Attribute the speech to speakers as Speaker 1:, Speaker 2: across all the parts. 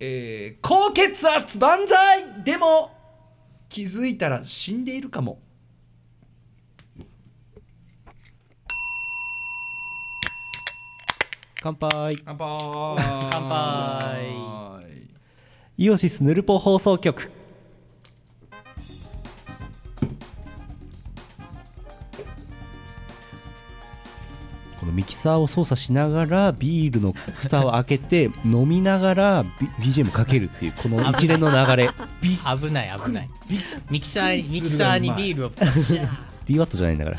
Speaker 1: えー高血圧万歳でも気づいたら死んでいるかも
Speaker 2: 乾杯
Speaker 1: 乾杯
Speaker 3: 乾杯
Speaker 2: イオシスヌルポ放送局このミキサーを操作しながらビールの蓋を開け て飲みながら B- BGM かけるっていうこの一連の流れ
Speaker 3: 危ない危ない
Speaker 1: びっ
Speaker 3: ミキサーにミキサーにビールをプシャー
Speaker 2: DWAT じゃないんだから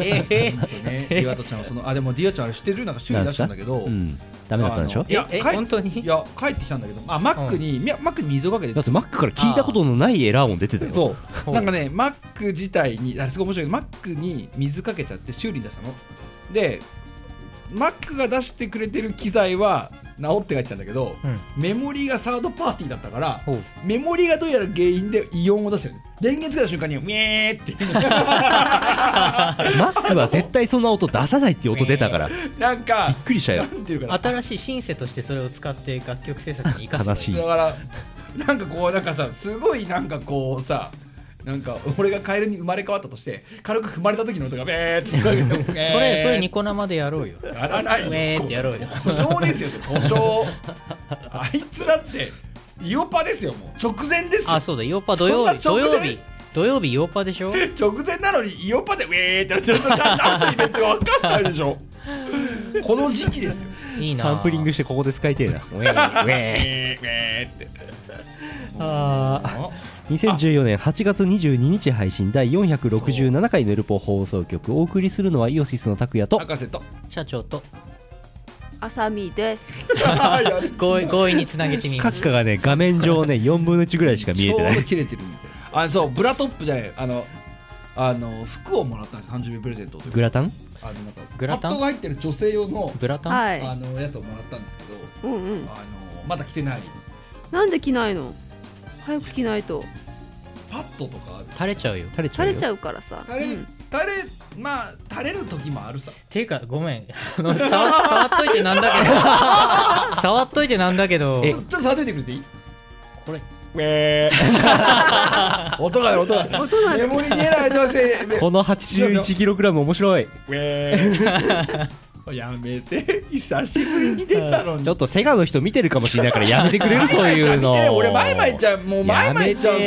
Speaker 3: え
Speaker 1: あとね、ディアトちゃんはそのあでもディアちゃんあれ知ってるなんか修理出したんだけど、
Speaker 2: うん、ダメだったんでし
Speaker 1: あ
Speaker 2: ょ
Speaker 1: のいや
Speaker 3: ええ
Speaker 1: 帰っ
Speaker 3: 本当に
Speaker 1: いや帰ってきたんだけどあマックに、いやマックに水をかけて
Speaker 2: だってマックから聞いたことのないエラー音出てたよ
Speaker 1: そう
Speaker 3: ほう
Speaker 1: なんかねマック自体にあすごい面白いけどマックに水かけちゃって修理に出したのでマックが出してくれてる機材は直って書いてたんだけど、
Speaker 3: うん
Speaker 1: メモリーがサードパーティーだったから
Speaker 3: ほう
Speaker 1: メモリーがどうやら原因で異音を出してる電源つけた瞬間にウェーって いうのが
Speaker 2: マックは絶対そんな音出さない っていう音出たからびっ
Speaker 1: なんか
Speaker 2: くりした
Speaker 1: な
Speaker 2: よ
Speaker 1: んていうかな
Speaker 3: 新しいシンセとしてそれを使って楽曲制作に生かす
Speaker 2: 悲しい
Speaker 1: だからなんかこうなんかさすごいなんかこうさなんか俺がカエルに生まれ変わったとして軽く踏まれた時の音がベーってす ごいそれそ
Speaker 3: それそれニコ生でやろうよ
Speaker 1: やらないよ
Speaker 3: ウェーってやろうよ
Speaker 1: 故障ですよ故障あいつだってイオパですよもう直前ですよ
Speaker 3: あそうだヨーパ土曜日
Speaker 1: そん
Speaker 3: 土
Speaker 1: な直
Speaker 3: 曜
Speaker 1: 前
Speaker 3: 日土曜日ヨーパでしょ
Speaker 1: 直前なのにイオパでウェーってやってるとな何のイベントか分かんないでしょこの時期ですよ
Speaker 3: いいな
Speaker 2: サンプリングしてここで使いてえな ウェーウ
Speaker 1: ウェ
Speaker 2: ェー
Speaker 1: ーウェーって
Speaker 2: あ
Speaker 1: あ
Speaker 2: ー2014年8月22日配信第467回ヌルポ放送局お送りするのはイオシスの拓也と
Speaker 1: 博士と
Speaker 3: 社長と
Speaker 4: あさみ です。
Speaker 1: あーやる
Speaker 3: 強引強引につなげてみ
Speaker 2: カ
Speaker 3: ま
Speaker 2: ッ
Speaker 3: し
Speaker 2: カがね画面上ね4分の1ぐらいしか見えてな
Speaker 1: ちょう
Speaker 2: い
Speaker 1: ど切れてるみたいなあ そうブラトップじゃないあのあの服をもらったんです30秒プレゼントという
Speaker 2: グラタン
Speaker 1: あのなんか
Speaker 3: グラ
Speaker 1: パ
Speaker 3: タン
Speaker 1: ッドが入ってる女性用の
Speaker 3: たブラタン、
Speaker 4: はい。
Speaker 1: あのやつをもらったんですけど
Speaker 4: うんうん。
Speaker 1: あのまだ着てない
Speaker 4: なんで着ないの？早く着ないと
Speaker 1: パッドとかある
Speaker 3: 垂れちゃうよ
Speaker 2: 垂れちゃ
Speaker 4: 垂
Speaker 2: う
Speaker 4: れ
Speaker 2: よ
Speaker 4: ちゃうからさ。
Speaker 1: 垂れ、
Speaker 4: うん
Speaker 1: 垂れまあ垂れる時もあるさ
Speaker 3: ていうかごめんあの触触っといてなんだ けど触っといてなんだけど
Speaker 1: ちょっと触っててくれていい
Speaker 3: これ
Speaker 1: ウェー音がね 音が
Speaker 4: 音が
Speaker 1: メモリ出ないとせめ
Speaker 2: この 81kg 面白い
Speaker 1: ウェーやめて久しぶりに出たのに
Speaker 2: ちょっとセガの人見てるかもしれないからやめてくれるそういうの
Speaker 1: マイマイちゃん見てね俺マイマイちゃんもうマイ
Speaker 2: や
Speaker 1: マ
Speaker 2: めて
Speaker 1: イちゃんさ見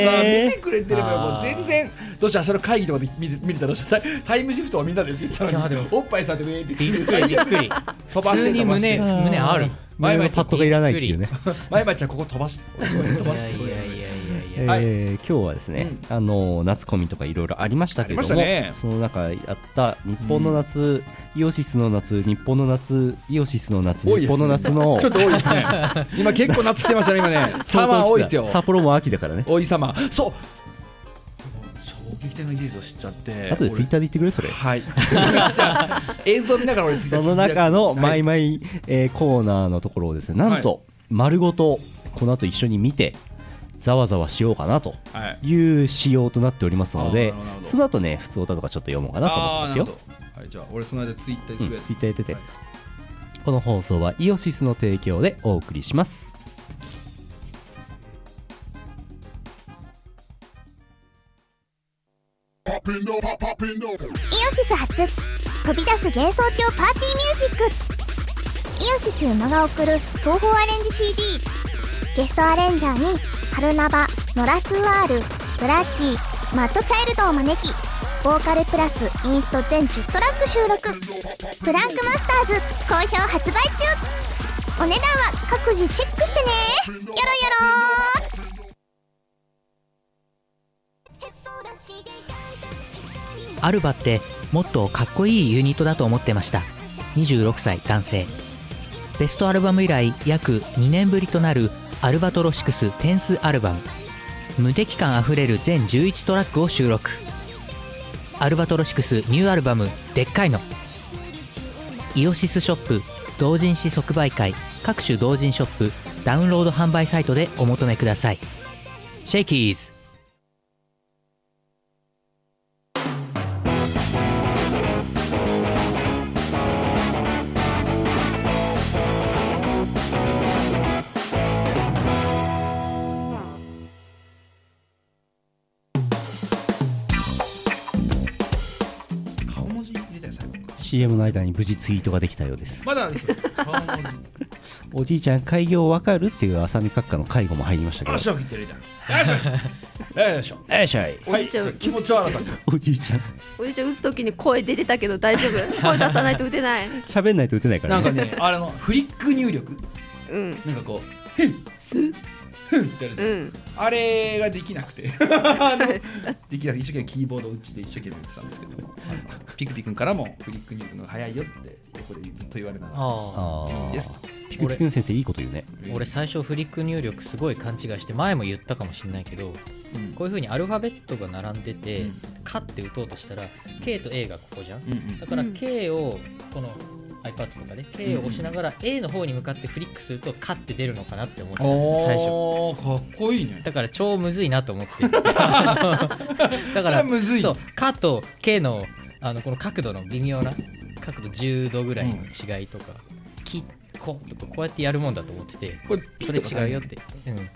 Speaker 1: てくれてるからも
Speaker 3: あ
Speaker 1: う
Speaker 3: ー
Speaker 1: 全然どうしたそれ会議とかで見て見れたらどうしたタイタイムシフトをみんなで見てた
Speaker 3: いや
Speaker 1: の
Speaker 3: で
Speaker 1: に
Speaker 3: も
Speaker 1: おっぱいさんでウェーって
Speaker 3: びっくりびっくり
Speaker 1: 飛ば
Speaker 3: 普
Speaker 1: し
Speaker 3: 通
Speaker 1: て
Speaker 3: に
Speaker 1: 飛ばして
Speaker 3: 胸胸ある
Speaker 2: 前のパッドがいらないっていうね
Speaker 1: マイマイちゃんここ飛ばして飛
Speaker 3: い
Speaker 1: ば
Speaker 3: や
Speaker 1: して
Speaker 3: いやいやいやいや
Speaker 1: はい
Speaker 2: えー今日はですね、あの夏コミとかいろいろありましたけれども、
Speaker 1: ありましたね
Speaker 2: その中やった日本の夏、イオシスの夏日本の夏イオシスの夏
Speaker 1: 多いですね
Speaker 2: 日本の夏の
Speaker 1: ちょっと多い ですね今結構夏来てましたね今ねサマー多いですよ
Speaker 2: 札幌も秋だからね
Speaker 1: 多いサマーそう衝撃的な事実を知っちゃって
Speaker 2: あとでツイッターで言ってくれそれ
Speaker 1: はいじゃあ 映像見ながら俺ツイッター
Speaker 2: その中の
Speaker 1: は
Speaker 2: マ
Speaker 1: い
Speaker 2: イマイ、えーコーナーのところをですねなんと、丸ごとこの後一緒に見てざわざわしようかなと
Speaker 1: はい
Speaker 2: いう仕様となっておりますの
Speaker 1: あーなる
Speaker 2: で
Speaker 1: ほどなるほど
Speaker 2: その後ね普通歌とかちょっと読もうかなと思ってますよ
Speaker 1: あーなるほどはい、じゃあ俺その間ツイッターでつぶやい
Speaker 2: うんツイッターやってて
Speaker 1: はい
Speaker 2: この放送はイオシスの提供でお送りします
Speaker 5: イオシス初飛び出す幻想郷パーティーミュージックイオシス馬が送る東宝アレンジ CD ゲストアレンジャーに春ナバノラツアールブラッディマッドチャイルドを招きボーカルプラスインスト全10トラック収録ブランクマスターズ好評発売中お値段は各自チェックしてねよろよろ
Speaker 6: アルバってもっとかっこいいユニットだと思ってました26歳男性ベストアルバム以来約2年ぶりとなるアルバトロシクステンスアルバム無敵感あふれる全11トラックを収録アルバトロシクスニューアルバム「でっかいの」イオシスショップ同人誌即売会各種同人ショップダウンロード販売サイトでお求めくださいシェイキーズ
Speaker 5: 「
Speaker 2: CM の間に無事ツイートができたようです
Speaker 1: まだあるんですよ顔文字
Speaker 2: おじいちゃん開業わかるっていう浅見閣下の介護も入りましたけ
Speaker 1: よ
Speaker 2: ど
Speaker 1: っしゃ言ってるじゃんよいしょよいしょ
Speaker 2: よいしょい
Speaker 1: はい
Speaker 4: おじちゃん
Speaker 1: じゃあ気持ちを新たに
Speaker 2: おじいちゃん
Speaker 4: おじいちゃん打つ時に声出てたけど大丈夫 声出さないと打てない
Speaker 2: 喋んないと打てないか
Speaker 1: な
Speaker 2: ら
Speaker 1: んか
Speaker 2: ね
Speaker 1: ねあれのフリック入力
Speaker 4: うん
Speaker 1: なんかこう
Speaker 4: す
Speaker 1: ふんってやるじゃ
Speaker 4: うんん
Speaker 1: あれができなくてあのできなくて一生懸命キーボードを打ちで一生懸命打ってたんですけどあのピクピクンからもフリック入力の方が早いよって横でずっと言われながら
Speaker 3: ああ
Speaker 2: あ
Speaker 1: いいです
Speaker 2: ー
Speaker 1: と
Speaker 2: ピクピクン先生いいこと言うね
Speaker 3: 俺最初フリック入力すごい勘違いして前も言ったかもしれないけど
Speaker 1: うん
Speaker 3: こういう風にアルファベットが並んでて
Speaker 1: うん
Speaker 3: 「か」って打とうとしたら K と A がここじゃん
Speaker 1: うんうん
Speaker 3: だから
Speaker 4: うん
Speaker 3: K をこの iPad とかで K を押しながら A の方に向かってフリックすると「か」って出るのかなって思って最初
Speaker 1: おーかっこいいね
Speaker 3: だから超むずいなと思って だから
Speaker 1: それはむずい
Speaker 3: そう「か」と「K の」あのこの角度の微妙な角度10度ぐらいの違いとか「き」「こ」とかこうやってやるもんだと思ってて
Speaker 1: これ
Speaker 3: そ
Speaker 1: P
Speaker 3: れ
Speaker 1: とか
Speaker 3: 違うよって、うん、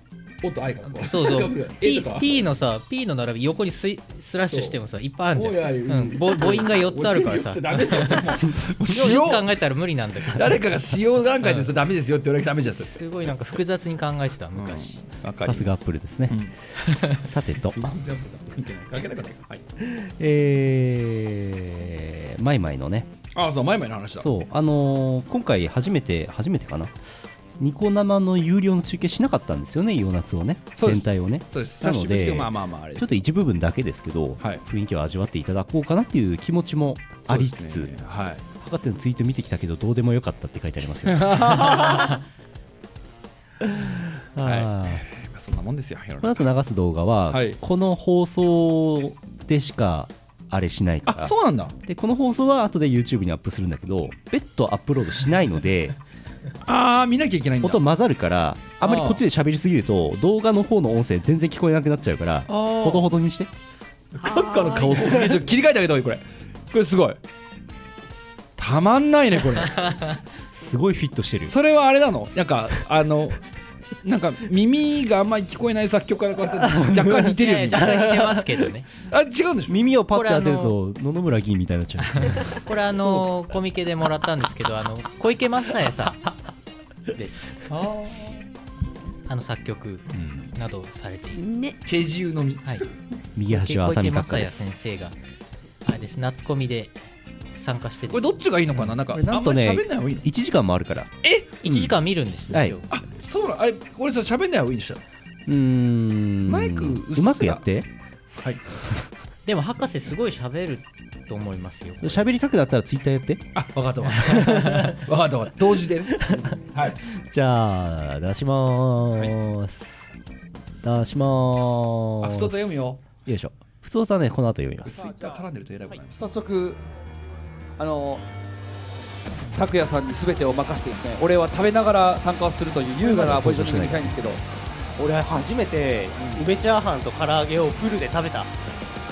Speaker 1: おっと I かこ
Speaker 3: そう そう
Speaker 1: A
Speaker 3: P,
Speaker 1: とか
Speaker 3: P のさ P の並び横にスイスラッシュしてもさいっぱいあるじ
Speaker 1: おい
Speaker 3: ゃ
Speaker 1: お
Speaker 3: ん、
Speaker 1: い
Speaker 3: うん、ぼ母音が4つあるからさ
Speaker 1: おい全部言っちゃダメだよもう
Speaker 3: よ
Speaker 1: 使
Speaker 3: よ
Speaker 1: 用
Speaker 3: く考えたら無理なんだけど
Speaker 1: 誰かが使用段階でそれダメですよって言われたらダメじゃんそれ
Speaker 3: すごいなんか複雑に考えて た昔、
Speaker 1: わか
Speaker 2: さすがアップルですね
Speaker 1: うん
Speaker 2: さてと
Speaker 1: 全部だ見てない関係なかったよはい
Speaker 2: えーマイマイのね
Speaker 1: ああそう前々の話だ
Speaker 2: そうあのー今回初めて初めてかなニコ生の有料の中継しなかったんですよねイオナツをね
Speaker 1: そうです
Speaker 2: 全体をね
Speaker 1: そうです
Speaker 2: な
Speaker 1: 久
Speaker 2: の
Speaker 1: しぶりってい
Speaker 2: で
Speaker 1: うまあまあまああれ
Speaker 2: ちょっと一部分だけですけど、
Speaker 1: はい
Speaker 2: 雰囲気を味わっていただこうかなっていう気持ちもありつつ、
Speaker 1: そうですねはい
Speaker 2: 博士のツイート見てきたけどどうでもよかったって書いてあり ますよあー
Speaker 1: まあそんなもんですよ世の
Speaker 2: この
Speaker 1: 中
Speaker 2: 後流す動画は、
Speaker 1: はい
Speaker 2: この放送でしかあれしないか
Speaker 1: あ
Speaker 2: ら
Speaker 1: そうなんだ
Speaker 2: でこの放送は後で YouTube にアップするんだけど別途アップロードしないので
Speaker 1: ああ見なきゃいけないんだ
Speaker 2: 音混ざるからあまり
Speaker 1: あー
Speaker 2: こっちで喋りすぎると動画の方の音声全然聞こえなくなっちゃうからほどほどにして
Speaker 1: カッカの顔すげえちょっと切り替えてあげた方がいいこれこれすごいたまんないねこれ
Speaker 2: すごいフィットしてる
Speaker 1: それはあれなのなんかあのなんか耳があんまり聞こえない作曲家の方と若干似て
Speaker 3: い
Speaker 1: るよ
Speaker 3: や
Speaker 1: ね
Speaker 3: いや若干似てますけ どね
Speaker 1: あ違うんでしょ
Speaker 2: 耳をパッて当てると野々村議員みたいになっちゃう
Speaker 3: これあのコミケでもらったんですけどあの小池雅也さんですあの作曲などをされている、
Speaker 4: ね
Speaker 1: チェジュのみ
Speaker 3: はい、
Speaker 2: 右端は
Speaker 3: 小
Speaker 2: 浅
Speaker 3: 池
Speaker 2: 見
Speaker 3: 雅
Speaker 2: 閣下
Speaker 3: 也
Speaker 2: です
Speaker 3: 先生があれです夏コミで参加してて
Speaker 1: これどっちがいいのかななんか
Speaker 2: こ
Speaker 1: あ
Speaker 2: れなんん
Speaker 1: ま
Speaker 2: と
Speaker 1: り
Speaker 2: ね
Speaker 1: 喋んない方がいいの
Speaker 2: 1時間もあるから
Speaker 3: 1時間見るんですよ、
Speaker 2: はい
Speaker 3: 今日
Speaker 1: あそうなのあれ俺さ喋んない方がいいんでしょ
Speaker 2: うーん
Speaker 1: マイクうっすら
Speaker 2: うまくやって
Speaker 1: はい
Speaker 3: でも博士すごい喋ると思いますよ
Speaker 2: 喋りたくなったらツイッターやって
Speaker 1: あ分かった分かった分かったわかった同時でねはい
Speaker 2: じゃあ出しまーす、出しまー
Speaker 1: あ
Speaker 2: す
Speaker 1: 太田読むよ
Speaker 2: よいしょ普通はねこの後読みます
Speaker 1: ツイッター絡んでると偉いことになります
Speaker 7: 早速あの拓也さんに全てを任せてですね俺は食べながら参加をするという優雅なポジショニングにしたいんですけど
Speaker 8: 俺初めて梅チャーハンと唐揚げをフルで食べた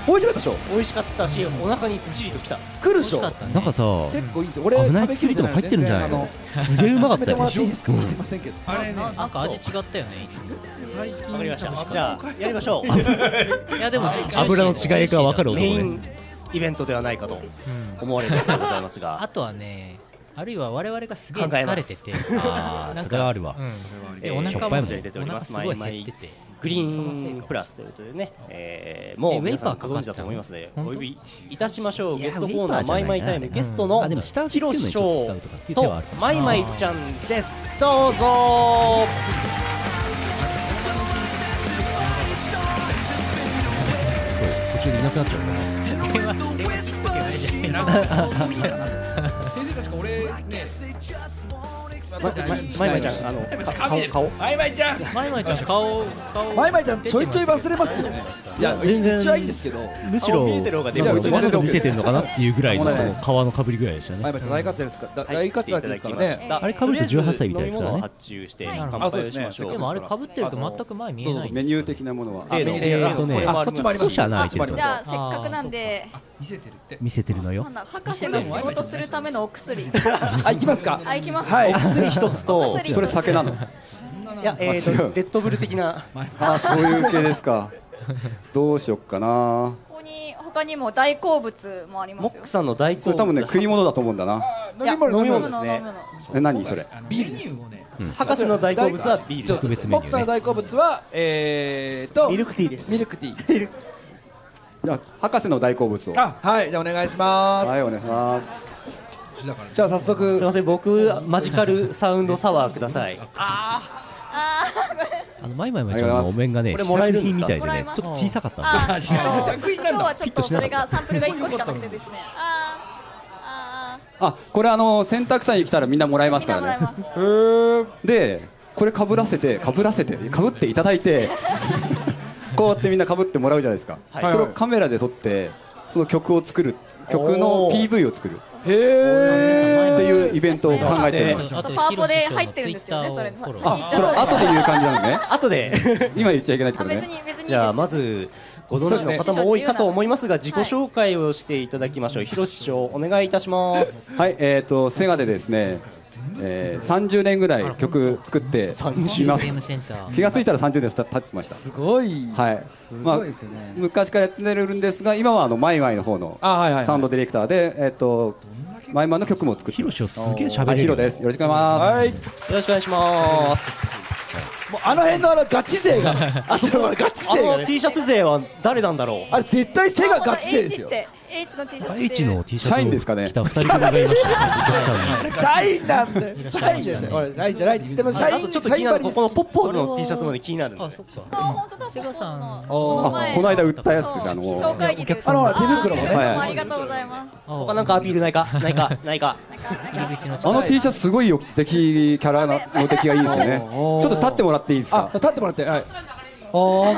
Speaker 7: 美味しかったでしょ
Speaker 8: 美味しかったし、お腹にずっしりときた
Speaker 7: 来
Speaker 3: 美
Speaker 7: るで
Speaker 3: 味
Speaker 7: し
Speaker 3: しか
Speaker 7: ょ
Speaker 3: ったね
Speaker 2: なんかさ
Speaker 7: 結構いいですよ俺
Speaker 2: 危ない薬とか入ってるんじゃないのすげえうまかっ
Speaker 7: 食べ
Speaker 2: た
Speaker 7: ても
Speaker 2: よ
Speaker 7: らっていいですかすいませんけど
Speaker 1: あれね
Speaker 3: なんか味違ったよねいつも
Speaker 1: 最近
Speaker 8: わかりまし
Speaker 1: 多
Speaker 8: た
Speaker 1: 分
Speaker 8: じゃあやりましょ
Speaker 3: いやでも
Speaker 2: 油の違いが分かる男
Speaker 8: うメイ
Speaker 2: で
Speaker 8: ン
Speaker 2: す
Speaker 8: イベントではないかと
Speaker 3: うん
Speaker 8: 思われるわけでございます
Speaker 3: あ
Speaker 8: が
Speaker 3: とはねあるいは我々がすげえ
Speaker 8: 考え
Speaker 3: 疲
Speaker 8: ま
Speaker 3: れ
Speaker 8: す
Speaker 3: てて
Speaker 2: ああ
Speaker 3: なん
Speaker 2: それ
Speaker 3: か
Speaker 2: はあるわ
Speaker 3: うんで
Speaker 8: えー
Speaker 3: お
Speaker 8: しょ
Speaker 3: 腹
Speaker 8: っ
Speaker 3: も
Speaker 8: ぱいもの出てお
Speaker 3: お
Speaker 8: り
Speaker 3: 腹
Speaker 8: ます
Speaker 3: すごい減ってて
Speaker 8: グリーンプラスということでね、えーも
Speaker 3: え
Speaker 8: う皆
Speaker 3: ウ
Speaker 8: さ
Speaker 3: ェイ
Speaker 8: ん
Speaker 3: パーか
Speaker 8: ご
Speaker 3: か
Speaker 8: 存
Speaker 3: って
Speaker 8: 知
Speaker 3: たの
Speaker 8: だと思いますので
Speaker 3: 本
Speaker 8: お
Speaker 3: 当
Speaker 8: 呼びいたしましょう
Speaker 2: い
Speaker 8: ゲ
Speaker 2: や
Speaker 8: ストコーナ
Speaker 2: ウェイ
Speaker 8: ー
Speaker 2: パーじゃ
Speaker 8: マイ
Speaker 2: な
Speaker 8: マ
Speaker 2: い
Speaker 8: イタイ
Speaker 2: な
Speaker 8: ム
Speaker 2: あれ
Speaker 8: ゲストの
Speaker 2: あでも下を
Speaker 8: ヒロショ
Speaker 2: 使う
Speaker 8: ウ
Speaker 2: とかっていう手はあ
Speaker 8: と
Speaker 2: るか
Speaker 8: マイマイちゃんですどうぞ
Speaker 2: 途中でいなくなっちゃうから
Speaker 1: 先生確か俺ね
Speaker 8: ままマイマイちゃんあのか顔顔
Speaker 1: あいまいちゃん
Speaker 3: マイマイちゃん顔顔
Speaker 7: まいまいちゃんちょいちょい忘れますよねいや
Speaker 2: 全然
Speaker 7: 一はいいんですけど
Speaker 2: むしろ
Speaker 8: 顔見えてる方が出
Speaker 7: てる
Speaker 2: わざと見せてるのかなっていうぐらいの
Speaker 7: はい
Speaker 2: この皮のかぶりぐらいでした
Speaker 7: ま
Speaker 2: ね
Speaker 7: いまいちゃん大活躍ですからだ大活躍ですから
Speaker 8: はい来てい
Speaker 7: ね
Speaker 8: ただきました
Speaker 2: あれ被ると18歳みたいですからね
Speaker 8: 飲み物を発注して乾
Speaker 3: はい
Speaker 8: 杯をしましょう
Speaker 3: でもあれ被ってると全く前見え
Speaker 9: どう
Speaker 3: な
Speaker 9: ぞ
Speaker 3: い
Speaker 9: メニュー的なものは
Speaker 8: 例の
Speaker 7: あ
Speaker 2: えーと
Speaker 8: こ
Speaker 2: ね
Speaker 8: れも
Speaker 7: あ
Speaker 8: あります
Speaker 7: こっちもありま
Speaker 2: 少
Speaker 7: す
Speaker 2: し穴開いてると
Speaker 10: じ
Speaker 2: こ
Speaker 10: ゃあせっかくなんで
Speaker 1: 見せてるって
Speaker 2: 見せてるのよ
Speaker 10: なんだ博士の仕事するためのお薬
Speaker 7: あ行きますか
Speaker 10: あ行きます
Speaker 7: はい
Speaker 8: お薬一つと
Speaker 10: 薬
Speaker 9: それ 酒なの
Speaker 8: いや、えー
Speaker 9: あ違
Speaker 8: と
Speaker 9: う
Speaker 8: レッドブル的な
Speaker 9: あそういう系ですかどうしよっかな
Speaker 10: ここに他にも大好物もありま
Speaker 8: モ
Speaker 10: す
Speaker 8: ッ
Speaker 10: よ
Speaker 8: クさんの大好
Speaker 9: それ
Speaker 8: 物
Speaker 9: 多分ね食い物だと思うんだな
Speaker 10: 飲み物
Speaker 8: 飲み物ですね
Speaker 10: 飲み物
Speaker 9: え何それ
Speaker 1: ビールメニューをね
Speaker 8: 博士の大好物はビール
Speaker 2: 特別メニューね
Speaker 7: 僕さんの大好物はえーと
Speaker 11: ミルクティーです
Speaker 7: ミルクティー
Speaker 9: じゃあ博士の大好物を
Speaker 7: あはいじゃあお願いします、
Speaker 9: はいお願いします
Speaker 1: だからね
Speaker 7: じゃあ早速
Speaker 8: すいません僕マジカルサウンドサワーください
Speaker 2: あのマイマイマイちゃんのお面がね
Speaker 8: これもらえるんです
Speaker 2: み
Speaker 8: か
Speaker 2: たいで
Speaker 10: もらえ
Speaker 2: ね
Speaker 10: ます
Speaker 2: ちょっと小さかったんだよ
Speaker 10: あーあと
Speaker 1: 作品な
Speaker 10: 今日
Speaker 1: んだ
Speaker 10: はちょっとそれがサンプルが1個しかなくてですねあ
Speaker 9: あこれあの洗濯祭に来たらみんなもらえ
Speaker 10: ー
Speaker 9: ま
Speaker 10: み
Speaker 9: す
Speaker 10: んな
Speaker 9: か
Speaker 10: もら
Speaker 9: ら
Speaker 10: い
Speaker 9: ね
Speaker 10: ます
Speaker 9: でこれかぶらせてかぶらせてかぶっていただい てこうやってみんなかぶってもらうじゃないですか、
Speaker 8: はい
Speaker 9: それをカメラで撮ってその曲を作る曲の
Speaker 8: おー
Speaker 9: PV を作るっ
Speaker 7: へえ
Speaker 9: ていうイベントを考えております
Speaker 10: そうパワポで入ってるんですよねそれさ
Speaker 3: フォロー
Speaker 9: あそれ後で言う感じなのね
Speaker 8: 後で
Speaker 9: 今言っちゃいけないってこ
Speaker 10: あ
Speaker 9: と
Speaker 10: 別
Speaker 9: ね
Speaker 10: に別にいいです
Speaker 8: じゃあまずご存知の方も多いかと思いますが自己紹介をしていただきましょう、ひろし師匠お願いいたします
Speaker 9: はいえっ、とセガでですね、えー、30年ぐらい曲作ってい
Speaker 3: ゲ
Speaker 9: ま
Speaker 3: ーム
Speaker 9: す
Speaker 3: センター
Speaker 9: 気がついたら30年た経ってました
Speaker 11: すごい、
Speaker 9: はい
Speaker 11: すごいですよね、
Speaker 9: 昔からやってるんですが今はあのマイマイの方の
Speaker 7: あはいはいはい
Speaker 9: サウンドディレクターで、えっとマイマイの曲も作って
Speaker 2: ヒ
Speaker 9: ま
Speaker 2: ロ
Speaker 9: す
Speaker 2: シをすげえ喋
Speaker 9: は
Speaker 2: れ
Speaker 9: いヒ
Speaker 2: る
Speaker 9: ロですよろしくお願
Speaker 7: はい
Speaker 9: し
Speaker 7: い
Speaker 8: よろしくお願いします
Speaker 7: もうあの辺のあのガチ勢があのガチ
Speaker 8: あ
Speaker 7: 勢が、
Speaker 8: の
Speaker 7: ね、
Speaker 8: T シャツ勢は誰なんだろう
Speaker 7: あれ絶対背がガチ勢です
Speaker 10: H
Speaker 7: よ
Speaker 10: って H の T シャツ着て
Speaker 2: H の T シャツ
Speaker 9: 社員ですか
Speaker 2: を
Speaker 9: ね
Speaker 2: 着た二人組がいましたね
Speaker 7: 社員なんだよ社員ですよ俺社員じゃないって言っても社
Speaker 8: あ
Speaker 7: 員
Speaker 8: とちょっと気にな
Speaker 7: 社員ば
Speaker 8: るこ
Speaker 7: りです
Speaker 8: このポッポーズの T シャツまで気になるんで
Speaker 3: あそっか
Speaker 10: あ本当だ
Speaker 3: セガさん
Speaker 10: ポッポのの
Speaker 9: ます
Speaker 10: 前
Speaker 9: あこの間売ったやつですあの
Speaker 10: そう超会議です
Speaker 7: あのほら手袋もね
Speaker 10: あー
Speaker 9: はい
Speaker 10: どうもありがとうございます
Speaker 8: 他なんかアピールないかないかないか
Speaker 10: なんかなんか
Speaker 3: 入り口の
Speaker 9: あの T シャツすごいよ出来キャラの出来がいいですよねちょっと立ってもらっていいです
Speaker 7: あ
Speaker 9: か
Speaker 7: 立ってもらってはい
Speaker 9: こ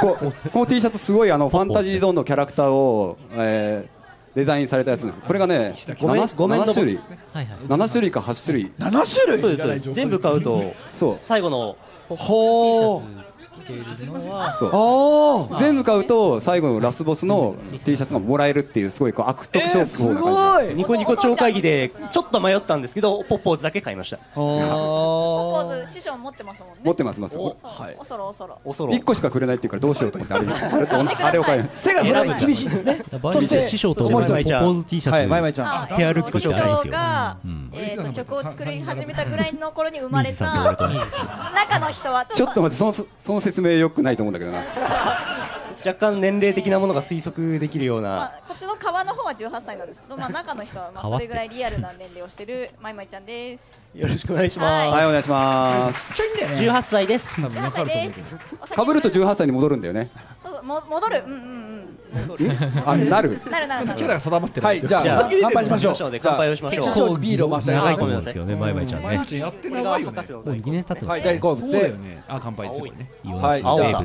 Speaker 9: ここの T シャツすごいあのファンタジーゾーンのキャラクターを、えーデザインされたやつですこれがね
Speaker 8: ごめん
Speaker 9: 7,
Speaker 8: ごめん
Speaker 9: 種類
Speaker 3: はいはい
Speaker 9: 7種類か8種類
Speaker 7: 7種類
Speaker 8: そうですそうです全部買うと
Speaker 9: そう
Speaker 8: 最後の
Speaker 7: ほー
Speaker 3: 着ているのは
Speaker 9: そう
Speaker 7: あー
Speaker 9: 全部買うと最後のラスボスの T シャツがもらえるっていうすごいこう悪徳商法
Speaker 7: えー
Speaker 9: な感
Speaker 7: す
Speaker 9: じが
Speaker 7: ごい
Speaker 8: ニコニコ超会議でちょっと迷ったんですけどポッポーズだけ買いました
Speaker 10: ポッポ
Speaker 7: あ
Speaker 10: ーズ師匠持ってますもんね
Speaker 9: 持ってます持ってます
Speaker 10: そうおそろおそろ
Speaker 8: おそろ
Speaker 9: 1個しかくれないっていうからどうしようと思ってあれあれと同じあれを買い
Speaker 7: 背がそれに厳しいんですね
Speaker 2: バーニー師匠と
Speaker 8: そし
Speaker 2: マイ
Speaker 8: て
Speaker 2: マイちゃんポ
Speaker 8: そ
Speaker 2: ポ
Speaker 8: う
Speaker 2: ーズ T シャツ、
Speaker 7: はいまいまいちゃん
Speaker 10: あ
Speaker 2: ペアルックじゃないんですよ
Speaker 10: 師匠が、
Speaker 2: ん
Speaker 10: えーと曲を作り始めたぐらいの頃に生まれ
Speaker 2: 水さんと俺と
Speaker 10: た
Speaker 2: ね
Speaker 10: 中の人は
Speaker 9: ち
Speaker 10: ち
Speaker 9: ょ
Speaker 10: ょ
Speaker 9: っ
Speaker 10: っ
Speaker 9: と
Speaker 10: と
Speaker 9: 待ってそのその説明よくないと思うんだけどな
Speaker 8: 若干年齢的なものが推測できるよう
Speaker 10: ま
Speaker 8: な
Speaker 10: あ、こっちの川の方は18歳なんですけど、まあ、中の人はまあそれぐらいリアルな年齢をしてるまいまいちゃんです。
Speaker 8: よろしくお願いしま
Speaker 9: はいお願いしま
Speaker 1: ち
Speaker 9: す
Speaker 1: っちゃいんだよ
Speaker 8: す
Speaker 1: ね
Speaker 8: 18歳です
Speaker 10: 18歳です。
Speaker 9: かぶると
Speaker 10: 18
Speaker 9: 18歳に戻るんだよね
Speaker 10: そうそうも戻る。うんうん
Speaker 9: あなる
Speaker 10: うん。なるなるな
Speaker 1: キャ
Speaker 10: る。
Speaker 1: ラが定まってる
Speaker 7: はいじ
Speaker 8: じ
Speaker 7: ゃ
Speaker 8: ゃ
Speaker 7: あ
Speaker 8: あ
Speaker 7: 乾杯しましょう
Speaker 8: 乾杯をしましょう
Speaker 7: じゃあこうビールを回した
Speaker 2: 長い
Speaker 7: い
Speaker 2: と思うんですけどねマイマイちゃん
Speaker 1: 毎
Speaker 2: ね
Speaker 1: 日やって長いよね
Speaker 8: これが博士の
Speaker 2: もう2年経ってま
Speaker 7: は
Speaker 2: す
Speaker 7: い大好
Speaker 1: そ
Speaker 7: 物
Speaker 1: うだよ
Speaker 7: で
Speaker 1: ねあ乾杯ですよね
Speaker 2: イオン
Speaker 7: はい
Speaker 2: の名
Speaker 8: 青
Speaker 2: 物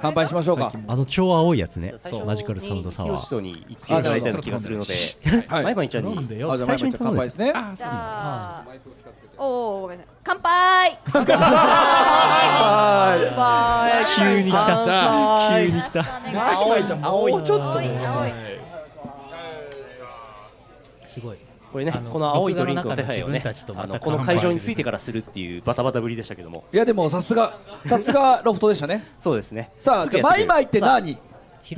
Speaker 7: 乾杯しましょうか
Speaker 2: あの超青いやつね
Speaker 8: じゃあ最初に
Speaker 2: マジカルサウンドサ
Speaker 8: ヒ
Speaker 2: ワ
Speaker 8: ロシ
Speaker 2: ー
Speaker 8: とに言っていただいたような気がするので
Speaker 7: は
Speaker 8: マイ
Speaker 7: い
Speaker 8: マイちゃんに
Speaker 7: あじゃあまいまいちゃん乾杯ですね
Speaker 10: じゃあ、おおごめんなさい。乾杯。
Speaker 2: 急に来たさあ急に来た
Speaker 10: た。青い
Speaker 8: 青い
Speaker 10: 青い青い。
Speaker 3: すごい
Speaker 8: これね
Speaker 3: あの
Speaker 8: この青いドリンクの手配をね
Speaker 3: 僕らの中の自分たちとま
Speaker 8: あ
Speaker 3: た
Speaker 8: のこの会場についてからするっていうバタバタぶりでしたけども
Speaker 7: いやでもさすがさすがロフトでしたね
Speaker 8: そうですね
Speaker 7: さあじゃあマイマイって何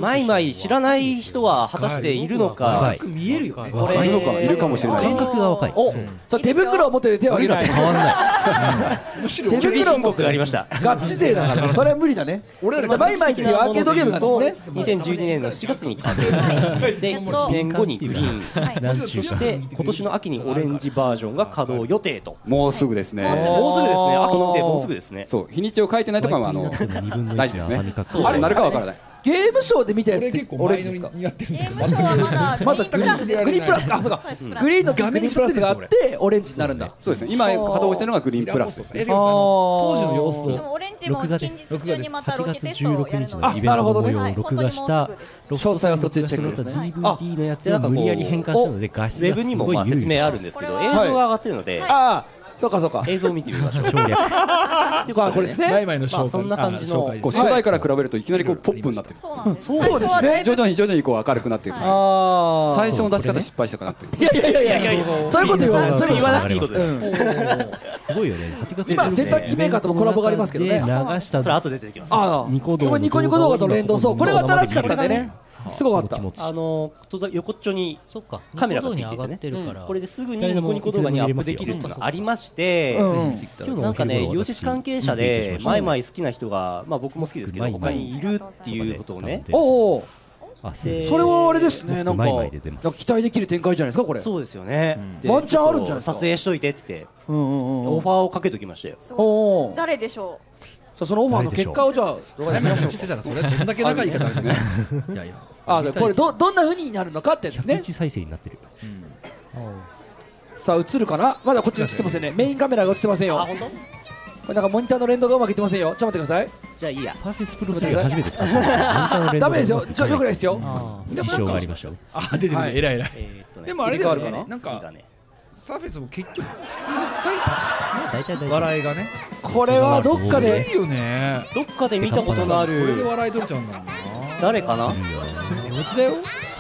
Speaker 8: マイマイ知らない人は果たしているの
Speaker 2: 若
Speaker 8: か
Speaker 1: よ
Speaker 2: い
Speaker 1: く見えるよね
Speaker 8: これ
Speaker 9: いるのかいるかもしれない
Speaker 2: 感覚が若い
Speaker 8: お
Speaker 7: そう手袋を持って手を挙げない
Speaker 2: 変わんない
Speaker 1: むしろ
Speaker 7: 手
Speaker 8: 準備
Speaker 7: 袋を
Speaker 8: 申
Speaker 7: 持っ
Speaker 8: 告があ
Speaker 7: て
Speaker 8: りました
Speaker 7: ガチ勢だからそれは無理だね俺らマイマイっていうアーケードゲームなんですね
Speaker 8: 2012年の7月にカードで1年後にグリーン
Speaker 10: はい。
Speaker 2: なんちゅう
Speaker 8: そ
Speaker 2: か
Speaker 8: して今年の秋にオレンジバージョンが稼働予定と
Speaker 9: もうすぐですね
Speaker 8: もうすぐですね秋ってもうすぐですね
Speaker 9: そう日にちを書いてないとかもあの
Speaker 2: 2分の
Speaker 9: 大事
Speaker 2: 1
Speaker 9: で
Speaker 2: の浅
Speaker 9: す
Speaker 2: 見
Speaker 9: ね
Speaker 2: か
Speaker 9: あれなるかわからない
Speaker 7: ゲームショーで見たやつ
Speaker 1: これ
Speaker 7: って
Speaker 1: 結構
Speaker 7: オレ
Speaker 1: 前
Speaker 7: ンジですか
Speaker 1: のにやってるん
Speaker 10: ゲ
Speaker 1: です
Speaker 10: ー
Speaker 1: か
Speaker 10: ムショーはまだグ
Speaker 7: まだ
Speaker 10: リーンプ
Speaker 7: グリ
Speaker 10: ラスです。
Speaker 7: ーンプラスあそうか
Speaker 10: そうですプラス
Speaker 7: グリーンの画面にプラスがあってオレンジになるんだ
Speaker 9: そうですね今稼働してるのがグリーンプラスですね
Speaker 1: エリオンさんの当時の様子
Speaker 10: で
Speaker 1: を
Speaker 10: もオレンジも近日中にまたロ
Speaker 2: 8
Speaker 10: ケ
Speaker 2: 月
Speaker 10: テストをや
Speaker 2: 16
Speaker 10: る
Speaker 2: 日
Speaker 10: の
Speaker 2: のイ
Speaker 10: で。
Speaker 2: ベントの模様
Speaker 10: は
Speaker 2: を
Speaker 10: い
Speaker 2: 録画した
Speaker 7: 詳細はそっちでチェックですね
Speaker 2: ロフトに録画した DVD のやつを無理やり変換したので画質
Speaker 8: ウェ
Speaker 2: が
Speaker 8: ブ
Speaker 2: す
Speaker 8: にも
Speaker 2: ごい
Speaker 8: まあ説
Speaker 2: 優
Speaker 8: 明
Speaker 2: 位
Speaker 8: あるんですけど
Speaker 10: こ
Speaker 8: 映
Speaker 10: れ
Speaker 8: 像
Speaker 10: は
Speaker 8: が上がってるので
Speaker 7: ああそうかそうか
Speaker 8: 映像を見てみましょう
Speaker 2: 省略
Speaker 8: っていうかこれですね
Speaker 1: 前々の紹介
Speaker 8: まあそんな感じの
Speaker 1: あ紹介
Speaker 9: こう初代から比べるといきなりこうポップになってる
Speaker 10: そうなんです。
Speaker 7: う
Speaker 10: 最初はだいぶ
Speaker 9: 徐々に徐々にこう明るくなっていく
Speaker 7: ああ
Speaker 9: 最初の出し方失敗したかなって
Speaker 7: いやいやいやいやいやそういうこと言わないそれ言わなくていい
Speaker 8: ことです
Speaker 2: すごいよね8月
Speaker 7: 今洗濯機メーカーとのコラボがありますけどね
Speaker 2: で流した
Speaker 8: それ後で出てきます
Speaker 7: ああ
Speaker 2: ニコ動
Speaker 7: これニコニコ動画と連動そうこれが新しかったんでねすごかった
Speaker 8: あのと横っちょにカメラがついてい
Speaker 7: ニコ動
Speaker 8: てね
Speaker 7: に上がってるから
Speaker 8: うんこれですぐにニコニコ動画にアップできるっていうのがありまして
Speaker 7: うん
Speaker 8: うんなんかね養子関係者で
Speaker 7: うん
Speaker 8: マイマイ好きな人がまあ僕も好きですけど
Speaker 7: マイマ
Speaker 8: 他
Speaker 7: イ
Speaker 8: にいるっていうことをね
Speaker 7: おおそ
Speaker 8: で
Speaker 7: れはあれですねなんか
Speaker 8: マイマイで出ます
Speaker 7: なんか期待できる展開じゃないですかこれ
Speaker 8: そうですよねで
Speaker 7: ワンチャンあるんじゃないですか
Speaker 8: 撮影しといてって
Speaker 7: オ
Speaker 8: ファーをかけときましたよ
Speaker 7: おお
Speaker 10: 誰でしょ
Speaker 7: さあそのオファーの結果をじゃあ動画で見ましょう
Speaker 1: 知ってたらそれそんだけ仲いい方ですねいやいや
Speaker 7: あでこれどどんな風になるのかってやつですね
Speaker 2: 1再生になってる
Speaker 7: さあ映るかなまだこっち映ってませんねメインカメラが映ってませんよ
Speaker 8: あ本当
Speaker 7: これなんかモニターの連動がうまくいってませんよちょっと待ってください
Speaker 8: じゃあいいや
Speaker 2: サーフェスプ
Speaker 7: ロ
Speaker 2: ス以外初めて使ったモニターの連動
Speaker 7: ダメですよちょよくないですよ
Speaker 2: 事情がありましたよ
Speaker 1: あ出てく
Speaker 7: は
Speaker 1: る
Speaker 7: い
Speaker 1: 偉い偉い
Speaker 8: とね
Speaker 1: でもあれだよ
Speaker 7: 入れ替わ
Speaker 1: ね
Speaker 7: るかな
Speaker 1: なん
Speaker 8: 次
Speaker 1: か
Speaker 8: がね
Speaker 1: サーフェスも結局普通に使い
Speaker 2: 大体大
Speaker 1: 笑いがね
Speaker 7: これはどっかで
Speaker 1: いいよね
Speaker 8: どっかで見たことのある
Speaker 1: これで笑い取れちゃうんだもんな
Speaker 8: 誰かな
Speaker 1: 気持ちだよ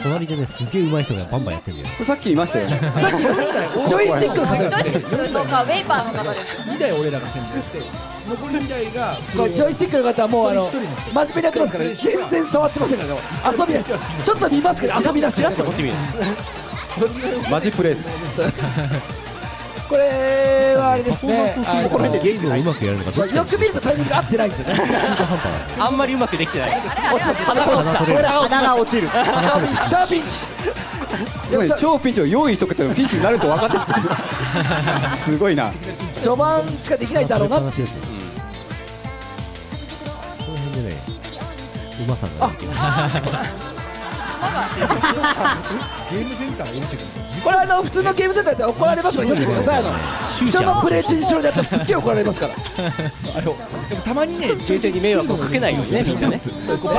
Speaker 2: 隣でねすげえ上手い人がバンバンやってるんだよ
Speaker 9: さっきいましたよね
Speaker 7: ジョイスティックの世界
Speaker 10: う。ジョイスティックとかウェイパーの方です。
Speaker 1: 2台俺らが宣伝して残り2台が
Speaker 7: これジョイスティックの方はもうあの
Speaker 1: 一人
Speaker 7: 真
Speaker 1: 一人
Speaker 7: 面目にやってますからね全然触ってませんからね遊びだしちょっと見ますけど遊びだし
Speaker 8: こっち見る
Speaker 9: マジプレイです
Speaker 7: これはあれですねあの
Speaker 2: これでゲームをうまくやるのがどっちか
Speaker 7: よく見るとタイミングが合ってないんですね
Speaker 8: あんまりうまくできてない
Speaker 7: 落ち
Speaker 8: 鼻が落ちた鼻が落ちる
Speaker 7: チャーピンチ
Speaker 9: つまり超ピンチを用意しとくとピンチになると分かっ てるすごいな
Speaker 7: 序盤しかできないだろうな
Speaker 2: 話ですねこの辺でねうまさが出てきます
Speaker 1: ゲームセンターに落ちてくる
Speaker 7: これあの普通のゲームセンターで怒られますので気をつけてくださいあの人のプレイ中に後ろでやったらすっげえ怒られますから
Speaker 1: あれをでもたまにね
Speaker 8: 先生に迷惑をかけないようにねみんなね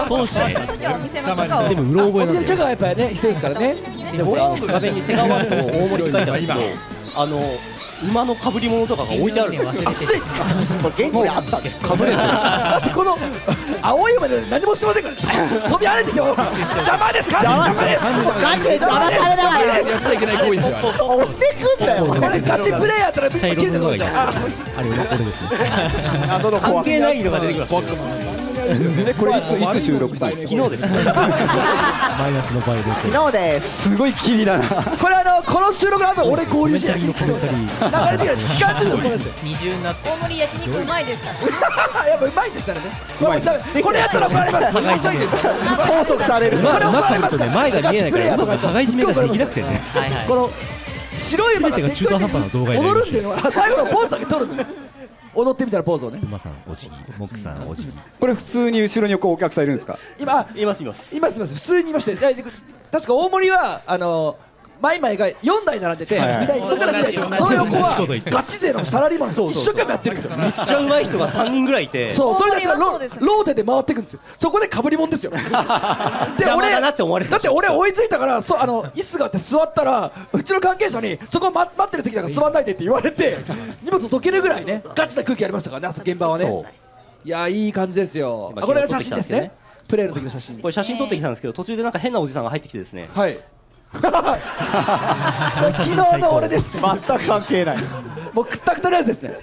Speaker 8: 本心
Speaker 10: その時はお店の許可を
Speaker 2: でもうろ覚え
Speaker 7: お
Speaker 2: なんだ
Speaker 7: 店の
Speaker 2: よ
Speaker 7: 人がやっぱりね必要ですからね
Speaker 8: で俺は画面にセガワールドの大盛りって書いてあるんですけどあの馬の被り物とかが置いてあるんですよ
Speaker 9: かぶれてる
Speaker 7: だってこの青い馬で何もしてませんから飛び跳ねてきても邪魔ですか邪魔ですガチで邪魔されながら
Speaker 1: やっちゃいけない行為ですよあれ
Speaker 7: これガチプレイヤーだったら
Speaker 2: 茶
Speaker 7: 切れ
Speaker 2: 色
Speaker 7: て
Speaker 2: の
Speaker 7: る
Speaker 2: もの
Speaker 7: ぞ
Speaker 2: がいいあれ俺ですね
Speaker 8: 関係ないのが出てきましたよ
Speaker 9: でこれいついつ収録したんですか
Speaker 8: 昨日です
Speaker 2: マイナスの倍です
Speaker 9: すごいキリだな
Speaker 7: これあのこの収録の後俺合流して焼肉食ってます流れてる時間ちょっとごめんなさい
Speaker 3: 二重になって
Speaker 10: 大盛り焼肉うまいですから。
Speaker 7: やっぱうまいですからねこれこれやったら怒られます急いでる
Speaker 9: 拘束される
Speaker 2: まあ、うまくやるとね前が見えないからうまく互い締めができなくてね
Speaker 3: はいはい
Speaker 7: この白い馬が
Speaker 2: 全てが中途半端な動画になり
Speaker 7: 踊
Speaker 2: ま
Speaker 7: る
Speaker 2: し
Speaker 7: ん
Speaker 2: た
Speaker 7: でのは最後のポーズだけ撮るのね踊ってみたいなポーズをね
Speaker 2: 馬さんおじぎモクさんおじぎ
Speaker 9: これ普通に後ろにこうお客さんいるんですか
Speaker 7: 今あ
Speaker 8: いますいます
Speaker 7: 今すみません普通にいましたよいやで確か大森はあのマイマイが4台並んでて、
Speaker 9: はいはい
Speaker 7: 2台だから
Speaker 3: 同じ
Speaker 7: そ
Speaker 3: 同じ
Speaker 7: の横
Speaker 2: 同じこと言っ
Speaker 7: は
Speaker 2: て
Speaker 7: ガチ勢のサラリーマン
Speaker 8: そう
Speaker 7: 一
Speaker 8: そう
Speaker 7: 生懸命やってるんですよ
Speaker 8: めっちゃ上手い人が3人ぐらいいて
Speaker 7: そうそれたちが
Speaker 10: 大森はそ
Speaker 7: ロ
Speaker 10: うですね
Speaker 7: ローテで回っていくんですよそこでかぶりもん ですよで
Speaker 8: 邪魔だなって思われて
Speaker 7: だ
Speaker 8: ま
Speaker 7: っ
Speaker 8: してた
Speaker 7: 俺追いついたからそうあの椅子があって座ったらうちの関係者にそこ、ま、待ってる席だから座んないでって言われて荷物どけるぐらいねガチな空気ありましたからねあそこ現場はねいやいい感じですよ
Speaker 8: 今
Speaker 7: あこれが写真ですね
Speaker 8: 今撮ってきたんで
Speaker 7: プレーの時
Speaker 8: すけどね
Speaker 7: の写真
Speaker 8: これ写真撮ってきたんですけど途中でなんか変なおじさんが入ってきてですね
Speaker 7: はい昨日の俺です全く関係ないもうくったくたのやつですね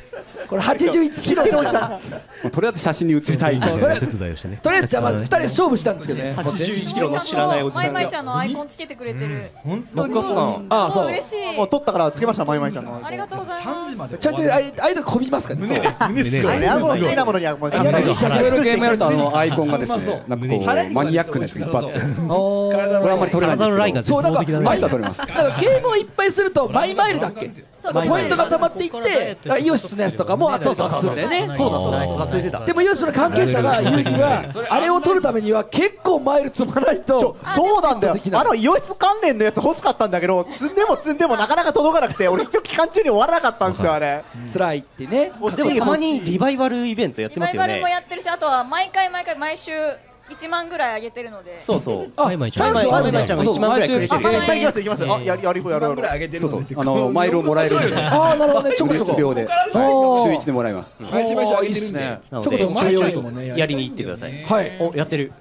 Speaker 7: これ81キロのおじさんです
Speaker 9: もうとりあえず写真に写りたい
Speaker 7: そうとりあえ
Speaker 2: 手
Speaker 7: ず
Speaker 2: 伝いをしてね
Speaker 7: とりあえずじゃあまず2人で勝負したんですけどね
Speaker 8: 81キ
Speaker 10: マイマ
Speaker 8: ロの
Speaker 10: イ
Speaker 8: 知
Speaker 10: ち
Speaker 8: ら
Speaker 10: ゃ
Speaker 8: ない
Speaker 10: ん
Speaker 8: お
Speaker 10: の
Speaker 8: じ
Speaker 10: マ
Speaker 8: さ
Speaker 10: イ
Speaker 8: ん
Speaker 10: マイ
Speaker 8: が
Speaker 10: ちゃんのアイコンつけてくれてる。
Speaker 1: 本当
Speaker 8: マス
Speaker 1: に
Speaker 8: カップさん
Speaker 7: ああそう
Speaker 10: 嬉しい。
Speaker 11: もう取ったからつけました、マイマイちゃんの。
Speaker 10: ありがとうございま
Speaker 1: 3時
Speaker 10: す。
Speaker 1: まで
Speaker 7: ちょいちょいあれああいうとここびますからね
Speaker 1: 胸で胸すごい
Speaker 11: あれはもう好きなものにはもう。
Speaker 7: いやらしい
Speaker 9: い
Speaker 7: 写
Speaker 9: ろい
Speaker 7: 真
Speaker 9: ろゲームやるとあのアイコンがです
Speaker 1: うま
Speaker 9: ね
Speaker 1: そう
Speaker 9: なんかこう
Speaker 1: 腹に
Speaker 9: マニアックなやつがいっぱいあってこ
Speaker 7: おー
Speaker 1: 体の
Speaker 9: れあんまり取れない
Speaker 2: 体の
Speaker 9: ん
Speaker 2: ラ
Speaker 9: で
Speaker 2: イ
Speaker 9: す
Speaker 2: ン
Speaker 9: け
Speaker 2: が絶望
Speaker 9: ど
Speaker 2: 的だ
Speaker 7: そう
Speaker 9: マ
Speaker 2: ね
Speaker 9: イルは取れます
Speaker 7: なんかゲームをいっぱいするとマイマイルだっけ
Speaker 10: そう
Speaker 7: ポイントが溜まっていってあイオシスのやつとかもあそうそうそうそうね
Speaker 8: そうだそうだ学生出た
Speaker 7: でもイオシスの関係者が言うにはあれを取るためには結構マイル積まないと
Speaker 11: そうなんだよ
Speaker 7: でき。ない
Speaker 11: あの、イオシス関連のやつ欲しかったんだけど、積んでも積んでもなかなか届かなくて、俺、今日期間中に終わらなかったんですよ、あれ。
Speaker 7: 辛いってね
Speaker 8: でもたまにリバイバルイベントやってま
Speaker 10: マ
Speaker 8: す
Speaker 10: イ
Speaker 8: よ
Speaker 10: バル
Speaker 8: ね
Speaker 10: もやってるし、あとは毎回毎回毎週1万ぐらい上げてるので。
Speaker 8: そうそう
Speaker 7: あ
Speaker 2: マイマイち
Speaker 7: チャ
Speaker 2: ゃん
Speaker 7: ンス
Speaker 8: マイ
Speaker 7: はある
Speaker 8: マ
Speaker 7: ね
Speaker 8: イちゃんが1万ぐらいくれてる
Speaker 11: あ、さあ行きます、行きます。あ、やり、やり、や
Speaker 1: 1
Speaker 11: ろう、や
Speaker 1: 万ぐ
Speaker 11: ろ。
Speaker 1: らいう上げてる
Speaker 9: そう
Speaker 1: の
Speaker 9: そう
Speaker 1: で
Speaker 9: あのマイルをもらえるんで
Speaker 7: ああなるほどねちょこちょ
Speaker 9: 無料
Speaker 7: こ
Speaker 9: で
Speaker 7: お
Speaker 9: 週
Speaker 7: ー
Speaker 9: 1でもらえます
Speaker 1: 毎週毎週上げてるんで
Speaker 7: いいっすね
Speaker 8: なの
Speaker 7: ちょこ
Speaker 8: で
Speaker 7: ちょこ
Speaker 1: マイちゃん
Speaker 7: ちょこ
Speaker 1: もね
Speaker 8: やりに行ってください
Speaker 7: はい
Speaker 8: おやってる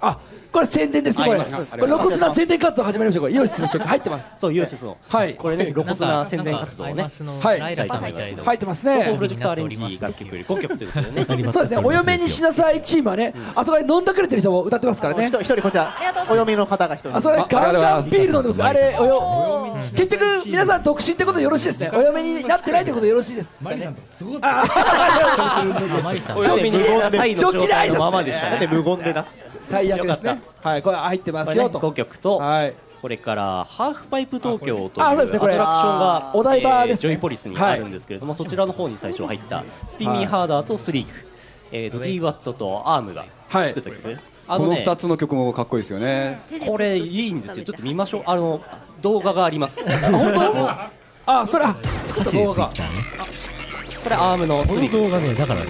Speaker 7: あこれ宣伝ですねこ
Speaker 8: あり
Speaker 7: れ
Speaker 8: ます
Speaker 7: これ露骨な宣伝活動始まりましたこれイオシスの曲入ってます
Speaker 8: そうイオシスの
Speaker 7: はい
Speaker 8: これね露骨な宣伝活動をね
Speaker 7: はい
Speaker 8: ライラさんみたいな
Speaker 7: 入ってますね
Speaker 8: プロジェクトアレンジ楽曲より5曲ということ でね
Speaker 7: そうですねお嫁にしなさいチームはねあそこで飲んだくれてる人も歌ってますからね
Speaker 11: 一人一人こちらお嫁の方が一人
Speaker 7: あそれガンガンビール飲んでますあれおよ結局皆さん独身ってことでよろしいですねお嫁になってないってことでよろしいですマリさんとすごい
Speaker 8: お嫁にしなさいの状態のままでした
Speaker 7: だって
Speaker 8: ね無言でな
Speaker 7: 最悪ですねはいこれ入ってますよと
Speaker 8: 5曲とこれからハーフパイプ東京という
Speaker 7: あ
Speaker 8: ア
Speaker 7: そうです
Speaker 8: トラ
Speaker 7: ね
Speaker 8: クショ
Speaker 7: これ
Speaker 8: ンが
Speaker 7: お台場ですね
Speaker 8: ジョイポリスにあるんですけれどもそちらの方に最初入ったスピンミーハーダーとスリークえーと DWAT とアームが作った曲あ
Speaker 9: この
Speaker 8: ね
Speaker 9: 2つの曲もかっこいいですよね
Speaker 8: これいいんですよちょっと見ましょうあの動画があ ります
Speaker 7: 本当あそれあ作った動画が
Speaker 8: これアームのこの動
Speaker 2: 画ねだからね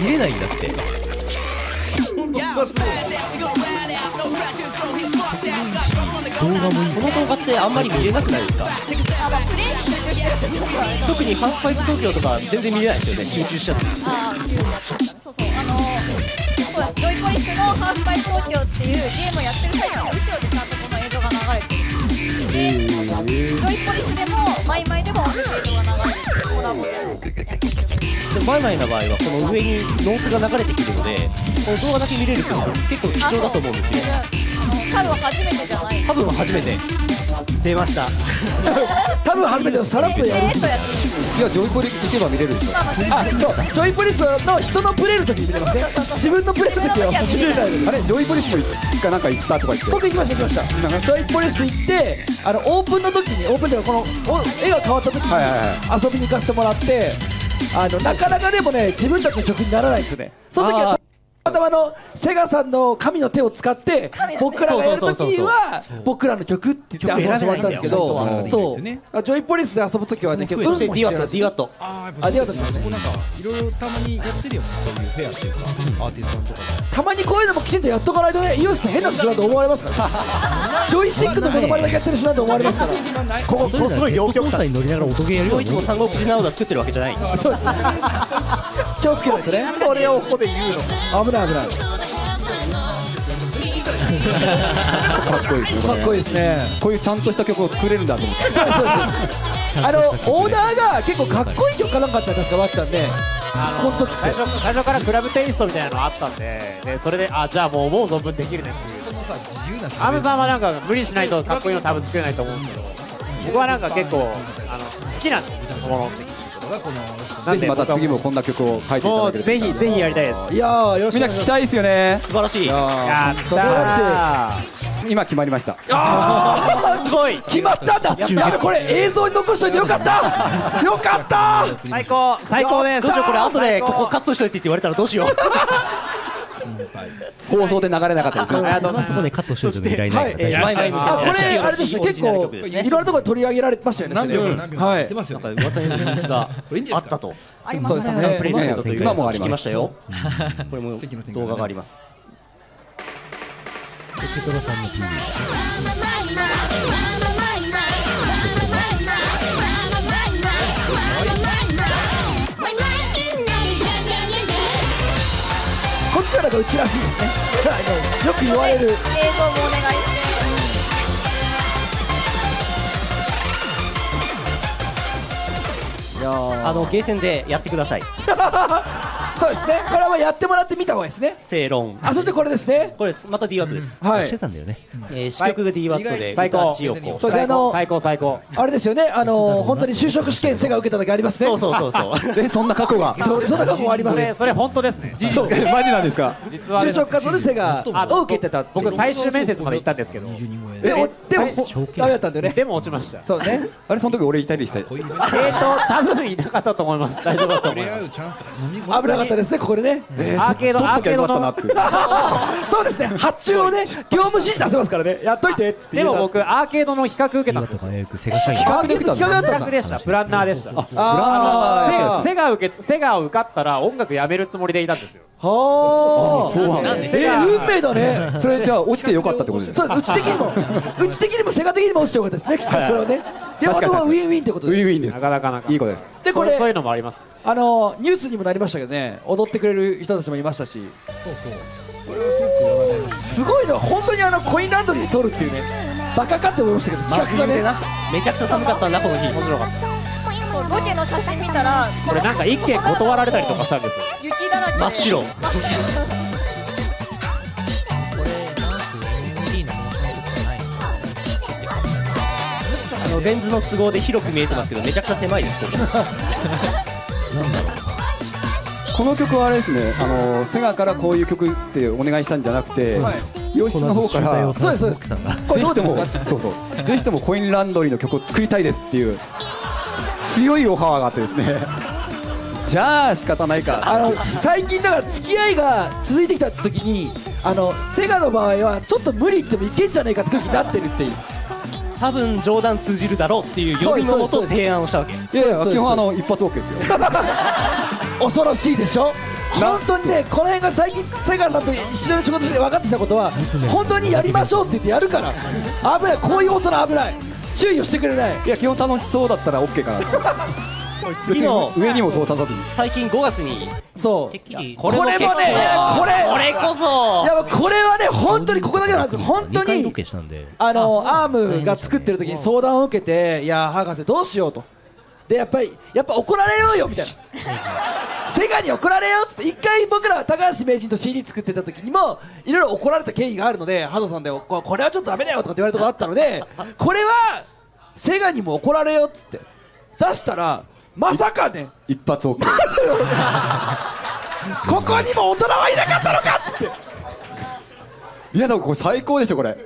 Speaker 8: 見れないんだって
Speaker 2: 動画もいい
Speaker 8: この動画ってあんまり見れなくないですか特にハーフパイプ東京とか全然見れないですよね集中しちゃって
Speaker 10: あーそうそうあのそうだジョイポリスのハーフパイプ東京っていうゲームをやってる最中に後ろでちゃんとこの映像が流れてるでジョイポリスでもマイマイでも同じ映像が流れてるコラボで
Speaker 8: でマイマイの場合はこの上にノーツが流れてくるのでこの動画だけ見れるっていうのは結構貴重だと思うんですよ
Speaker 10: あの多分初めてじゃない
Speaker 8: 多分初めて出ました
Speaker 7: 多分初めてのサラップでやる
Speaker 10: とや
Speaker 9: いやジョイポリ行けば見れるでしょ
Speaker 7: あそうジョイポリスの人のプレーの時に見れますね自分のプレーの時は見れない
Speaker 9: あれジョイポリスも一回なんか行ったとか言って
Speaker 7: 僕行きました行きましたジョイポリス行ってあのオープンの時にオープンでこのお絵が変わった時
Speaker 9: はいはい
Speaker 7: に遊びに行かせてもらってあのなかなかでもね自分たちの曲にならないですよねその時はたまたまのセガさんの神の手を使って僕らがやる時には僕らの曲って言って遊ばせてもらったんですけ
Speaker 8: 曲選べない
Speaker 7: ど
Speaker 8: んだよ
Speaker 7: そうあジョイポリスで遊ぶ時はね結構
Speaker 8: そして DWAT DWAT
Speaker 1: あ
Speaker 7: ありがとうございます
Speaker 1: こなんかいろいろたまにやってるよねそういうフェアっていうかアーティストさんとか
Speaker 7: たまにこういうのもきちんとやっとかないとね、イオシス変な人だと思われま すから、ジョイスティックのモノマネだけやってる人だと思われますから、ここ、
Speaker 8: すごい両極端に乗りながら音ゲーやる
Speaker 7: よ
Speaker 8: いつも三国志なおだ作ってるわけじゃない
Speaker 7: そうです気をつけないとね、
Speaker 11: それをここで言うの
Speaker 7: 危ない危ない、
Speaker 9: かっこいいですね
Speaker 7: かっこいいです ね
Speaker 9: こういうちゃんとした曲を作れるんだと思って
Speaker 7: そうですそうですあのオーダーが結構かっこいい曲かなんかって確かわったんで、この時って
Speaker 11: 最初最初からクラブテイストみたいなのあったんででそれであじゃあもう思う存分できるねっていうアムさんはなんか無理しないとかっこいいの多分作れないと思うんですけど僕はなんか結構あの好きなんですこの
Speaker 9: ぜひまた次もこんな曲を書いていた
Speaker 11: も
Speaker 9: だ
Speaker 11: う
Speaker 9: ける
Speaker 11: ぜひぜひやりたいです
Speaker 7: いやーよろし
Speaker 9: みんな聞きたいですよね
Speaker 8: 素晴らしい
Speaker 11: やったー
Speaker 9: 今決まりました
Speaker 7: あ
Speaker 8: すごい
Speaker 7: 決まったんだ、やべこれ、映像に残しといてよかった、よかった。
Speaker 11: 最高最高です
Speaker 8: どうしようこれ後でここカットしといてって言われたらどうしよう
Speaker 7: 放送で流れなかったですね。
Speaker 2: 今のところでカットしといても依頼
Speaker 8: は
Speaker 2: ないいから大丈夫
Speaker 8: マイマイ向け
Speaker 7: あこ
Speaker 8: て
Speaker 7: れあれですね結構いろんなところで取り上げられてましたよね。
Speaker 1: 何秒
Speaker 7: そ
Speaker 1: か
Speaker 7: れ
Speaker 1: 何秒か
Speaker 7: は
Speaker 1: 言っ
Speaker 7: い
Speaker 1: て。ますよ
Speaker 8: なん
Speaker 1: ね
Speaker 8: か噂によるんですが
Speaker 1: これいいんじゃ
Speaker 8: あ
Speaker 1: ないですか
Speaker 8: ったと
Speaker 10: ありま
Speaker 7: そう
Speaker 10: す
Speaker 7: です
Speaker 10: ね
Speaker 7: ね。
Speaker 8: プレゼントという
Speaker 9: 今もあり
Speaker 8: 聞
Speaker 9: ま
Speaker 8: き
Speaker 9: す
Speaker 8: ましたよこれも動画があります
Speaker 7: こっちはなんかうちらしいですね。あのよく言われ
Speaker 10: 映像
Speaker 7: る。
Speaker 10: もお願いして
Speaker 8: あのゲーセンでやってください
Speaker 7: そうですね。これはやってもらってみた方がいいですね。
Speaker 8: 正論
Speaker 7: あそしてこれですね。
Speaker 8: これですまた DWAT です
Speaker 7: はい
Speaker 2: して。たんだよね
Speaker 8: えー支局が DWAT で
Speaker 11: 最高
Speaker 8: 歌千代子
Speaker 7: そうですねあの
Speaker 11: 最高最高
Speaker 7: あれですよね。あの本当に就職試験セが受けただけありますね。
Speaker 8: そうそうそうそう
Speaker 9: えそんな過去が
Speaker 7: そう。そんな過去はありま
Speaker 11: そ
Speaker 7: す
Speaker 11: れ。それ本当ですね
Speaker 9: マジなんですか
Speaker 11: 実はね
Speaker 7: 就職活動でセガを受けてたっていう。
Speaker 11: 僕最終面接まで行ったんですけど
Speaker 7: でもでも
Speaker 2: 証券
Speaker 7: ダメだったんだよね。
Speaker 11: でも落ちました
Speaker 7: そうね。
Speaker 9: あれその時俺いたりした
Speaker 1: 恋人
Speaker 11: えーと多分いなかったと思います大丈夫だと
Speaker 1: 触
Speaker 11: 思い
Speaker 1: れ
Speaker 11: ま
Speaker 1: 合
Speaker 11: す
Speaker 1: うチャンスが飲み込
Speaker 7: 危なかったですねここでね。
Speaker 9: え
Speaker 11: アーケード
Speaker 9: 取っときゃよかったなっていう
Speaker 7: そうで すね。発注をね業務指示出せますからね。やっといてっつって
Speaker 11: で
Speaker 7: 言えた。
Speaker 11: も僕アーケードの比較受けたん
Speaker 2: 今
Speaker 11: で
Speaker 2: と
Speaker 11: す
Speaker 2: かねよくセガ社員
Speaker 7: 企画で受けたん
Speaker 11: 企
Speaker 7: だ
Speaker 11: 画企画でしたプランナーでした
Speaker 9: ブランナー
Speaker 11: セセガ受けセガを受かったら音楽やめるつもりでいたんですよ
Speaker 7: はあ。
Speaker 9: そうな
Speaker 3: なんんで
Speaker 9: だ
Speaker 7: えー運命だね。
Speaker 9: それじゃあ落ちてよかったってことです
Speaker 7: そう
Speaker 9: ね
Speaker 7: うち 的にも、うち的にも、セガ的にも落ちてよかったですね、きっとそれをね。両方はウィンウィンってこと
Speaker 9: ウィ
Speaker 7: で、
Speaker 9: ンウィンで
Speaker 11: なかなかなか
Speaker 9: すいい子です
Speaker 7: でこれ
Speaker 11: そうそういうのもあります
Speaker 7: あのニュースにもなりましたけどね、踊ってくれる人たちもいましたし、すごいのは本当にあのコインランドリーで撮るっていうねバカかって思いましたけど企画がね
Speaker 8: めちゃくちゃ寒かったんだこの日面白かった
Speaker 10: そうロケの写真見たら
Speaker 11: これなんか一件断られたりとかしたんですよ
Speaker 10: 雪だらけで
Speaker 11: 真っ白
Speaker 10: 真っ白
Speaker 8: あのレンズの都合で広く見えてますけどめちゃくちゃ狭いですこれ
Speaker 9: この曲はあれですね、あのセガからこういう曲ってお願いしたんじゃなくて、
Speaker 7: はい
Speaker 9: 洋室の方から、
Speaker 7: そうですそうです
Speaker 9: ぜ
Speaker 7: これど
Speaker 9: ひ
Speaker 7: うで
Speaker 9: と
Speaker 7: も
Speaker 9: も、そうそう、ぜひともコインランドリーの曲を作りたいですっていう強いオファーがあってですね、 じゃあ仕方ないか。
Speaker 7: あの最近だから付き合いが続いてきた時にあのセガの場合はちょっと無理言ってもいけんじゃないかって空気になってるっていう
Speaker 8: 多分冗談通じるだろうっていう読みのもと提案をしたわけ
Speaker 9: いやいや基本あの一発 OK ですよ
Speaker 7: 恐ろしいでしょ本当にねこの辺が最近セガさんと一緒に仕事して分かってきたことは本当にやりましょうって言ってやるから危ないこういう大人危ない注意をしてくれない
Speaker 9: いや基本楽しそうだったら OK かな
Speaker 8: 次の
Speaker 9: 上にも通さずに
Speaker 8: 最近5月に
Speaker 7: そうこれもねこれ
Speaker 8: これこそ
Speaker 7: いやこれはね本当にここだけなんですよ本当に
Speaker 2: ケしたんで
Speaker 7: あのアームが作ってる時に相談を受けて、いや博士どうしようと。でやっぱりやっぱ怒られようよみたいな。セガに怒られようっつって一回僕らは高橋名人と CD 作ってた時にもいろいろ怒られた経緯があるのでハドさんでここれはちょっとダメだよとかって言われたことあったのでこれはセガにも怒られようっつって出したらまさかね
Speaker 9: 一発 OK
Speaker 7: ここにも大人はいなかったのかっつって
Speaker 9: いやでもこれ最高でしょ これ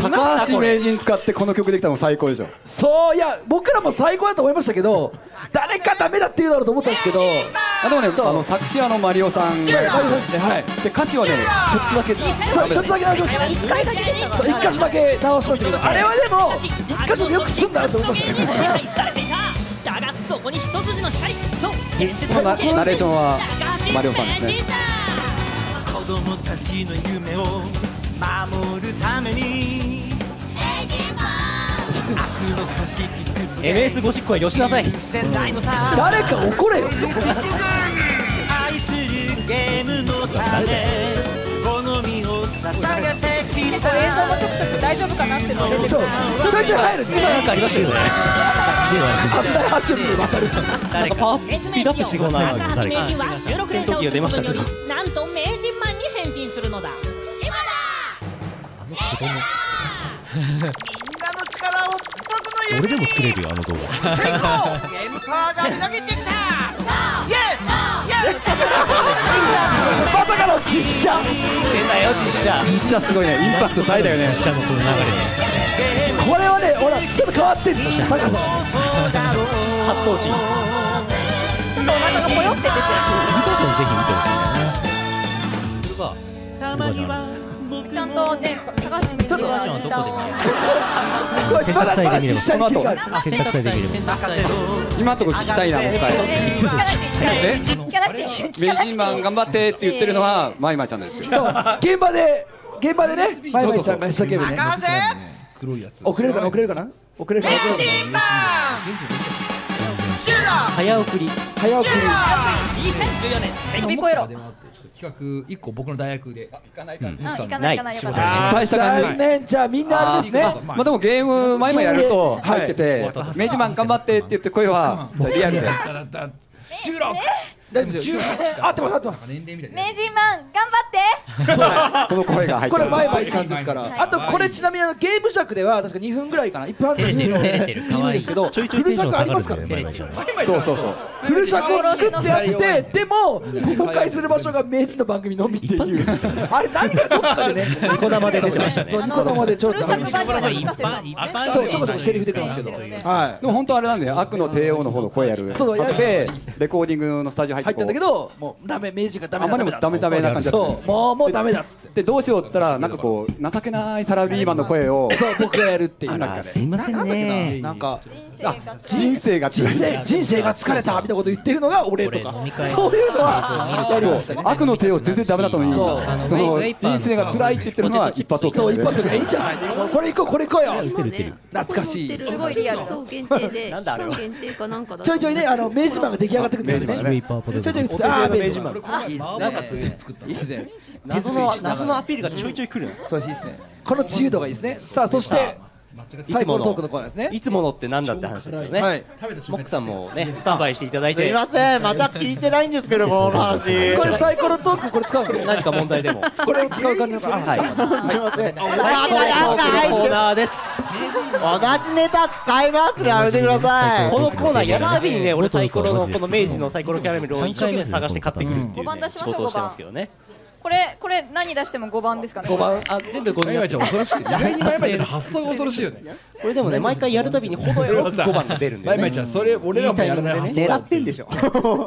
Speaker 9: 高橋名人使ってこの曲できたの最高でしょ
Speaker 7: そういや僕らも最高だと思いましたけど誰かダメだって言うだろうと思ったんですけど
Speaker 9: あでもねあの作詞はあのマリオさんが
Speaker 7: マリオさんですねはい
Speaker 9: で歌詞はねちょっとだけ
Speaker 7: そうちょっとだけ直しました
Speaker 10: 一回だけでした
Speaker 7: そう一箇所だけ直しましたけどあれはでも一箇所でよくすんだなと思いましたね
Speaker 12: 支配されていただがそこに一筋の光そう伝説
Speaker 9: この
Speaker 12: の
Speaker 9: ナナレーションはマリオさんですね
Speaker 12: 子供たちの夢を守るために悪の組織崩れ
Speaker 8: MS ゴシックはよしなさい
Speaker 12: 先代のさ
Speaker 7: 誰か怒れよ
Speaker 12: 愛するゲームのため好みを捧げてき
Speaker 10: 結構
Speaker 12: た
Speaker 10: 映像もちょくちょく大丈夫かなっての出てくる
Speaker 7: ちょいちょい入る
Speaker 8: 今なんかありましたよね
Speaker 7: 危ない足に渡る
Speaker 8: なんかパワーアップスピードアップしてこない
Speaker 12: 高橋名人は16連
Speaker 8: 戦
Speaker 12: 勝
Speaker 8: 闘
Speaker 12: を
Speaker 8: 機
Speaker 12: す
Speaker 8: が出
Speaker 12: るの
Speaker 8: ましたけど
Speaker 12: になんと名人マンに変身するのだ今
Speaker 2: 俺でも作れるよあの動画
Speaker 12: だゲームパワーが投げてきたイエスイエス
Speaker 7: まさかの実写
Speaker 8: 出たよ実写
Speaker 9: 実写すごいねインパクト大だよね実写のこの流れ
Speaker 7: これはねほらちょっと変わってんですよ高さ
Speaker 8: 発動時ちょ
Speaker 10: っとお腹がぽよって出て
Speaker 2: ぜひ見て
Speaker 10: る
Speaker 2: ほしい
Speaker 12: たまには
Speaker 10: ちゃんとね高橋名人がギターを
Speaker 2: 選択
Speaker 7: ま
Speaker 2: で
Speaker 7: だ
Speaker 2: 見れます
Speaker 7: 実写に切り替わる
Speaker 2: 選択祭で見れます
Speaker 9: 今のとこ聞きたいなもう 一回
Speaker 10: え聞かなくていい
Speaker 9: 名人マン頑張ってって言ってるのはマイマイちゃんですよ
Speaker 7: 現場で現場でねマイマイちゃんが一生懸命ね
Speaker 1: 黒いやつ
Speaker 7: 遅れるかな遅れるかな遅れるかな
Speaker 8: 早送り
Speaker 7: 早送り
Speaker 12: 2014年
Speaker 10: 飛び越えろ
Speaker 1: 企画一個僕の大学であ行かないか
Speaker 9: うん
Speaker 10: あ行かない行かないよかっ
Speaker 9: 失
Speaker 10: た
Speaker 9: 敗した感じ
Speaker 7: 残念じゃあみんなあれですね
Speaker 9: まあでもゲーム前もやると入ってて「明治マン頑張って」って言って声はリアルで
Speaker 1: 十六
Speaker 7: 大丈夫ですよ合ってます合ってます
Speaker 1: 年齢みたい
Speaker 10: 名人マン頑張って
Speaker 9: この声が入って
Speaker 7: これ
Speaker 9: る
Speaker 7: バイバイちゃんですからあとこれちなみにあのゲーム尺では確か2分ぐらいかな1分半
Speaker 3: 照れてる照れてる
Speaker 7: いいんですけど
Speaker 3: ちょいちょ
Speaker 7: フ
Speaker 3: いテン
Speaker 7: ル
Speaker 3: ション
Speaker 7: 尺
Speaker 3: 下
Speaker 7: あり
Speaker 3: が
Speaker 7: ま
Speaker 3: る
Speaker 7: すから
Speaker 3: んだよね
Speaker 9: そうそうそう
Speaker 7: フル尺を作ってあってでも公開する場所が明治の番組のみっていうあれ何がどっかでね
Speaker 11: ニコ生で出てましたね
Speaker 7: そうニコ生でちょろっと
Speaker 10: 尺版にはね深瀬さんもね
Speaker 7: そうちょこちょこセリフ出てますけどはい
Speaker 9: でも本当あれなんだよ悪の帝王の方の声やる
Speaker 7: そうやる
Speaker 9: でレコーディングのスタジオ入って
Speaker 7: 入ったんだけどもうダメ明治がダメ
Speaker 9: あんまりもダメダメな感じだった
Speaker 7: そうもうもうダメだっつって
Speaker 9: でどうしようって言ったらなんかこう情けないサラリーマンの声を
Speaker 7: そう僕がやるって
Speaker 9: いうなんか
Speaker 7: すいませんね
Speaker 9: なんか
Speaker 7: あ
Speaker 9: 人生が
Speaker 7: 人
Speaker 9: 辛い
Speaker 7: 生人生が疲れたみたいなこと言ってるのが俺とかそういうのはやりました
Speaker 9: そう悪の手を全然ダメだと思う
Speaker 7: そう
Speaker 9: その人生が辛いって言ってるのは一発 OK
Speaker 7: そう一発がいいんじゃないこれ行こうこれ行こうよ懐かしい
Speaker 4: すごいリアル。そう限定で。
Speaker 7: なんだあれは
Speaker 4: そう限定かなんかだ。
Speaker 7: ちょいちょいねあの明治マンが出来上がってくるんですよねちょいちょい
Speaker 8: お
Speaker 7: あー
Speaker 8: 明治マン
Speaker 7: いいですねいいですね
Speaker 8: 謎の謎のアピールがちょいちょい来るの
Speaker 7: そうですねこの自由度がいいですねさあそして最後のトークのコーナーですね
Speaker 8: いつものってなんだって話ですよね、
Speaker 7: はい
Speaker 8: モックさんもねスタンバイしていただいて
Speaker 13: すいませんまた聞いてないんですけどこの話
Speaker 7: これサイコロトークこれ使うの
Speaker 8: 何か問題でも
Speaker 7: これを使う感じですか
Speaker 8: はい
Speaker 7: すいません
Speaker 8: コーナーです
Speaker 13: 同じネタ使いますねやめてください
Speaker 8: このコーナーやるたびにね俺サイコロのこの明治のサイコロキャラメルを一生懸命探して買ってくるって
Speaker 10: 五
Speaker 8: いう
Speaker 10: 番
Speaker 8: ね
Speaker 10: 出し
Speaker 8: 仕
Speaker 10: ましょ
Speaker 8: 事
Speaker 10: う
Speaker 8: を
Speaker 10: 五
Speaker 8: してま
Speaker 10: 番
Speaker 8: すけどね
Speaker 10: これこれ何出しても五番ですかね
Speaker 8: 五番あ全部五番
Speaker 10: ちゃん恐ろしい意外に
Speaker 1: マイマイちゃんの発想が恐ろしいよね
Speaker 8: これでもね毎回やるたびにほどよく5番が出るんで
Speaker 1: マイマイちゃんそれ俺らもやらない発想だよ
Speaker 8: てんでしょ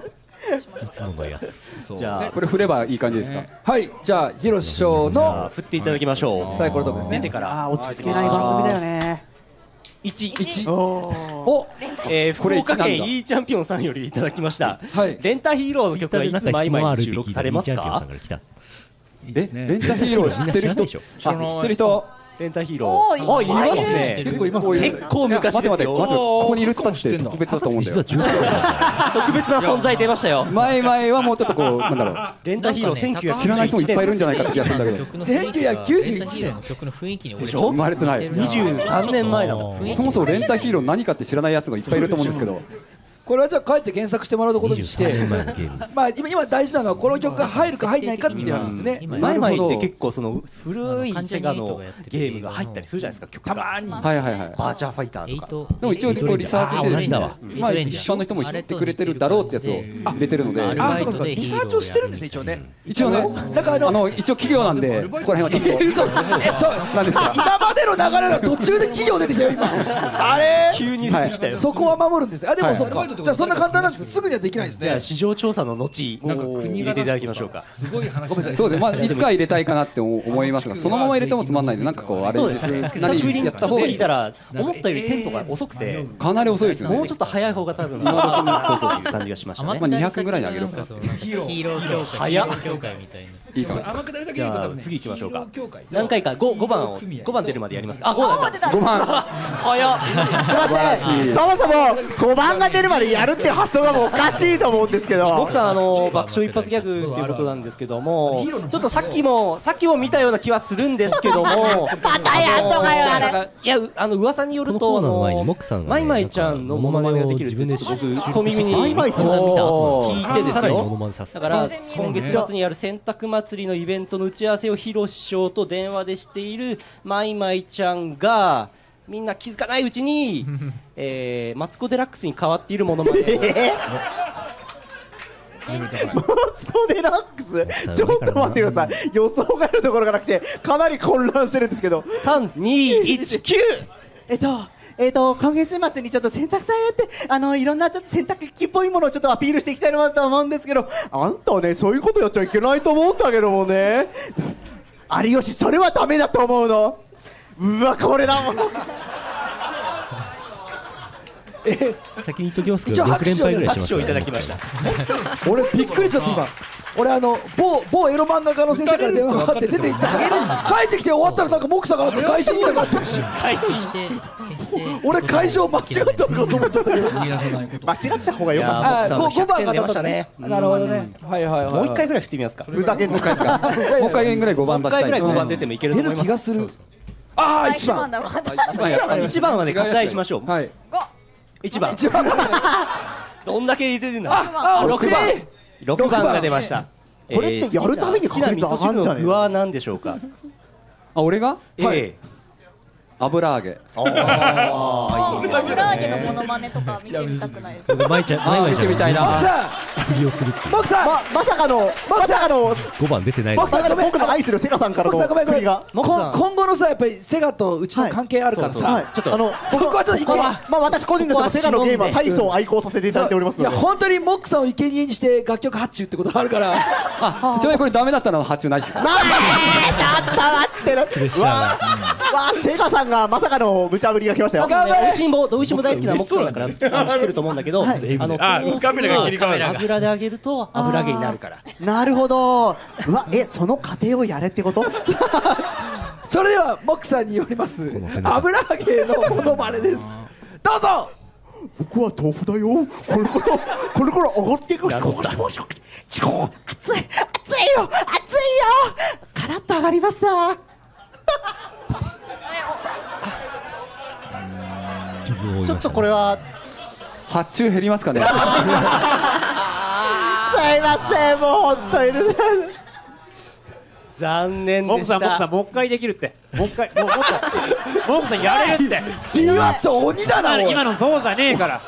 Speaker 9: いつものやつじ
Speaker 8: ゃ
Speaker 9: あこれ振ればいい感じですか
Speaker 7: はいじゃあヒロシショーの
Speaker 8: 振っていただきましょう
Speaker 7: サイコロトークですね
Speaker 8: 出てから
Speaker 7: 落ち着
Speaker 13: けない番組だよ
Speaker 7: ね
Speaker 8: 一
Speaker 7: 一
Speaker 8: お、えー、
Speaker 7: こ
Speaker 8: 福
Speaker 7: れ
Speaker 8: 岡
Speaker 7: 一なん
Speaker 8: 県
Speaker 7: だ
Speaker 8: E チャンピオンさんよりいただきました、レンタヒーローズの曲はいつ毎毎収録されますか
Speaker 9: えレンタヒーロー知ってる人あ知ってる人
Speaker 8: レンタヒーローあいますね
Speaker 9: 結構いますね
Speaker 8: 結構昔ですよ
Speaker 9: いや待って待って待ってここにいる人たちって特別だと思うんだよ
Speaker 8: 特別な存在出ましたよ
Speaker 9: 前々はもうちょっとこうなんだろう
Speaker 8: レンタヒーロー1991
Speaker 9: 知らない人もいっぱいいるんじゃないかって気がするんだけど
Speaker 3: 1991年の曲の雰囲気に俺
Speaker 9: でしょ生まれてない
Speaker 8: 23年前だも
Speaker 9: そもそもレンタヒーロー何かって知らないやつがいっぱいいると思うんですけど
Speaker 7: これはじゃあ帰って検索してもらうことにしてまあ今今大事なのはこの曲が入るか入らないかっていう話ですね
Speaker 8: 前々って結構その古いセガのゲームが入ったりするじゃないですか曲がたまに
Speaker 9: はいはいはい
Speaker 8: バーチャーファイターとか
Speaker 9: でも一応こうリサーチしてる
Speaker 8: あ同じだわ
Speaker 9: まあ一般の人も知ってくれてるだろうってやつを入れてるので
Speaker 7: あそうかそうかリサーチをしてるんですね一応ね
Speaker 9: 一応ねあの一応企業なんでここら辺はちょっと
Speaker 7: 嘘えそう
Speaker 9: 何ですか
Speaker 7: 今までの流れが途中で企業出てきたよ今あれ急に
Speaker 8: 出てきたよ
Speaker 7: そこは守るんですあで
Speaker 8: は
Speaker 7: も
Speaker 8: い
Speaker 7: そっかじゃあそんな簡単なんですすぐにはできないです
Speaker 8: じゃあ
Speaker 7: ね
Speaker 8: 市場調査の後入れていただきましょうかすごい話
Speaker 7: ごめんなさい
Speaker 9: そうでまあいつか入れたいかなって思思いますがそのまま入れてもつまんないんでなんかこうあれ
Speaker 8: そうですね久しぶりに聞いたら思ったよりテンポが遅くて
Speaker 9: かなり遅いですよね
Speaker 8: もうちょっと早い方が多分
Speaker 9: 今のところ
Speaker 8: そうそういう感じがしましたね
Speaker 9: まあ200ぐらいに上げるか
Speaker 3: ヒーロー協会ヒー
Speaker 8: 早っ
Speaker 3: ロー協会みたいに
Speaker 9: いいかも
Speaker 8: じゃあ次行きましょうか何回か五五番を五番出るまでやりますかあ五番出た
Speaker 9: 五番
Speaker 8: 早っ
Speaker 13: そもそも5番が出るまでやるって発想がもうおかしいと思うんですけど
Speaker 8: 僕さん あの爆笑一発ギャグっていうことなんですけどもちょっとさっきもさっきも見たような気はするんですけ ども
Speaker 13: またやんのかよあれ
Speaker 8: れいやうあの噂によるとあの
Speaker 2: 前にモックさんが
Speaker 8: マイマイちゃんのモノマネができるってちょっと僕小耳に
Speaker 2: マイマイちゃん
Speaker 8: おー聞いてで
Speaker 2: さ
Speaker 8: す
Speaker 2: らにモノ
Speaker 8: よ
Speaker 2: マネさせ
Speaker 8: だ
Speaker 2: た
Speaker 8: から今月末にやる洗濯祭りのイベントの打ち合わせをヒロ師匠と電話でしているマイマイちゃんがみんな気づかないうちに、えー、マツコ・デラックスに変わっているものまで、
Speaker 13: マツコ・デラックスちょっと待ってください予想外のところがなくてかなり混乱してるんですけど
Speaker 8: 3219
Speaker 13: えっとえっと、今月末にちょっと洗濯さんやってあのいろんなちょっと洗濯機っぽいものをちょっとアピールしていきたいなと思うんですけどあんたねそういうことやっちゃいけないと思うんだけどもね 有吉それはダメだと思うのうわこれだもん
Speaker 2: 先に言っときますけ
Speaker 7: 一応
Speaker 2: ど6
Speaker 7: 拍
Speaker 2: 連
Speaker 7: 手を
Speaker 2: 敗ぐらいしました
Speaker 7: 拍手をいただ
Speaker 8: きました
Speaker 7: 俺びっくりしちゃった今俺あの某某エロ漫画家の先生から電話があって出て行った帰ってきて終わったらなんか木さんがなんか会社みたいになってるし
Speaker 8: 開始
Speaker 7: 俺会場間違ったのかと思っちゃったけど
Speaker 13: 間違った方が良かった
Speaker 7: あ
Speaker 8: いやー
Speaker 7: ご
Speaker 8: 奥さ
Speaker 7: 5
Speaker 8: んの100
Speaker 7: 番
Speaker 8: 点
Speaker 7: が
Speaker 8: 出
Speaker 7: 出
Speaker 8: ま
Speaker 7: ま
Speaker 8: し
Speaker 7: したた
Speaker 8: ね
Speaker 7: ねなるほどねはいはいはい
Speaker 8: もう一回ぐらい振ってみますか
Speaker 9: ふざけんのかいっすかもう一回ぐらい5番出したい
Speaker 8: もう一回
Speaker 9: ですね
Speaker 8: ぐらい五番出てもいけると思います
Speaker 7: 出る気がするああ一番
Speaker 10: だわ
Speaker 8: 一番はね
Speaker 7: 違うやつ
Speaker 8: 拡大しましょう
Speaker 7: はい
Speaker 8: 一番
Speaker 7: 一番
Speaker 8: どんだけ入れてるんだ
Speaker 7: ああ惜しい
Speaker 8: 六番六番が出ました
Speaker 13: これってやるために
Speaker 8: 好きな
Speaker 13: 確
Speaker 8: 味
Speaker 13: 率
Speaker 8: 噌
Speaker 13: 上が
Speaker 8: 汁
Speaker 13: んじゃ
Speaker 8: の
Speaker 13: ねえ
Speaker 8: 具は何でしょうか
Speaker 9: あ俺が
Speaker 8: ええ
Speaker 9: 油揚げ
Speaker 10: 油揚げのモノマネとか見てみたくな いですか
Speaker 2: 僕舞ちゃん
Speaker 9: あー
Speaker 2: 舞ちゃん
Speaker 9: 見てみたいな
Speaker 2: マキさん首をする
Speaker 13: ボクさんままさかのまさかの
Speaker 2: 5番出てない
Speaker 13: ボクさんの僕の愛するセカさんから
Speaker 7: 僕さ
Speaker 13: の
Speaker 7: んごめんごめ
Speaker 13: 振
Speaker 7: ん
Speaker 13: りが
Speaker 7: こん今後のさやっぱりセガとうちの関係あるからさ、
Speaker 13: はい、
Speaker 7: あ
Speaker 13: あ
Speaker 7: の
Speaker 13: の
Speaker 7: そこはちょっと
Speaker 13: ここはまあ私個人としてもセガのゲームは大層愛好させていただいておりますので
Speaker 7: いや本当にモックさんを生贄にして楽曲発注ってことがあるから
Speaker 9: あちなみにこれダメだったのは発注な いですか
Speaker 13: ちょっと待ってるわあわあセガさんがまさかの無茶ぶりが来ましたよ
Speaker 8: 多分ね美味しんぼ美味しんぼ大好きなモックさんだからあの知ってると思うんだけど、
Speaker 13: はい
Speaker 8: あの
Speaker 13: あ
Speaker 8: 豆腐は
Speaker 13: カメラが切り替わる
Speaker 8: 油で揚げると油揚げになるから。
Speaker 13: なるほどうわえその過程をやれってこと
Speaker 7: それではモックさんによります油揚げのモノマネですどうぞ
Speaker 13: 僕は豆腐だよこれからこれから上がっていくこれから超熱い熱いよ熱いよカラッと上がりました
Speaker 8: ちょっとこれは
Speaker 9: 発注減りますかね
Speaker 13: すいませんもう本当いる
Speaker 8: 残念
Speaker 11: モッ
Speaker 8: で
Speaker 11: ク
Speaker 8: し
Speaker 11: さ
Speaker 8: た
Speaker 11: んモックさんもう一回できるってもう一回もうもっとモックさんやれるって
Speaker 7: デュアット鬼だなおい
Speaker 11: 今の今のそうじゃねえから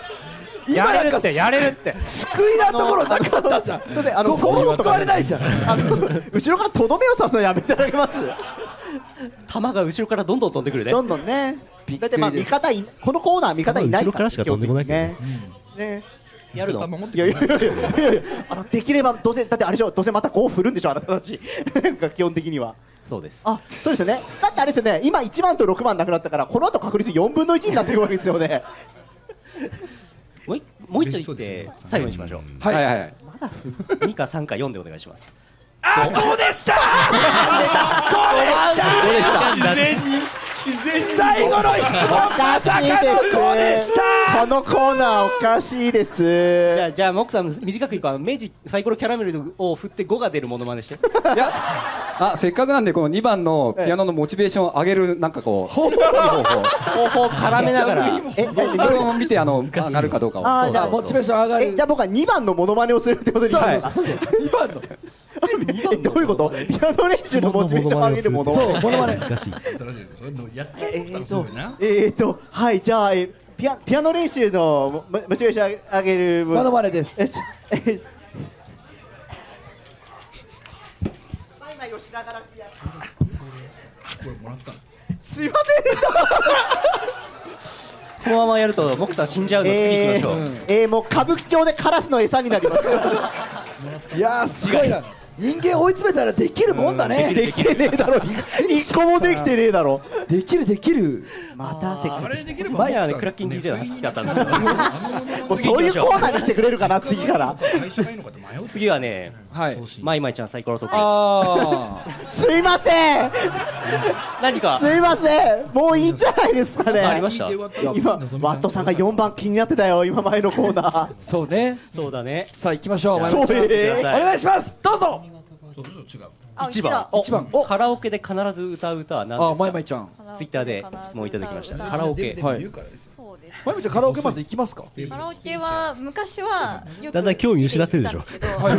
Speaker 7: 今
Speaker 11: やれる
Speaker 7: な
Speaker 11: っ
Speaker 7: んか
Speaker 11: てやれるって
Speaker 7: 救いなところなかったじゃん
Speaker 13: すいませんあの
Speaker 7: どこも救われないじゃん
Speaker 13: あの後ろからとどめを刺すのやめていただけます
Speaker 8: 玉が後ろからどんどん飛んでくるね。
Speaker 13: どんどんねだってまあ
Speaker 8: びっくりで
Speaker 13: 味
Speaker 8: す
Speaker 13: 方いこのコーナー味方いない
Speaker 2: 後ろからしか飛んでこないけどね
Speaker 13: ね
Speaker 8: やるの
Speaker 13: いやいやいやいやいやあのできればどうせだってあれでしょどうせまたこう振るんでしょあなたたち なんか基本的には
Speaker 8: そうです。
Speaker 13: あそうですよねだってあれですよね今1番と6番なくなったからこの後確率4分の1になってくるわけですよね
Speaker 8: もう一もう一丁言って最後にしましょう。
Speaker 9: はいはいはい
Speaker 8: 二か三か四でお願いします。
Speaker 7: あどうでした
Speaker 8: どうでした
Speaker 7: 自然
Speaker 8: に
Speaker 7: 最後の質問まさかのそうでした
Speaker 13: このコーナーおかしいです
Speaker 8: じゃあじゃあモックさん短くいこう。明治サイコロキャラメルを振って五が出るモノマネして。
Speaker 9: あせっかくなんでこの2番のピアノのモチベーションを上げるなんかこう方
Speaker 8: 方法を絡めながら
Speaker 9: えそれを見てあの上がるかどうかを
Speaker 13: あーじゃあ
Speaker 9: そうそうそう
Speaker 13: モチベーション上がるじゃあ僕は2番のモノマネをするってことにします
Speaker 9: そう
Speaker 13: えどういうことピアノ練習のモチベーションを上げるもの
Speaker 1: そうモノマネ
Speaker 2: 難しい
Speaker 1: やってる
Speaker 13: えっと、えー、と、はい、じゃあ、えーピア、ピアノ練習の、も、モチベーション上げる。
Speaker 7: まだまだです
Speaker 13: えちょえーマイマイをしながらや
Speaker 1: これもらったの
Speaker 13: すいませんでした。
Speaker 8: このままやるとモックさん死んじゃうの。次行きま
Speaker 13: え
Speaker 8: しょう。
Speaker 13: ー、えーもう歌舞伎町でカラスの餌になります。
Speaker 7: いやーすごいな人間追い詰めたらできるもんだね
Speaker 13: できてねえだろ。 一個もできてねえだろ。
Speaker 7: できるできる
Speaker 13: また世界。
Speaker 1: できれば
Speaker 8: 前はねクラッキン DJ の話聞きたかったんだけど。
Speaker 13: もうそういうコーナーにしてくれるかな、次から。
Speaker 8: 次はね、
Speaker 7: はい、
Speaker 8: マイマイちゃんサイコロトーク
Speaker 7: です
Speaker 13: いません。
Speaker 8: す。何か
Speaker 13: すいませんもういいんじゃないですかね
Speaker 8: ありました
Speaker 13: 今ワットさんが4番気になってたよ今前のコーナー
Speaker 7: そうね
Speaker 8: そうだね。
Speaker 7: さあ行きましょう
Speaker 8: じゃあ
Speaker 7: 前
Speaker 8: そう
Speaker 7: え
Speaker 8: え
Speaker 7: お願いしますどうぞ
Speaker 10: あ
Speaker 8: 一番
Speaker 7: 一番
Speaker 8: おカラオケで必ず歌う歌は何ですか。
Speaker 7: あマイマイちゃん
Speaker 8: ツイッターで質問いただきました。カラオケ。
Speaker 7: はい
Speaker 10: そうです
Speaker 7: マイマイちゃんカラオケまず行きますか
Speaker 10: カラオケは昔はよく
Speaker 2: だんだん興味失ってるでしょ
Speaker 10: 師匠から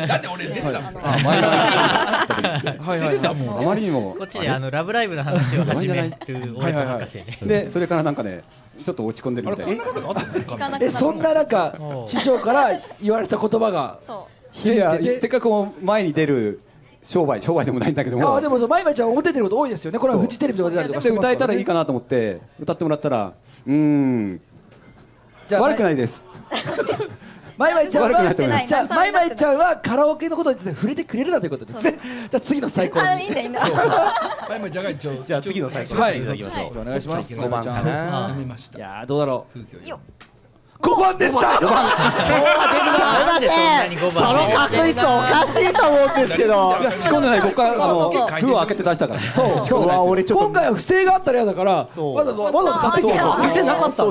Speaker 10: です
Speaker 1: だって俺出てたもん
Speaker 9: はいはいはい出てたもんあまりにも
Speaker 3: こっちであのラブライブの話を始める
Speaker 9: は
Speaker 3: 俺
Speaker 9: い
Speaker 3: と
Speaker 9: はいは
Speaker 3: 博士ね
Speaker 9: いでそれからなんかねちょっと落ち込んでるみたいな
Speaker 7: えそんななんか師匠から言われた言葉が
Speaker 9: いやい
Speaker 7: 響い
Speaker 9: や
Speaker 7: て
Speaker 9: せっかくこう前に出る商売商売でもないんだけども
Speaker 7: あでもそうマイマイちゃん思っててること多いですよねこれはフジテレビとか出たりとかして
Speaker 9: で
Speaker 7: ます
Speaker 9: 歌え
Speaker 7: か
Speaker 9: たら
Speaker 7: ね
Speaker 9: いいかなと思って歌ってもらったらうーん悪くないです
Speaker 7: マイマイちゃん
Speaker 9: 悪くないと思いま
Speaker 7: は
Speaker 9: す
Speaker 7: じゃあマイマイちゃんはカラオケのことについて触れてくれるなということですねじゃあ次の最高
Speaker 10: あいいんだいいんだ
Speaker 1: じゃが一応
Speaker 8: じゃあ次の最高
Speaker 7: はい
Speaker 8: いただきましょう。
Speaker 7: お願いします
Speaker 8: 五番かな。
Speaker 7: いやーどうだろう
Speaker 10: よ
Speaker 7: 5番でした
Speaker 13: すいませんその確率おかしいと思うんですけど
Speaker 9: いや仕込んでない僕からあの封を開けて出したから
Speaker 7: そう
Speaker 9: 仕込んでないです
Speaker 7: 今回は不正があったら嫌だからわざわざわざわざ買ってきた
Speaker 9: そうそ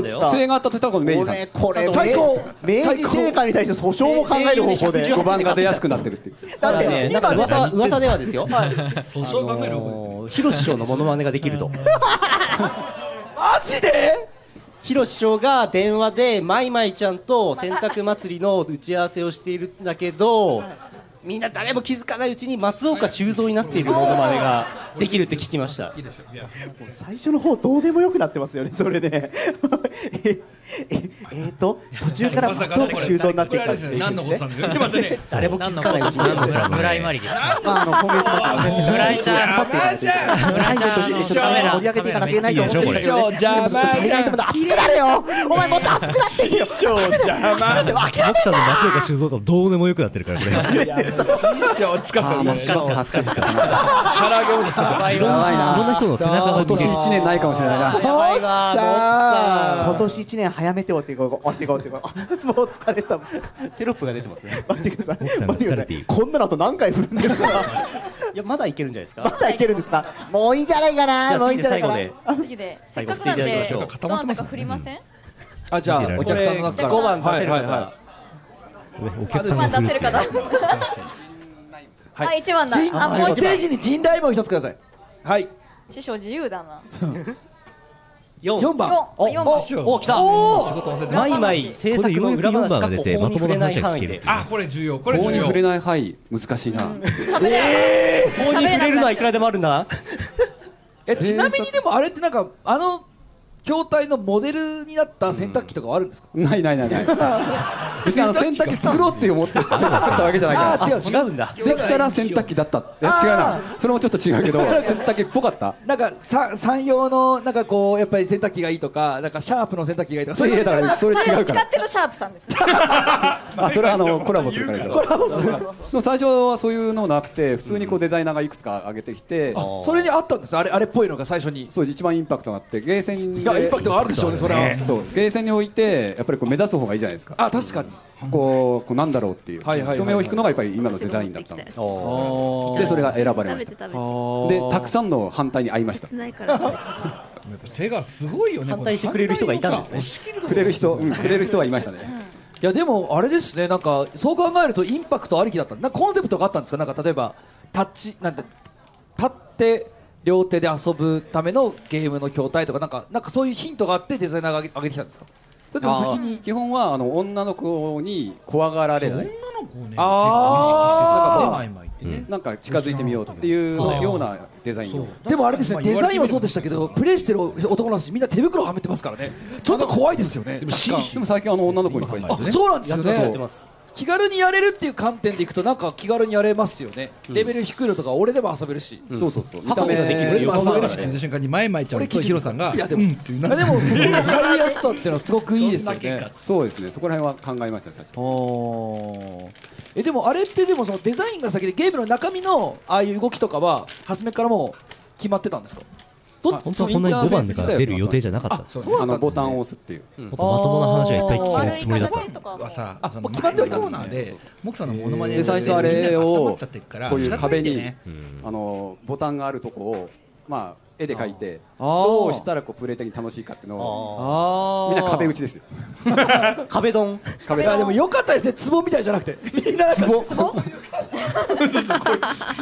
Speaker 9: うそう不正
Speaker 13: が
Speaker 9: があったとしたらこの明治さんです
Speaker 13: これ
Speaker 7: 最高
Speaker 13: 明治製菓に対して訴訟も考える方向で
Speaker 9: 5番が出やすくなってるっていう
Speaker 13: だって
Speaker 8: ね、なんか噂噂ではですよ。訴訟考える方向。広師匠のモノマネができる と。
Speaker 7: マジで
Speaker 8: 広師匠が電話でマイマイちゃんと洗濯祭りの打ち合わせをしているんだけど。みんな誰も気づかないうちに松岡修造になっているモノマネができるって聞きました
Speaker 13: 最初の方どうでもよくなってますよねそれね えええーと途中から松岡修造になっていったんですね
Speaker 1: 何のことなんですよ。ちょっと待ってね。
Speaker 13: 誰も気づかないうちに
Speaker 3: 村井まりです。
Speaker 13: あの今月末の
Speaker 3: 村井さん
Speaker 13: 村井さんちょっと盛り上げていかなきゃいけないと思ってるんですよね
Speaker 1: 師匠邪魔だ
Speaker 13: 足りないと思ったら熱くなれよお前もっと熱くなっていいよ
Speaker 1: 師匠邪魔
Speaker 13: だ
Speaker 2: 奥さんの松岡修造とどうでもよくなってるからこ
Speaker 1: 師
Speaker 2: れ
Speaker 1: 匠つか
Speaker 9: あーもうしばらく助かったな
Speaker 1: 唐揚げおじさん。
Speaker 9: やばいな
Speaker 2: こんな人の背中が
Speaker 9: 今年一年ないかもしれないな
Speaker 13: 今年一年早めておっていこうおっていこうおっていこうもう疲れた
Speaker 8: テロップが出てますね
Speaker 13: 待ってください
Speaker 2: 奥さんが疲れている
Speaker 13: こんなのと何回振るんですか
Speaker 8: いやまだいけるんじゃないですか
Speaker 13: まだいけるんですかもういいんじゃないか
Speaker 8: じゃ
Speaker 13: な
Speaker 8: あ
Speaker 13: もういい
Speaker 8: 次
Speaker 13: ん
Speaker 8: で
Speaker 13: じゃない
Speaker 8: 最
Speaker 13: かな
Speaker 8: 後で
Speaker 10: 次でせっかくなん
Speaker 8: 最後来ていただき
Speaker 10: で
Speaker 8: まし
Speaker 10: ど
Speaker 8: ょ
Speaker 10: なたか振りません
Speaker 7: あじゃあお客さんの中から
Speaker 10: これ
Speaker 7: はい
Speaker 8: 出せる
Speaker 7: は
Speaker 8: 方
Speaker 7: いは
Speaker 2: お
Speaker 10: 一番出せる方あ一番だ
Speaker 7: い
Speaker 10: あもう一
Speaker 7: 陣ステー
Speaker 10: 番
Speaker 7: ジに陣雷も一つくださいはい
Speaker 10: 師匠自由だな
Speaker 8: 四
Speaker 7: 四番
Speaker 10: 四
Speaker 8: お
Speaker 10: 四番
Speaker 8: おお来た
Speaker 1: 仕事忘れてま
Speaker 8: マ
Speaker 1: す
Speaker 8: イマイ制作の裏話
Speaker 2: ここ
Speaker 8: かっ
Speaker 2: で
Speaker 8: こ
Speaker 2: 4番が出て
Speaker 8: 法に触れない範囲
Speaker 2: まともな話が聞ける
Speaker 8: で
Speaker 1: あこれ重要。これ
Speaker 9: 棒
Speaker 1: 重
Speaker 9: に
Speaker 1: 要
Speaker 9: 触。れない範囲難しいな
Speaker 10: 喋れない
Speaker 8: 法に触れるのはいくらでもあるん だな
Speaker 7: えちなみにでもあれってなんかあの筐体のモデルになった洗濯機とかはあるんですか、
Speaker 9: ないないないない別にあの洗濯機作ろうって思って作ったわけじゃないか
Speaker 8: あ
Speaker 9: ら
Speaker 8: 違う違うんだ
Speaker 9: できたら洗濯機だったえ違うなそれもちょっと違うけど洗濯機っぽかった
Speaker 7: なんかさ産用のなんかこうやっぱり洗濯機がいいとかなんかシャープの洗濯機がいいとかそう
Speaker 9: い
Speaker 7: いう
Speaker 9: やだからそれ
Speaker 10: まあ
Speaker 9: 違う
Speaker 10: ど
Speaker 9: か
Speaker 10: っちからっていうとシャープさんですね
Speaker 9: あそれはあのコラボするからで
Speaker 7: コラボするから
Speaker 9: すでも最初はそういうのなくて普通にこうデザイナーがいくつか上げてきて
Speaker 7: あそれにあったんですあれあれっぽいのが最初に
Speaker 9: そう一番インパクトがあってゲーセン
Speaker 7: いや
Speaker 9: で
Speaker 7: インパクトがあるでしょうねそれは、
Speaker 9: そうゲーセンにおいてやっぱりこう目立つ方がいいじゃないですか
Speaker 7: あ確かに
Speaker 9: こうこうなんだろうっていう
Speaker 7: はいはいはいはい
Speaker 9: 人目を引くのがやっぱり今のデザインだったのでそれが選ば
Speaker 4: 食
Speaker 9: れま
Speaker 4: べ
Speaker 9: してた
Speaker 4: 食べて
Speaker 9: で
Speaker 7: で
Speaker 9: たくさんの反対に合いました
Speaker 4: 切ないから
Speaker 1: 背がすごいよね。
Speaker 8: 反対してくれる人がいたんですね
Speaker 9: くれる人、うん、くれる人はいましたね
Speaker 7: いやでもあれですねなんかそう考えるとインパクトありきだったなんかコンセプトがあったんですかなんか例えばタッチなんて立って両手で遊ぶためのゲームの筐体とかなんかなんかそういうヒントがあってデザイナーが上げ上げてきたんですかそれとも
Speaker 9: あ
Speaker 7: 先に
Speaker 9: ー基本はあの女の子に怖がられない
Speaker 1: 女の子をね。結構意識してるなんか
Speaker 7: あ
Speaker 1: ねマイマイってね。
Speaker 9: なんか近づいてみようっていうのようなデザインを
Speaker 7: でもあれですねデザインはそうでしたけどプレイしてる男の人みんな手袋はめてますからねちょっと怖いですよね若干
Speaker 9: でも最近あの女の子いっぱいして
Speaker 7: あそうなんですよね
Speaker 9: やってま
Speaker 7: 気軽にやれるっていう観点でいくとなんか気軽にやれますよね、レベル低いのとか俺でも遊べるし、
Speaker 9: るそうそうそう見
Speaker 1: 見た
Speaker 9: た
Speaker 1: 目
Speaker 9: 目
Speaker 1: で
Speaker 9: で
Speaker 1: き
Speaker 9: き
Speaker 1: る。
Speaker 9: る
Speaker 1: 今
Speaker 9: 横
Speaker 1: それ
Speaker 9: 浜だ
Speaker 1: が
Speaker 9: から
Speaker 1: 知っ
Speaker 9: ね
Speaker 1: た瞬間にマイマイちゃんとヒロさんが。
Speaker 7: いやで
Speaker 1: う
Speaker 7: も、
Speaker 1: んっていうな。
Speaker 7: でもそこの入りやすさっていうのはすごくいいですよ
Speaker 1: どんだけ
Speaker 7: ね
Speaker 1: か
Speaker 9: そうですねそこら辺は考えましたね最初
Speaker 7: おえでもあれってでもそのデザインが先でゲームの中身のああいう動きとかは初めからもう決まってたんですかど
Speaker 9: あ
Speaker 2: 本当はこんなに5番から出る予定じゃなかったんですよ
Speaker 9: あのボタンを押すっていう
Speaker 2: もっとまともな話は一体聞けな
Speaker 10: 丸
Speaker 2: い
Speaker 10: い
Speaker 2: つもりだった
Speaker 10: 形とかも
Speaker 1: はさ、そ
Speaker 7: も
Speaker 1: の
Speaker 7: う決まってはいたん
Speaker 1: コ
Speaker 7: で
Speaker 1: ー
Speaker 7: すね
Speaker 1: ナーで、モクさんのモノマネ
Speaker 9: で最初あれを
Speaker 1: こ
Speaker 9: こういう壁にあのボタンがあるとこをまあ絵で描いて
Speaker 7: あー
Speaker 9: どうしたらこうプレイ的に楽しいかっていうのを
Speaker 7: あ
Speaker 9: みんな壁打
Speaker 7: ち
Speaker 9: ちですよ
Speaker 8: 壁ドン
Speaker 9: 壁
Speaker 7: でもよかったですね壺みたいじゃなくてみんななんか
Speaker 9: 壺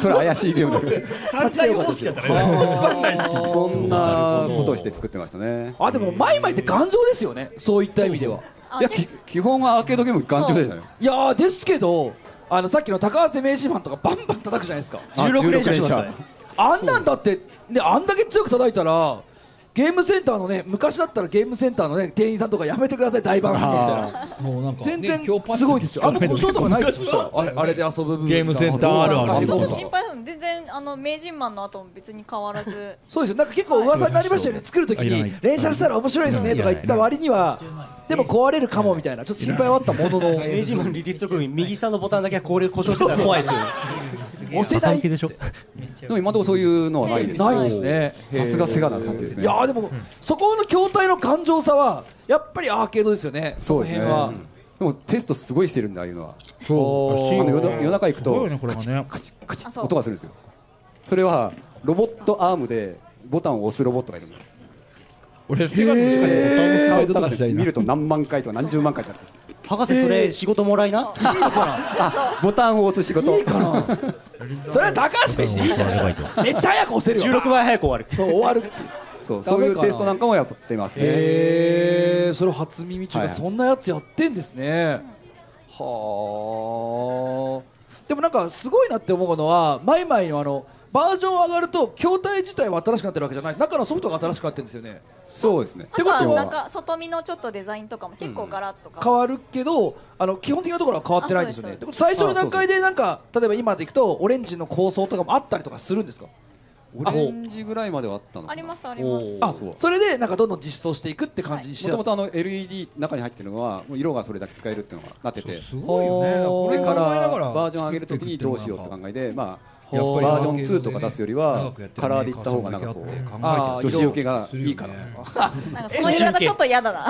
Speaker 9: それ怪しいゲームだけど
Speaker 1: 三大方式だったらね。
Speaker 9: そんなことをして作ってましたね
Speaker 7: あでもマイマイって頑丈ですよねそういった意味では、
Speaker 10: あ
Speaker 9: いや
Speaker 10: で
Speaker 9: き基本はアーケードゲーム頑丈じゃない
Speaker 7: いやーですけどあのさっきの高橋名人マンとかバンバン叩くじゃないですか
Speaker 9: あ16連射しましたね
Speaker 7: あんなんだって、ね、あんだけ強く叩いたらゲームセンターのね昔だったらゲームセンターのね店員さんとかやめてください大バンスみたいな
Speaker 1: もうなんか
Speaker 7: 全
Speaker 1: ね
Speaker 7: 然
Speaker 1: 今日パンチ
Speaker 7: すごいですよあんま故障とかないです
Speaker 1: 結構
Speaker 7: よあれあれで遊ぶ分
Speaker 1: ゲームセンターあるある
Speaker 7: あ
Speaker 10: ちょっと
Speaker 7: そ
Speaker 10: 心配なの全然あの名人マンの後も別に変わら ず
Speaker 7: うですよなんか結構噂になりましたよね作る時
Speaker 1: あいらな
Speaker 7: に
Speaker 1: い
Speaker 7: 連射したら面白いですねとか言ってた割にはでも壊れるかもみたいなちょっと心配はあったものの
Speaker 8: 明治マンリリース直後に右下のボタンだけはこれ故障してたら怖いですよね
Speaker 7: 押せない
Speaker 2: でしょ
Speaker 9: でも今のところそういうのはないです
Speaker 7: ないですね
Speaker 9: さすがセガな感じですね
Speaker 7: いやーでも、そこの筐体の頑丈さはやっぱりアーケードですよね、
Speaker 9: そうですね
Speaker 7: この辺は
Speaker 9: でもテストすごいしてるんでああいうのは
Speaker 1: そ
Speaker 9: あ
Speaker 1: う。
Speaker 9: の夜な夜中行く
Speaker 1: すごい
Speaker 9: と
Speaker 1: よねこれがね。
Speaker 9: カチッカチ
Speaker 10: あ
Speaker 9: ッ
Speaker 10: そう
Speaker 9: 音がするんですよそれはロボットアームでボタンを押すロボットがいるの
Speaker 1: 俺セガの近くにボタンのスライドとかしたいな
Speaker 9: 見。ると何万回とか何十万回ってなってる
Speaker 8: 博士それ仕事もらいな
Speaker 9: あボタンを押す仕事
Speaker 7: それは高橋名人でいいじゃん、めっちゃ早く押せるよ、
Speaker 8: 16倍早く終わる
Speaker 7: そう終わるっていう、
Speaker 9: そう
Speaker 7: ダメ
Speaker 9: そういう
Speaker 7: かな
Speaker 9: テストなんかもやってますね
Speaker 7: へー、それ初耳中
Speaker 9: はい
Speaker 7: か、
Speaker 9: はい
Speaker 7: そんなやつやってんですね、はでもなんかすごいなって思うのはマイマイのあのバージョン上がると筐体自体は新しくなってるわけじゃない中のソフトが新しくなってるんですよね
Speaker 9: そうですね
Speaker 10: あとはなんか外見のちょっとデザインとかも結構ガラッとか、
Speaker 7: 変わるけどあの基本的なところは変わってないんですよ
Speaker 10: あ
Speaker 7: ね
Speaker 10: そう
Speaker 7: で
Speaker 10: で
Speaker 7: も
Speaker 10: す
Speaker 7: 最初の段階でなんか例えば今でいくとオレンジの構想とかもあったりとかするんですか
Speaker 9: オレンジぐらいまではあったの
Speaker 10: ありますあります
Speaker 7: あそれでなんかどんどん実装していくって感じにして
Speaker 9: も
Speaker 7: た
Speaker 9: ともとあの LED 中に入ってるのはもう色がそれだけ使えるっていうのがなっててす
Speaker 1: ごいよねこれ
Speaker 9: れから
Speaker 1: 考えながら
Speaker 9: バージョン上げるときにどうしようって考えでまあ
Speaker 1: やっぱり
Speaker 9: バージョン2とか出すよりはカラーでいった方がなんかこ
Speaker 1: あ
Speaker 9: う
Speaker 1: ー
Speaker 9: 女子受けがいいから
Speaker 10: なんかその言い方ちょっと嫌だ な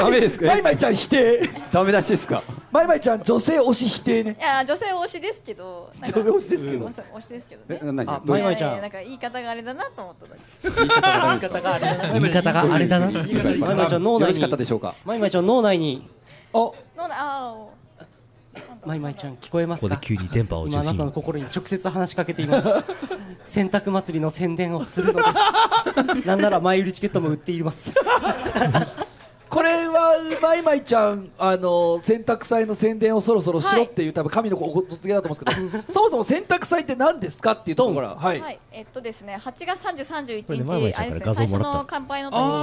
Speaker 9: ダメですかマイ
Speaker 7: マイちゃん否定
Speaker 9: ダメ出しですか
Speaker 7: マイマイちゃん女性推し否定ね
Speaker 10: いや女性推しですけどなんか
Speaker 7: 女性推しですけど
Speaker 10: うん推しですけどね
Speaker 9: えな何
Speaker 10: あ
Speaker 9: どういう
Speaker 10: いやいやいやなんか言い方があれだなと思っただけ
Speaker 8: 言い方があれだな
Speaker 2: 言い方があれだな
Speaker 8: マイマイちゃん脳内に
Speaker 9: よろしかったでしょうか
Speaker 8: マイマイちゃん脳内に
Speaker 10: なんだあー
Speaker 8: マイマイちゃん聞こえますか
Speaker 2: ここで急に電波を受
Speaker 8: 今あ
Speaker 2: 信
Speaker 8: なたの心に直接話しかけてい ます洗濯祭りの宣伝をするのですなんなら前売りチケットも売っています
Speaker 7: これはマイマイちゃんあの洗濯祭の宣伝をそろそろしろっていう、多分神のお告げだと思うん ですけどそもそも洗濯祭って何ですかっていうところからは、
Speaker 10: はいい、えっとですね、8月30、
Speaker 7: これ
Speaker 10: 31
Speaker 7: ね前々
Speaker 10: 日、
Speaker 7: さ
Speaker 10: あ
Speaker 7: ん
Speaker 10: れ
Speaker 7: か
Speaker 10: ですね、最
Speaker 7: ら画
Speaker 10: 初
Speaker 7: 像もらった
Speaker 10: の乾杯の時にもちょっと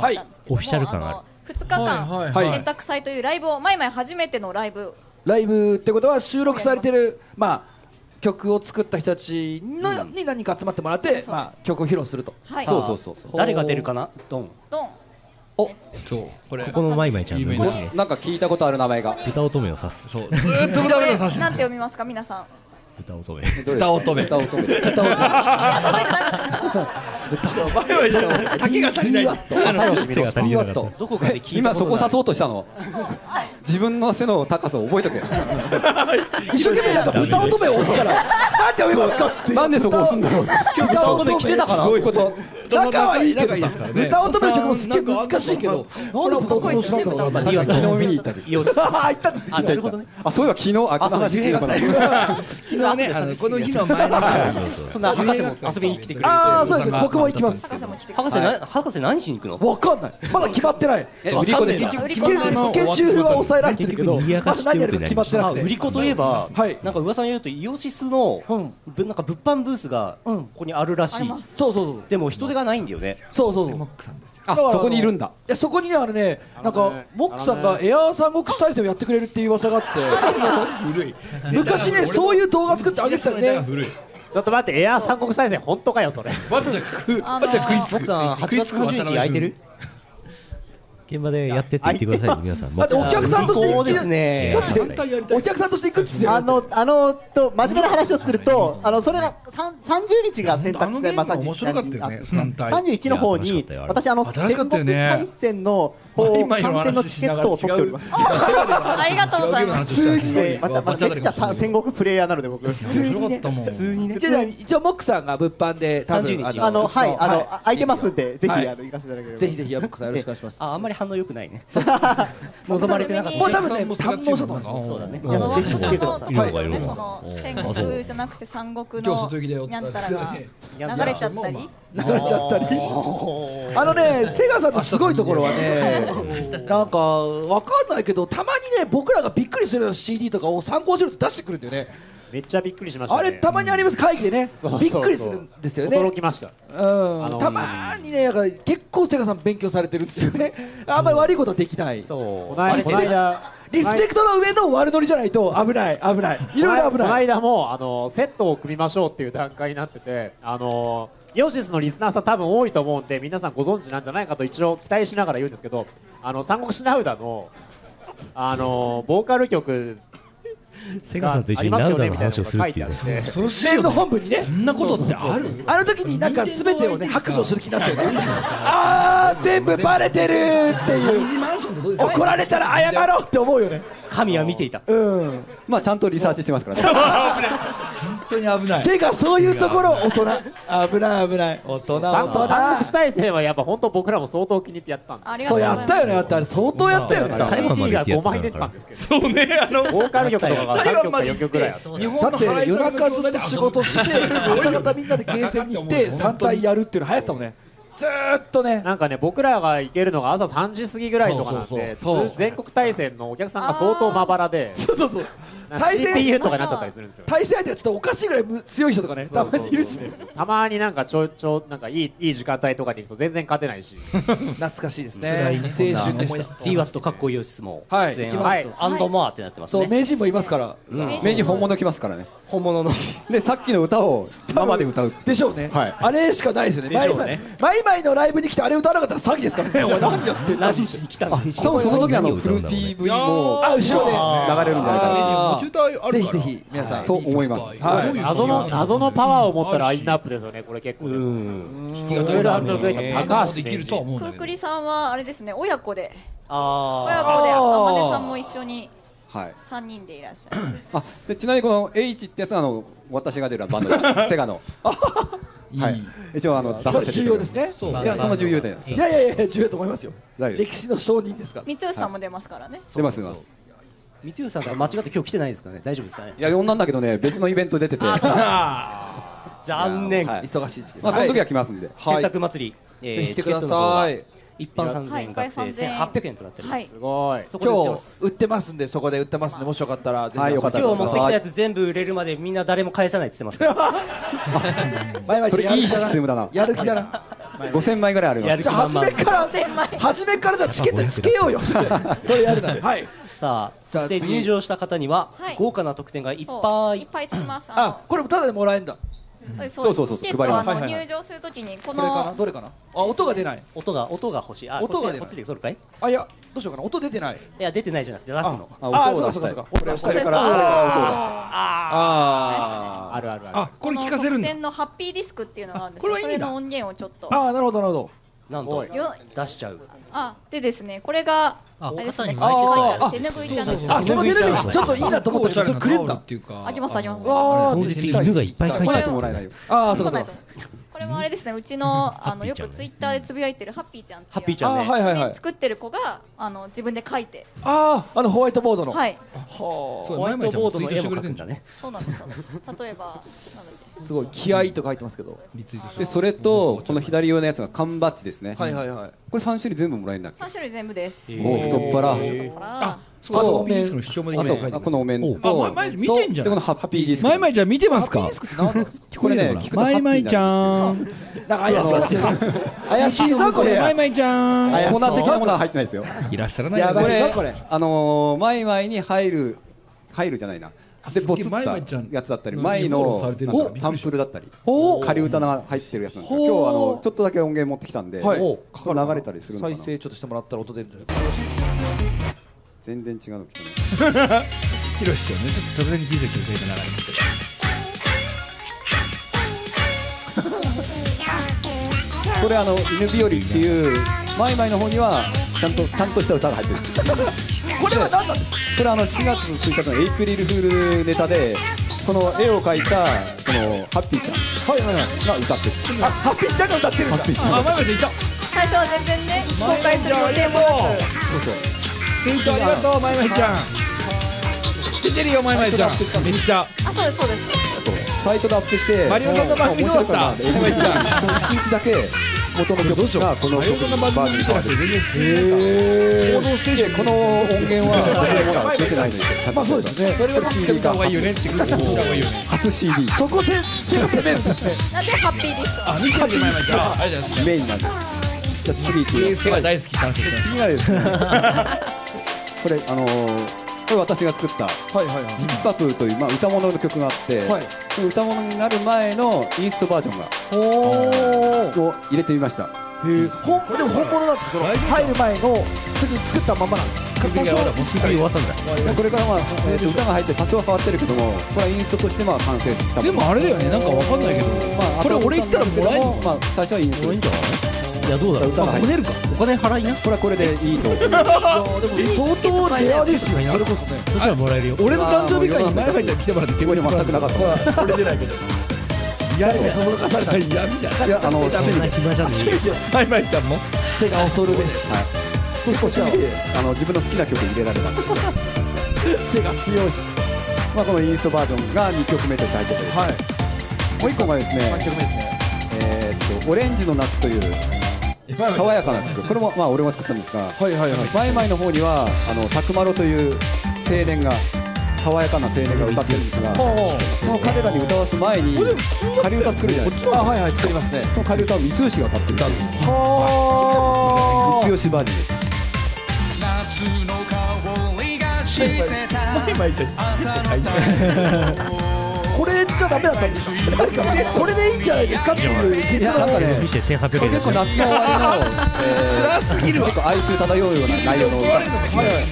Speaker 10: 言ったんですけど
Speaker 2: オ
Speaker 10: も、
Speaker 2: フィシャル感ある
Speaker 10: 2日間、
Speaker 7: はいはいはい
Speaker 10: 洗濯祭というライブを、前々初めてのライブ、
Speaker 7: ライブってことは収録されてるまあ曲を作った人たちの、に何人か集まってもらって、まあ、曲を披露すると、
Speaker 10: はい
Speaker 9: そうそうそうそう
Speaker 8: 誰が出るかなドン
Speaker 10: ドン、
Speaker 9: そうこれ
Speaker 2: ここのマイマイちゃんの動きね
Speaker 9: なんか聞いたことある名前が
Speaker 2: 歌乙女を指すそう
Speaker 9: ずーっと
Speaker 10: これ、なんて読みますか、皆さん。
Speaker 2: 歌乙女
Speaker 1: 歌乙女
Speaker 9: 歌乙女
Speaker 1: 前はじゃあ竹が足りない
Speaker 9: あの
Speaker 2: 背が足りなかった
Speaker 8: どこかで聞いた
Speaker 9: 今
Speaker 8: こと
Speaker 9: そ
Speaker 8: がある
Speaker 9: こ刺そうとしたの 自分の背の高さを覚えとけ
Speaker 7: 一生懸命なんか歌乙女を押すからなんて読みますかっつって
Speaker 9: なんでそこ押すんだ ろう
Speaker 7: 今日歌乙女来てたから
Speaker 9: そういうこと
Speaker 7: 仲はいいけど
Speaker 9: 仲いいです
Speaker 7: さ
Speaker 9: からね
Speaker 7: 歌乙女の曲もすっげえ難しいけどなんで歌乙女を押すんだろう
Speaker 9: 確かに昨日見に行った 時
Speaker 7: あ行ったんです
Speaker 9: あそういえば昨日あこの話してなかった
Speaker 1: 昨日ね、あのこの日の前の
Speaker 8: そんな博士も遊びに来てくれて
Speaker 7: あーそうです僕も行きます
Speaker 10: 博士も来て
Speaker 8: 博士,、な博士何しに行くの
Speaker 7: わかんないまだ決まってない
Speaker 8: え売り子ですか
Speaker 7: スケスケジュールは抑えられてるけどまだ何やるか決まってなくて
Speaker 8: あ売り子といえば、なんか噂によるとイオシスの、ぶなんか物販ブースがここにあるらしい、
Speaker 7: そうそうそう
Speaker 8: でも人手がないんだよね
Speaker 7: そうそうそうだから
Speaker 8: あそこにいるんだ
Speaker 7: いやそこにねあれねなんかモックさんがエアー三国志大戦をやってくれるっていう噂があ って
Speaker 1: 古い
Speaker 7: 昔ねそういう動画作ってあげてたよね
Speaker 11: ちょっと待って、エアー三国大戦、本当かよ、それ。
Speaker 1: わちゃく、
Speaker 10: わちゃ食いつく
Speaker 8: 僕さん8月30日空いてる
Speaker 2: 現場でやってって言ってくださいね皆さん
Speaker 7: だってお客さんとして行
Speaker 2: 行
Speaker 7: き
Speaker 2: ですね
Speaker 7: お客さんとして行くっつって
Speaker 13: あのあのと真面目な話をするとあのそれがさん30日が選択してまさに
Speaker 1: 面白かったよね
Speaker 13: うん
Speaker 1: 反対
Speaker 13: 31の方
Speaker 1: いや楽し
Speaker 13: に
Speaker 1: かったよあれ
Speaker 13: 私あの
Speaker 1: 新し
Speaker 13: 戦
Speaker 1: か
Speaker 13: 国
Speaker 1: ったよね
Speaker 13: 大戦の方
Speaker 1: 今
Speaker 13: 観
Speaker 1: 今の
Speaker 13: 戦の
Speaker 1: 話
Speaker 13: チ
Speaker 1: し
Speaker 13: ケ
Speaker 1: な
Speaker 13: ッ
Speaker 1: が
Speaker 13: ト
Speaker 1: ら
Speaker 13: を取っております
Speaker 10: ありがとうございます。
Speaker 13: えーまたまためっちゃさ戦国プレイヤーなので僕普通にね普通にね
Speaker 7: 一応一応モックさんが物販で多分
Speaker 13: あのはいあの空いてますんでぜひ
Speaker 7: はい
Speaker 13: あの行かせていただければ
Speaker 7: ぜひぜひモックさんよろしくお願いします
Speaker 8: ああんまり反応良くないね望まれてなかった
Speaker 7: もう多分ね堪能したと思
Speaker 8: そうだね
Speaker 7: いや
Speaker 10: ワンコさんのところ
Speaker 7: はい
Speaker 10: でね、その戦国じゃなくて三国のにゃんたらが 流れちゃったり、
Speaker 7: 流れちゃったりあのねセガさんのすごいところはねなんかわかんないけどたまにね僕らがびっくりするような CD とかを参考資料と出してくるんだよね
Speaker 11: めっちゃびっくりしました、ね。
Speaker 7: あれたまにあります会議でね
Speaker 11: そうそう
Speaker 7: びっくりするんですよね
Speaker 11: 驚きました。
Speaker 7: うん
Speaker 11: あの
Speaker 7: たまーにねなんか結構セガさん勉強されてるんですよねあんまり悪いことはできない
Speaker 8: そう
Speaker 11: この間この間
Speaker 7: リスペクトの上の悪乗りじゃないと危ない危ないいろいろ危
Speaker 11: この
Speaker 7: ない
Speaker 11: 間もあのセットを組みましょうっていう段階になっててあのヨシスのリスナーさん多分多いと思うんで皆さんご存知なんじゃないかと一応期待しながら言うんですけどあの三国志ナウダのあのボーカル曲
Speaker 2: セガさんと一緒にナウダの話をするっていうね
Speaker 7: そのメールの本部にねそんなことってあるあの時になんか全てをね白状する気になったよねあー全部バレてるっていう怒られたら謝ろうって思うよね
Speaker 8: 神は見ていた
Speaker 7: うん
Speaker 9: まあちゃんとリサーチしてますからね
Speaker 1: 本当に危ない
Speaker 7: セガそういうところ大人危ない危ない大人
Speaker 11: 三
Speaker 7: 大
Speaker 11: 国三
Speaker 7: 人
Speaker 11: 国志大戦はやっぱ本当僕らも相当気に入ってやったんで
Speaker 10: ありがと
Speaker 7: そうう
Speaker 10: ござい
Speaker 7: や
Speaker 10: ま
Speaker 7: っ
Speaker 10: す。
Speaker 7: たよねやったあれ相当やったよね
Speaker 11: CD が5枚出てたんですけど
Speaker 1: そうねあの
Speaker 11: ボーカル曲とかが3曲か4曲ぐらいあって
Speaker 1: 日
Speaker 7: だ
Speaker 1: 本
Speaker 7: っ
Speaker 1: の
Speaker 7: て
Speaker 1: 払い
Speaker 7: 夜中ずっと仕事して朝方みんなでゲーセンに行って3体やるっていうの流行ってたもんね
Speaker 11: ずーっとねなんかね僕らが行けるのが朝3時過ぎぐらいとかなんで
Speaker 7: そうそうそうそう
Speaker 11: ず全国対戦のお客さんが相当まばらでそうそうそう
Speaker 7: 対戦
Speaker 11: CPU とかになっちゃったりするんですよ
Speaker 7: 対戦相手がちょっとおかしいぐらいむ強い人とかねたまにいるしね
Speaker 11: たまになんかちょちょなんかいいいい時間帯とかに行くと全然勝てない し懐
Speaker 7: かしいです
Speaker 11: ね
Speaker 7: 青春でした
Speaker 8: T ワットかっこいい質問
Speaker 7: はい
Speaker 8: 出演
Speaker 7: 行きます
Speaker 8: アンドモアってなってます
Speaker 7: そう
Speaker 8: ね
Speaker 7: 名人もいますから
Speaker 9: うん名人本物来ますからね
Speaker 8: 本物の
Speaker 9: でさっきの歌を生で歌う
Speaker 7: でしょうね
Speaker 9: はい
Speaker 7: あれしかないですよね
Speaker 9: でしょうね
Speaker 7: マイマイのライブに来てあれ歌わなかったら詐欺ですからねお前何やってんの
Speaker 8: 何しに来たの
Speaker 9: 多分その時あのフル TV も流れるんじ
Speaker 7: あ後ろで
Speaker 9: ゃないか
Speaker 7: ぜひぜひ皆さん
Speaker 9: なと思います
Speaker 11: はい、謎の謎のパワーを持ったラインナップですよね、これ結構でも。いろいろあるの上に高橋できると思う
Speaker 10: くりさんはあれですね親子で親子で
Speaker 9: あ
Speaker 10: 天音さんも一緒に
Speaker 9: はい
Speaker 10: 三人でいらっしゃる
Speaker 9: あでちなみにこの H ってやつはあの私が出るバンドですセガのはい一応あの出させて
Speaker 7: 重要ですね
Speaker 9: いやそんな重要で
Speaker 7: いやいやいや重要だと思いますよ
Speaker 9: 大丈夫です
Speaker 7: 歴史の証人ですから
Speaker 10: 三吉さんも出ますからね
Speaker 9: 出ます出ます
Speaker 8: 三吉さんとは間違って今日来てないですかね大丈夫ですかね
Speaker 9: いや呼んだんだけどね別のイベント出てて
Speaker 8: 残念
Speaker 9: はい
Speaker 8: 忙しい時
Speaker 9: まあこの時は来ますんで
Speaker 8: 洗濯祭りえー
Speaker 7: ぜひ来てください
Speaker 8: チケットの方は一般3000
Speaker 10: はい
Speaker 8: 円学生
Speaker 10: 一般3000円
Speaker 8: 1800円となっておりま
Speaker 10: は
Speaker 8: す
Speaker 10: い
Speaker 7: すごい
Speaker 8: そこで売って
Speaker 7: 今
Speaker 8: ま
Speaker 7: 日売ってますんでそこで売ってますんでもしよかったらぜひ
Speaker 8: 今日持ってきたや
Speaker 7: つ
Speaker 8: つ全部売れるまでみんな誰も返さないって言ってますから
Speaker 9: それいいシステムだな
Speaker 7: やる気だな
Speaker 9: 5000枚ぐらいありま
Speaker 8: や
Speaker 9: す
Speaker 8: る
Speaker 7: じゃあ初めから初めからじゃあチケットにつけようよそれやるならはい
Speaker 8: さあそし
Speaker 7: じ
Speaker 8: て
Speaker 7: ゃあ次
Speaker 8: 入場した方には
Speaker 10: はい
Speaker 8: 豪華な特典がいっ
Speaker 10: そ
Speaker 8: ぱ
Speaker 10: うい
Speaker 8: い
Speaker 10: っぱいつきますあ
Speaker 7: あこれもタダでもらえんだ
Speaker 10: の
Speaker 8: そう
Speaker 10: です
Speaker 8: そうそう
Speaker 10: チケットはあ
Speaker 8: 配り
Speaker 10: の
Speaker 8: ます
Speaker 10: 入場するときにこ
Speaker 7: これかな
Speaker 10: の
Speaker 7: どれかなあ音が出ない
Speaker 8: 音が音が欲しいあ
Speaker 7: 音が出ない
Speaker 8: こっちでこっちで撮るかい
Speaker 7: あいやどうしようかな音出てない
Speaker 8: いや出てないじゃなくて出すの
Speaker 7: ああ音を出したいあそうかそうかそうかこれこれからこれから音を出したい
Speaker 8: あああるあるある
Speaker 10: この特典のハッピーディスクっていうのがあるんですよそれの音源をちょっと
Speaker 7: あなるほどなるほ
Speaker 8: どなんと
Speaker 10: よ
Speaker 8: 出しちゃう
Speaker 10: あでですねこれがあれですね
Speaker 8: 肩に巻いて
Speaker 10: 書いて
Speaker 8: あ
Speaker 10: あ
Speaker 8: あ
Speaker 10: る手ぬぐいちゃんです
Speaker 7: あその手ぬぐいちょっといいなと思ったけど
Speaker 1: そ
Speaker 7: そ
Speaker 1: れ
Speaker 7: れ
Speaker 1: く
Speaker 7: く
Speaker 1: れ
Speaker 7: れ
Speaker 1: ん
Speaker 7: ん
Speaker 1: だ
Speaker 7: だ
Speaker 1: っていうか
Speaker 10: ありますあります
Speaker 7: わー
Speaker 2: 当日犬がいっぱい書いてある
Speaker 9: 来ないともらえないよ
Speaker 7: ああそうかそうか
Speaker 10: これはあれですねうちのあのよくツイッターでつぶやいてるハッピーちゃんって
Speaker 7: ハ
Speaker 10: いう
Speaker 7: ッピーちゃんねあはいはいはい
Speaker 10: 作ってる子があの自分で書いて
Speaker 7: あああのホワイトボードの
Speaker 10: はい
Speaker 7: ホ
Speaker 8: ホワイトボードの絵も描くんだ
Speaker 7: ね
Speaker 8: ね
Speaker 10: そうなんですそうなんです例えばなんだっけ
Speaker 7: すごい気合と書いてますけど
Speaker 9: でそれとこの左上のやつが缶バッジですね
Speaker 7: はいはいはい
Speaker 9: これ3種類全部もらえるんだっけ
Speaker 10: 三種類全部です
Speaker 9: お太っ腹
Speaker 10: あ
Speaker 9: と
Speaker 1: あとお面あと
Speaker 9: あとこのお面
Speaker 1: あ
Speaker 9: と
Speaker 1: 前前見てんじゃん
Speaker 9: でこのハッピーディスク
Speaker 1: 前々ちゃん見てますか
Speaker 9: これね聞くとハッ
Speaker 1: 前
Speaker 9: ピーにな
Speaker 1: 々ちゃん
Speaker 7: なんか
Speaker 9: る
Speaker 7: 怪しい怪しい怪しいぞこれ
Speaker 1: マイマイちゃん
Speaker 9: 粉的なものは入ってないですよ
Speaker 1: いらっしゃらない
Speaker 9: やばい
Speaker 1: よね
Speaker 9: これあのー前々に入る入るじゃないなでボツっ
Speaker 1: 前
Speaker 9: た
Speaker 1: 々ちゃん
Speaker 9: やつだったり前の
Speaker 1: フォローされてる
Speaker 9: なんかサンプルだったり
Speaker 7: おー
Speaker 9: 仮歌が入ってるやつなんですよ
Speaker 7: ほう
Speaker 9: 今日あのちょっとだけ音源持ってきたんで
Speaker 7: はい
Speaker 9: おー流れたりするのか
Speaker 7: 再
Speaker 9: な
Speaker 7: 生ちょっとしてもらったら音出るんじゃない
Speaker 9: 全然違うの来たね
Speaker 1: ヒロシちゃんねちょっと直前に気づいてくれたら
Speaker 9: これあの犬日和っていう前々の方にはちゃんとちゃんとした歌が入ってるんです
Speaker 7: これは何なんですか
Speaker 9: これあの4月1日のエイプリルフールネタでその絵を描いたそのハッピーちゃんが歌ってる
Speaker 7: あハッピーちゃんが歌ってるんだ
Speaker 9: ハッピーちゃんが
Speaker 7: 前々ちゃんいた
Speaker 10: 最初は全然ね公開する予定もなく
Speaker 1: ツイートありがとうマイマイちゃん出てるよマイマイちゃんめっちゃ
Speaker 10: あそうですそうです
Speaker 9: サイトでアップして
Speaker 1: マリオさんの番組どうだった
Speaker 9: あ面白いかなってエイプリルフールその一日だけ元の曲がこの曲のバージョンに変わってるへーでこの音 源は私のものは出てないんですよまあそうですね
Speaker 7: それは聞いてみた方がいいよねって聞いてみた方がいいよね
Speaker 9: 初 CD
Speaker 7: そこで手を攻めるんですね
Speaker 10: なんでハッピーディスク
Speaker 1: あ見てるよマイマイちゃんありがとうございます
Speaker 9: メインなんでじゃあ次行きます
Speaker 1: セガ大好き男性
Speaker 9: 次は ですねこれあのーこれ私が作った
Speaker 7: はいはいはい
Speaker 9: ヒップアップという、まあ、歌物の曲があって、
Speaker 7: はい
Speaker 9: その歌物になる前のイーストバージョンが
Speaker 7: お
Speaker 9: を入れてみました
Speaker 7: ー本でも本物なんですかその入る前の時に作ったままなんですか故障
Speaker 9: これから、まあえーと歌が入って多少は変わってるけどもこれはインストとしてまあ完成した
Speaker 1: でもあれだよねなんかわかんないけど
Speaker 9: まあ
Speaker 1: これ俺行ったらもらえるの
Speaker 9: まあ最初はいいんですいいんじゃないいやどうだろう歌が入ってるかお金払いなこれはこれでいいと思う
Speaker 7: 相当レアですよねそれこそね
Speaker 2: そしたらもらえるよ
Speaker 1: 俺の誕生日会に前々ちゃん来てもらって
Speaker 9: 手こ入れ全くな かった
Speaker 1: 俺出ないけどやだよその方が闇 だ
Speaker 9: いやあの趣味で
Speaker 2: 暇じゃねえよ
Speaker 1: マイマイちゃんも
Speaker 7: 背が恐るべし
Speaker 9: はい少しはあの自分の好きな曲入れられます
Speaker 7: 背が強いし
Speaker 9: まあこのインストバージョンが2曲目というタイトルです、もう1個がですね
Speaker 7: 3曲目ですね
Speaker 9: えーっと「オレンジの夏」という爽やかな曲これもまあ俺も作ったんですがマイマイの方にはあのタクマロという青年が爽やかな青年が歌ってるんですがその彼らに歌わす前に仮歌作るじゃないですかはいはい作りますねその仮歌を三吉が歌ってる歌うんです三吉バージョンです
Speaker 12: 夏の香りがしてた
Speaker 1: 毎毎ちゃん作って書いて
Speaker 7: これじゃダメだったんですよ誰かこれ でいいんじゃないですかっていう
Speaker 9: いやなんかね
Speaker 2: 結 構
Speaker 9: これ結構夏の終わりの、辛すぎる結構哀愁漂うような内容の歌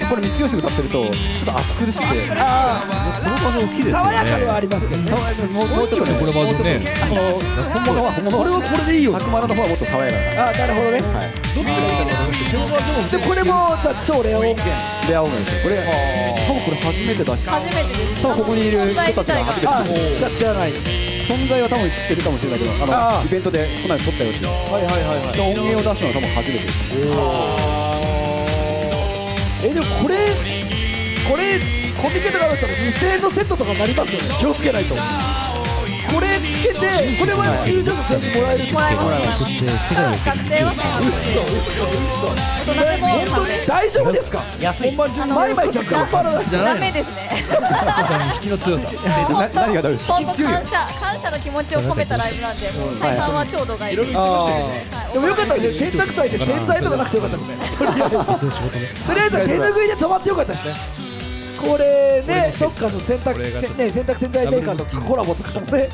Speaker 9: これ三吉が歌ってるとちょっと暑苦しくてこのバージョン好きです
Speaker 7: 爽やかではありますけどね
Speaker 9: もうもうちょっとね
Speaker 7: このバージョンね
Speaker 9: あの本物は本物これはこれでいいよ白丸の方はもっと爽やかだから
Speaker 7: あなるほどねどっちがいいかなでこれもじゃあ超レア音源
Speaker 9: レア音源ですよこれ多分これ初めて出した
Speaker 10: 初めてです
Speaker 9: 多分ここにいる人たちが初めて
Speaker 7: 知ら知らない
Speaker 9: 存在は多分知ってるかもしれないけどあのイベントでこの前撮ったよっていう
Speaker 7: はいはいはいはい
Speaker 9: 音源を出すのは多分初めてです
Speaker 7: えでもこれこれコミケとかだったら2000円のセットとかになりますよね気をつけないとこれつけてこれは入場者全部もらえるもらえます
Speaker 10: 学生は
Speaker 7: 嘘嘘嘘それ本当に大丈夫ですか
Speaker 8: 安
Speaker 7: 本
Speaker 8: い
Speaker 7: 番中毎毎ちゃん頑張らない
Speaker 10: ダメですね
Speaker 1: 引きの強さ
Speaker 9: な何がダメですか
Speaker 10: 本当感謝感謝の気持ちを込めたライブなんでもう再三は超度外です
Speaker 7: でもよかったですね洗濯祭で洗剤とかなくてよかったですねとりあえずとりあえず手拭いで止まってよかったですねこれねどっかの洗濯ね洗濯洗剤メーカーとコラボとかもね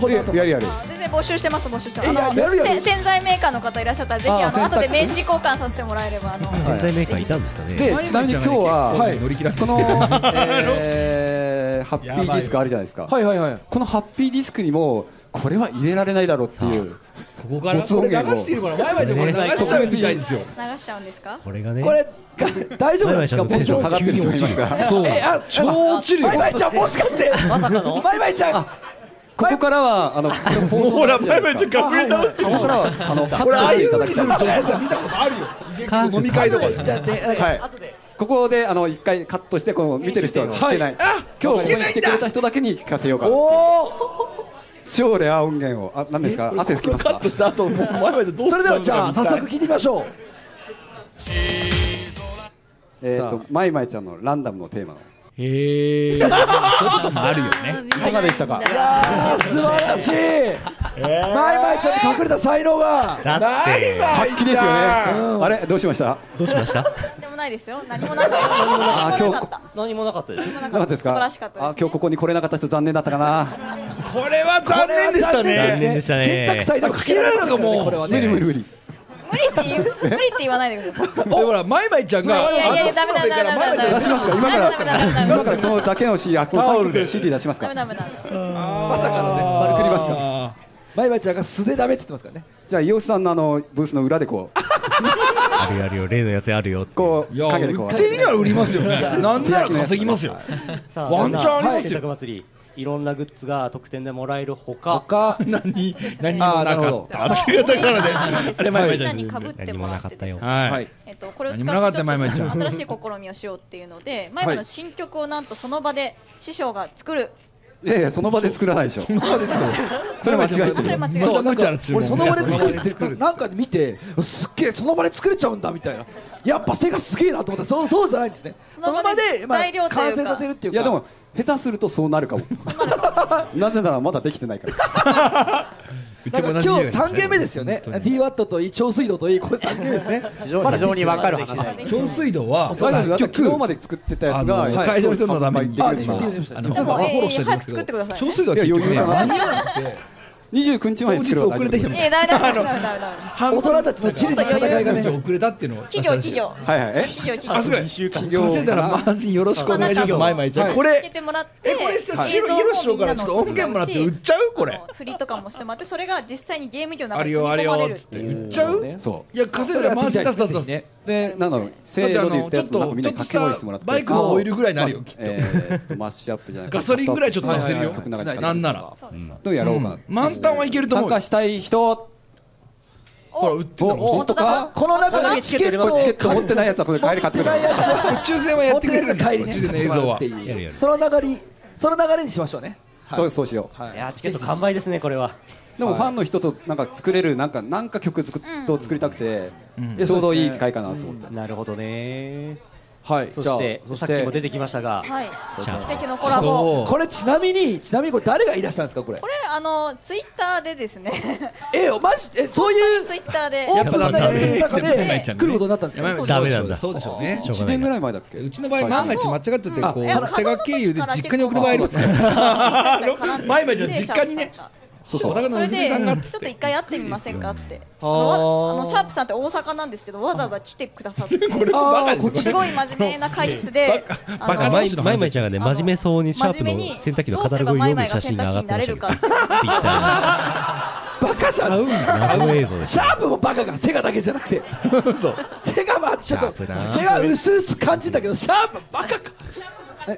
Speaker 9: いややるやる
Speaker 10: 全然募集してます募集してます
Speaker 9: え
Speaker 10: あの
Speaker 9: やるや
Speaker 10: せ
Speaker 9: る
Speaker 10: 洗剤メーカーの方いらっしゃったらぜひあの
Speaker 9: あ洗濯
Speaker 10: 後で名刺交換させてもらえればあの
Speaker 2: 潜在メーカーいたんですかね
Speaker 9: でちなみに今日は、
Speaker 1: はい
Speaker 9: こ の、えーハッピーディスクあるじゃないですか
Speaker 7: はいはいはい
Speaker 9: このハッピーディスクにもこれは入れられないだろうっていう
Speaker 1: ここ
Speaker 9: 没音源を特別に
Speaker 1: すよ
Speaker 10: 流しちゃうんですか
Speaker 2: これがね
Speaker 7: これ大丈夫なんですか
Speaker 2: テンション下がってるんですよ今
Speaker 7: そう超落ちるよ
Speaker 9: バイバイ
Speaker 7: ちゃんもしかして
Speaker 8: まさかの
Speaker 7: バイバイちゃん
Speaker 9: ここからはあのほらバイバイちゃん
Speaker 1: 隠れ倒
Speaker 9: してるここからはあのカッ
Speaker 1: 俺ああ
Speaker 9: ト
Speaker 1: い
Speaker 9: していうた
Speaker 1: 風
Speaker 9: だ
Speaker 1: にす
Speaker 9: き
Speaker 1: る女性
Speaker 9: たい
Speaker 1: さん見たことあるよ結構飲み会とかで
Speaker 9: はいここであの一回カットしてこの見てる人は聞けない、今日ここに来てくれた人だけに聞かせようか超レア音源をあ何ですか汗拭きますか
Speaker 7: とした後もう前までどうそれではじゃあ早速聞いてみましょう
Speaker 9: えっとまいまいちゃんのランダムのテーマ
Speaker 1: へえそういうこともあるよね
Speaker 9: いかがでしたか
Speaker 7: 素晴らしいマイマイちゃんに隠れた才能が
Speaker 9: だって発揮ですよねあれどうしました
Speaker 2: どうしました
Speaker 10: でもないですよ何もなかった
Speaker 9: あ
Speaker 10: 何も
Speaker 9: ー今
Speaker 10: な
Speaker 9: 日
Speaker 10: かった
Speaker 8: 何もなかったです
Speaker 9: なかったですか
Speaker 10: 素晴らしかったです
Speaker 9: あ今日ここに来れなかった人残念だったかな
Speaker 1: これは残念でしたね
Speaker 2: 残念でしたね
Speaker 1: 洗濯祭でもかけられるのかもう
Speaker 9: 無理無理無理
Speaker 10: 無理って言う無理って言わないでください
Speaker 1: でほらマイマイちゃん
Speaker 10: いや
Speaker 1: が
Speaker 10: いやい
Speaker 1: あ
Speaker 10: やダメダメダメダメダメ
Speaker 9: 出しますか今から
Speaker 10: ダメダメダメダメ
Speaker 9: 今からこのだけの CD あこの3曲の CD 出します
Speaker 10: ダ
Speaker 9: か
Speaker 10: メダメダメ
Speaker 7: まさかのね
Speaker 9: 作りますか
Speaker 7: マイマイちゃんが素でダメって言ってますからね
Speaker 9: じゃあ伊尾さんのあのブースの裏でこう
Speaker 2: あるよあるよ例のやつあるよ
Speaker 9: こ
Speaker 1: いうや
Speaker 9: 陰でこう
Speaker 1: 売っていいなら売りますよ ねなんなら稼ぎますよ
Speaker 8: さあ
Speaker 1: ワンチャンありますよ
Speaker 8: 洗濯祭りいろんなグッズが特典でもらえるほか
Speaker 7: 他
Speaker 1: 何何もなかったっていうところであれマイマイちゃん
Speaker 10: みんなに被ってもらってですね
Speaker 1: はい
Speaker 10: えっと、これを使
Speaker 1: 何
Speaker 10: っ
Speaker 1: もなかってた
Speaker 10: ちょっと
Speaker 1: まいまいちゃん
Speaker 10: 新しい試みをしようっていうので前まの新曲をなんとその場で師匠が作る
Speaker 9: いやいやその場で作らないでしょそれ間違えて
Speaker 10: それ
Speaker 9: る
Speaker 10: 間違え
Speaker 7: そう
Speaker 10: た
Speaker 7: なんか
Speaker 1: 注文
Speaker 7: 俺その場で 作れてるなんかで見てすっげえその場で作れちゃうんだみたいなやっぱ背がすげえなと思ったそうそうじゃないんですねその場でまあ
Speaker 10: 材料というか
Speaker 7: 完成させるっていう
Speaker 9: い
Speaker 7: か
Speaker 9: やでも下手するとそうなるかもなぜならまだできてないから
Speaker 1: うちも同じ
Speaker 7: なんか今
Speaker 1: 匂い
Speaker 7: 日三軒目ですよね DWAT といい長水道といいこれ三軒目ですね
Speaker 11: 非常に非常に分かる話だ
Speaker 1: 小水道は
Speaker 9: 大丈夫だって
Speaker 1: 結
Speaker 9: 昨日
Speaker 1: 局
Speaker 9: まで作ってたや
Speaker 1: あ
Speaker 9: つが
Speaker 1: の会社の人の名前に
Speaker 9: 入ってくる
Speaker 7: あでしょ
Speaker 1: あの
Speaker 7: で
Speaker 1: フ
Speaker 7: しょ
Speaker 1: ォローしてるんですけ
Speaker 10: 早く作ってくだ
Speaker 1: ど
Speaker 10: さいね
Speaker 1: 小水道は結局ね
Speaker 9: いや余裕だな
Speaker 1: 間に合わなくて
Speaker 9: 29日まで
Speaker 1: 当
Speaker 9: 作
Speaker 1: 日遅れ
Speaker 9: れば大丈夫
Speaker 1: てきた
Speaker 10: えー、ダメダメダメダメダメダメ
Speaker 7: 大人たちの地理の戦いがね
Speaker 1: 遅れたっていうのを
Speaker 10: 企業企業
Speaker 9: はいはいえ
Speaker 10: 企業企業
Speaker 1: あすごい
Speaker 9: 週間
Speaker 1: それたらマージンよろしくお願いしますマイマイちゃんこ
Speaker 10: つけ
Speaker 1: れ
Speaker 10: てもらって
Speaker 1: えこれさ
Speaker 10: 映
Speaker 1: ヒ
Speaker 10: 像
Speaker 1: ロ
Speaker 10: も
Speaker 1: ヒロ師匠からちょっと音源もらって売っちゃうこれ
Speaker 10: あの振りとかもしてもらってそれが実際にゲーム上の
Speaker 1: あ
Speaker 10: 中
Speaker 1: る
Speaker 10: に
Speaker 1: よあ
Speaker 10: 組
Speaker 1: る
Speaker 10: み込ま
Speaker 1: よ
Speaker 10: れる
Speaker 1: っ
Speaker 10: っ
Speaker 1: つってて
Speaker 10: いう
Speaker 1: 売っちゃう
Speaker 9: そ
Speaker 1: いや稼いだらマージン出す出す出す
Speaker 9: うでなのせーので言ったやつなんかみんなに掛け声してもらったやつ
Speaker 1: だってあのちょっとちょっとしたバイクのオイルぐらいになるよ
Speaker 9: まあ
Speaker 1: きっと
Speaker 9: えーっとマッシュアップじゃない
Speaker 1: ガソリンぐらいちょっと出せるよ
Speaker 9: 曲の中に
Speaker 1: なんなら
Speaker 9: どうやろうかな、
Speaker 1: 満タンはいけると思
Speaker 9: 参
Speaker 1: うよ
Speaker 9: 加したい人
Speaker 1: ほら売ってたも
Speaker 9: お
Speaker 1: ん
Speaker 9: 本当か
Speaker 7: この中のチケット
Speaker 9: こ
Speaker 7: を
Speaker 9: れチケット持ってないやつはこれ帰り買ってくる
Speaker 1: 宇宙船はやってくれるんだ
Speaker 7: 帰
Speaker 1: 宇
Speaker 7: りね
Speaker 1: 宙船の映像は
Speaker 7: その流れその流れにしましょうね
Speaker 9: そうそうしよう、
Speaker 8: いやチケット完売ですねこれは
Speaker 9: でも
Speaker 8: はい
Speaker 9: ファンの人となんか作れるなんかなんか曲作っと作りたくて、
Speaker 8: うん
Speaker 9: ちょうどいい機会かなと思って、
Speaker 8: なるほどね
Speaker 7: はい
Speaker 8: そして
Speaker 7: じゃあ
Speaker 8: さっきも出てきましたが
Speaker 10: はい
Speaker 8: どうぞ
Speaker 10: 奇跡のコラボ
Speaker 7: これちなみにちなみにこれ誰が言い出したんですかこれ
Speaker 10: これあのツイッターでですね
Speaker 7: えマジえそういう
Speaker 10: ツイッターで
Speaker 7: オープンなイベントの中
Speaker 1: やっぱダメ
Speaker 7: で来ることになったんです
Speaker 1: やばい
Speaker 7: か
Speaker 1: ダメなんだそうでしょうねしょうがな
Speaker 9: 1
Speaker 1: い
Speaker 9: 年ぐらい前だっけう
Speaker 1: ちの場合万が一間違っちゃってこ
Speaker 9: う
Speaker 1: うん佐賀経由で実家に送る場合ありますか
Speaker 10: あそう
Speaker 1: ら前々じゃ
Speaker 10: で
Speaker 1: 実家にね
Speaker 9: そう
Speaker 10: そ
Speaker 1: そう
Speaker 10: れ
Speaker 1: 娘
Speaker 10: で
Speaker 1: さんがっつ
Speaker 10: ち
Speaker 1: っ
Speaker 10: ょっと
Speaker 1: て
Speaker 10: 一回会ってみませんかって
Speaker 1: あ
Speaker 10: あ
Speaker 1: ー
Speaker 10: のあのシャープさんって大阪なんですけどわざわざ来てくださって
Speaker 1: これはバカですよ
Speaker 10: すごい真面目な会議室であの
Speaker 2: バカマイマイマイちゃんがね真面目そうにシャープ
Speaker 10: 真面目
Speaker 2: の
Speaker 10: に
Speaker 2: 洗濯機の
Speaker 10: どう
Speaker 2: カ
Speaker 10: す
Speaker 2: タ
Speaker 10: れ
Speaker 2: ロ
Speaker 10: ば
Speaker 2: グを
Speaker 10: マ
Speaker 2: 読む
Speaker 10: イマイが
Speaker 2: 写真
Speaker 10: 洗
Speaker 2: が上
Speaker 10: 濯
Speaker 2: が
Speaker 10: 機
Speaker 2: っ
Speaker 10: に
Speaker 2: て
Speaker 10: な
Speaker 2: ま
Speaker 10: れ
Speaker 2: した
Speaker 10: る
Speaker 2: けど
Speaker 10: か
Speaker 2: Twitter
Speaker 7: バカじゃん
Speaker 2: 謎映像です
Speaker 7: シャープもバカがセガだけじゃなくてセガはちょっ
Speaker 2: シャー
Speaker 7: と
Speaker 2: プ
Speaker 7: セ
Speaker 2: だな
Speaker 7: ガうすうす感じたけどシャープバカか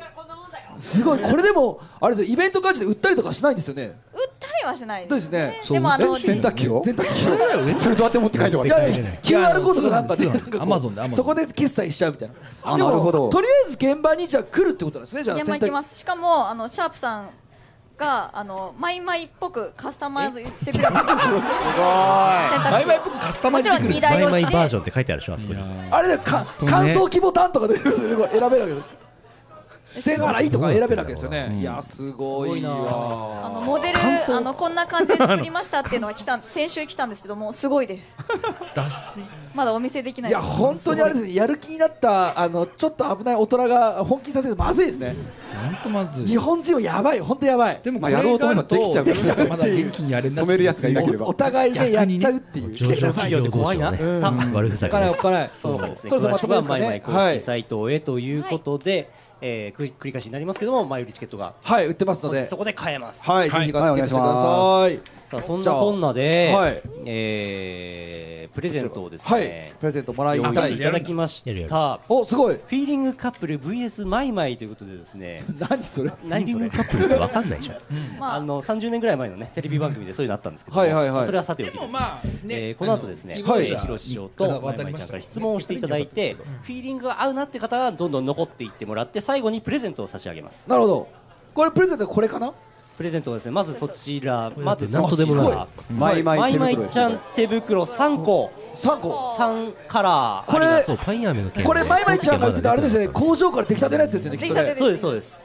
Speaker 7: すごいこれでもあれですよイベント感じで売ったりとかしないんですよね
Speaker 10: 売ったりはしない
Speaker 7: ですね
Speaker 10: でもあの
Speaker 9: え洗濯機を
Speaker 7: 洗濯機を
Speaker 9: それどうやって持って帰って
Speaker 7: い
Speaker 9: 終わ
Speaker 7: や
Speaker 9: り
Speaker 7: いや QR コードかなんかで
Speaker 1: 通販通販 Amazon で Amazon
Speaker 7: そこで決済しちゃうみたいな
Speaker 9: あ
Speaker 7: でも
Speaker 9: なるほど
Speaker 7: とりあえず現場にじゃあ来るってことなんですねじゃあ
Speaker 10: 現場行きますすしかもあのシャープさんがあのマイマイっぽくカスタマイズしてくれた
Speaker 1: マイマイっぽくカスタマイズしてくれる
Speaker 10: もちろん二台置いて
Speaker 2: バージョンって書いてあるでしょあそこに
Speaker 7: あれでか
Speaker 2: 当ね
Speaker 7: 感想希望担とかで選べるわけですセガラいいとか選べるわけですよねいやすごいわ
Speaker 10: あのモデルあのこんな感じで作りましたっていうのが来た先週来たんですけどもうすごいですまだお見せできないいで
Speaker 7: や
Speaker 10: す
Speaker 7: 本当にあれですねやる気になったあのちょっと危ない大人が本気にさせるとまずいですね
Speaker 1: 本当まずい
Speaker 7: 日本人はやばい本当やばいで
Speaker 1: も
Speaker 9: まあやろうと思えばできちゃう
Speaker 7: できちゃう
Speaker 1: ま
Speaker 7: って
Speaker 1: だ
Speaker 7: いう
Speaker 1: 元気にやれな
Speaker 9: 止めるやつがいなければ
Speaker 7: お互いでやっちゃうっていう
Speaker 2: 上場企業って怖いな
Speaker 8: うん
Speaker 2: 悪ふざけ
Speaker 7: おっかない
Speaker 8: そうなんですね。
Speaker 7: そろそろ
Speaker 8: 詳しくは
Speaker 7: まと
Speaker 8: マ
Speaker 7: め
Speaker 8: イマイ
Speaker 7: ですか
Speaker 8: 公
Speaker 7: ね
Speaker 8: 式サイトへということで、えーくり繰り返しになりますけども、前売りチケットが
Speaker 7: はい売ってますので
Speaker 8: そこで買えます。
Speaker 7: はいぜひ買ってきてください
Speaker 8: さあそんなこんなで、
Speaker 7: はい
Speaker 8: えープレゼントをですね、
Speaker 7: はいプレゼントもらい
Speaker 8: 用意
Speaker 7: た
Speaker 8: して
Speaker 7: い
Speaker 8: いただきました。
Speaker 7: おすごい。フ
Speaker 8: ィーリングカップル VS マイマイということでですね。
Speaker 7: 何それ？
Speaker 8: 何それ？カップルってわかんないじゃん。あの30年ぐらい前のねテレビ番組でそういうのあったんですけども、
Speaker 7: はいはいはい
Speaker 8: それはさておきですね。えーこの後ですね、
Speaker 7: あの
Speaker 8: はい、
Speaker 7: 希望者
Speaker 8: 広志師匠とマイマイちゃんから質問をしていただいて、フィーリングが合うなって方はどんどん残っていってもらって最後にプレゼントを差し上げます。
Speaker 7: なるほどこれプレゼントこれかな
Speaker 8: プレゼントはですねまずそちらまず
Speaker 7: なんとでもない
Speaker 8: い
Speaker 7: マイマイ
Speaker 8: マイ
Speaker 7: 手袋ですね
Speaker 8: マイちゃん手袋3個
Speaker 7: 3個
Speaker 8: 三カラー
Speaker 7: これ
Speaker 8: あります
Speaker 2: そうパインアメの件
Speaker 7: これマイマイちゃんが言ってたあれですよね工場から出来立てのやつですよねきっとね
Speaker 8: そうですそうです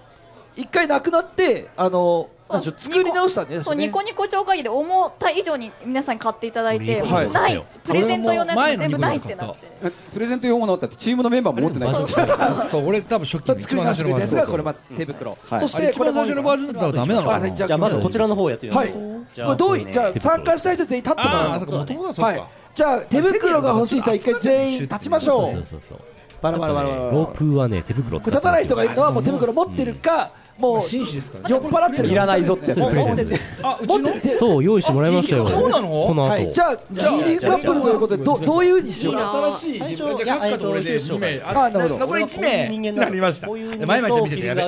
Speaker 7: 一回なくなってあのなんでしょう作り直したんで
Speaker 10: そうニ
Speaker 7: ね
Speaker 10: コニコ超会議で思った以上に皆さん買っていただいて、
Speaker 9: はい
Speaker 10: ないプレゼント用のやつも全部ないってなって
Speaker 9: えプレゼント用ものあったってチームのメンバーも持ってない
Speaker 10: そうそうそう
Speaker 1: そう俺多分初期の一番最初のバージョン
Speaker 7: 作り直してくれたやつがこれまず手袋
Speaker 1: はい
Speaker 7: そして
Speaker 1: 一番最初のバージョンだったらダメなのかな
Speaker 7: はい
Speaker 8: じゃあまずこちらの方をやってみま
Speaker 7: は
Speaker 8: し
Speaker 7: い
Speaker 8: ょう
Speaker 7: じゃあどういじゃあ参加したい人全員立ってもら
Speaker 1: あー
Speaker 7: う
Speaker 1: そっか元々はそっか
Speaker 7: はいじゃあ手袋が欲しい人は一回全員立ちましょ
Speaker 2: そう
Speaker 7: う
Speaker 2: そうそう
Speaker 7: バラバラバラバラ
Speaker 2: ロープはね手袋を使
Speaker 7: 立たない人がいるのはもう手袋持ってるかもう酔っ払ってる
Speaker 2: いらないぞってやつ
Speaker 7: もう持って
Speaker 2: プレ
Speaker 7: てあ持ってて
Speaker 2: そう用意してもらいましたよ
Speaker 7: あいいそうなの
Speaker 2: この後、
Speaker 7: はいじゃあギリカップルということでどどういうふうにしよう
Speaker 1: 新しい
Speaker 7: 最初
Speaker 1: じゃあ閣下と俺で2名
Speaker 7: あなるほど
Speaker 1: 残り1名になりました前々ちゃん見ててやべ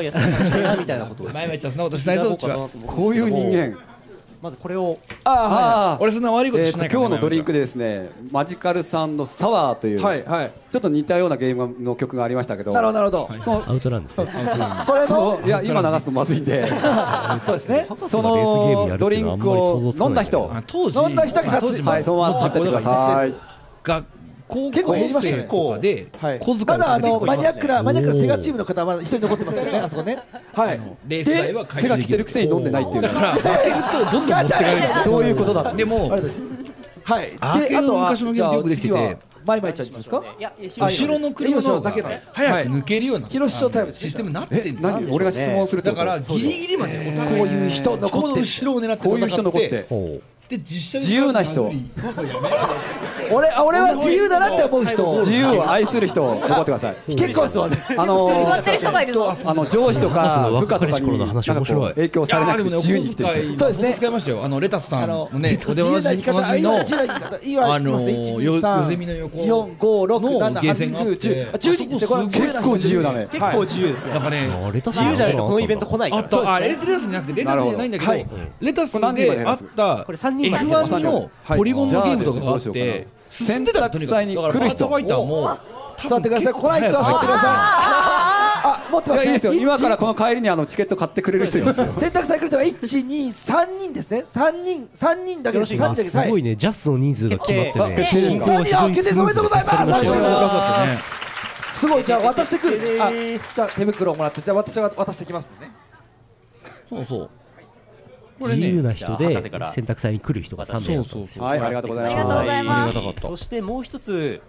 Speaker 8: みたいなこと
Speaker 1: 前々ちゃんそんなことしないぞうちは
Speaker 9: こういう人間
Speaker 8: まずこれを
Speaker 9: あ
Speaker 1: 俺そんな悪いこと
Speaker 9: え
Speaker 1: し
Speaker 9: ーと
Speaker 1: ない
Speaker 9: 今日のドリンクでですねマジカルさんのサワーという、
Speaker 1: はい
Speaker 9: ちょっと似たようなゲームの曲がありましたけど
Speaker 7: なるほどなるほど
Speaker 9: その
Speaker 2: アウトランですね
Speaker 7: それの
Speaker 9: そういや今流すとまずいんで
Speaker 7: そうですね
Speaker 9: そのドリンクを飲んだ人
Speaker 1: 当時
Speaker 9: 飲んだ人が
Speaker 1: 当時
Speaker 9: はいそのまま立っててください
Speaker 1: 学校
Speaker 7: 結構減りましたね
Speaker 1: 生とかで小遣い
Speaker 7: まだあの
Speaker 1: 結構
Speaker 7: マ
Speaker 1: い
Speaker 7: ニア
Speaker 1: ます
Speaker 7: ック
Speaker 1: ね
Speaker 7: なマニアックなセガチームの方はまだ一人残ってますよねあそこねはい
Speaker 1: レース代は回収できるだから負けるとどんどん持ってかれる
Speaker 9: どういうことだ
Speaker 1: でも
Speaker 7: はいで
Speaker 1: アーケード
Speaker 7: あとは
Speaker 1: 昔のゲームよくできてて
Speaker 7: じゃあ次はマイマイちゃんいきますか
Speaker 8: いや
Speaker 1: 後ろの車の方が
Speaker 7: だけの
Speaker 1: 早く抜けるような
Speaker 7: 広島タイム
Speaker 1: システムになってんの
Speaker 9: 何俺が質問するって
Speaker 1: だ
Speaker 9: こと
Speaker 1: からギリギリまでお互い
Speaker 7: こういう人残ってる
Speaker 1: ちょうど後ろを狙って
Speaker 9: こういう人残って
Speaker 1: で実写
Speaker 9: 自由な人
Speaker 7: 俺あ俺は自由だなって思う人
Speaker 9: 自由を愛する人を頑張ってください
Speaker 7: 結構そう
Speaker 9: あのー
Speaker 7: 座ってる人がいるぞ
Speaker 9: あの上司とか部下とかになんかこう影響されなくて自由に生きてる人
Speaker 1: そうですね。使いましたよ。あのレタスさんのね、おで
Speaker 7: 自
Speaker 1: お
Speaker 7: 由な
Speaker 1: な
Speaker 7: 生
Speaker 1: じ
Speaker 7: き
Speaker 1: み
Speaker 7: 方
Speaker 1: の
Speaker 7: あいいわ自由な生き方いいわ
Speaker 1: あの
Speaker 7: いきますね
Speaker 1: よ
Speaker 7: 123
Speaker 1: よゼミの横
Speaker 7: 4 5 6 7
Speaker 1: のゲーセンがあっ
Speaker 7: 8 9
Speaker 1: て
Speaker 7: 1 0 1 2ってこ
Speaker 1: あそこすごい
Speaker 7: れ
Speaker 1: 結構自由だね
Speaker 7: はい
Speaker 1: 結構自由ですねなんかね
Speaker 2: あレタス
Speaker 1: 自由じゃないとこのイベン
Speaker 8: ト来ない
Speaker 1: あっ
Speaker 7: そうです
Speaker 1: た
Speaker 7: ね
Speaker 1: あレタスじゃなくてレタスじゃないんだけど
Speaker 7: なるほどはい
Speaker 1: レタス
Speaker 7: これ何人まで
Speaker 1: であ
Speaker 7: 話
Speaker 1: っ
Speaker 7: す
Speaker 1: た
Speaker 7: これ三人まで話す
Speaker 1: F1 のポリゴンのゲームとかがあっ
Speaker 9: じゃあですねどうしよう
Speaker 1: て
Speaker 9: かな
Speaker 1: 進んでたらとにかく
Speaker 9: 選択肢に
Speaker 1: だから
Speaker 9: 来る
Speaker 1: バー
Speaker 9: 人
Speaker 1: チャファイターも
Speaker 7: 座ってください来ない人は座ってください
Speaker 10: あ
Speaker 7: あ持ってます、ね、
Speaker 9: いやいいですよ今からこの帰りにあのチケット買ってくれる人います よ
Speaker 7: 選択される人が一二三人ですね。三人三人だけです。三
Speaker 2: あ
Speaker 7: 人だ
Speaker 2: す
Speaker 7: けはい
Speaker 2: ごいね、ジャスの人数が決まって
Speaker 7: あ
Speaker 2: ね、
Speaker 7: 決定ですか
Speaker 2: は非常にスムーズで
Speaker 7: 決定おめでとうございます
Speaker 2: 助かりましたね
Speaker 7: すごいじゃあ渡してくるね。あじゃあ手袋をもらってじゃあ私が渡してきますね。
Speaker 2: そうそう。
Speaker 7: これね
Speaker 2: 自由な人
Speaker 8: じゃあ
Speaker 2: で
Speaker 8: 博士から
Speaker 2: 選択祭に来る人が3名だったんですよ
Speaker 8: はいありがとうございます
Speaker 2: はいありがたかった
Speaker 8: そしてもう一つ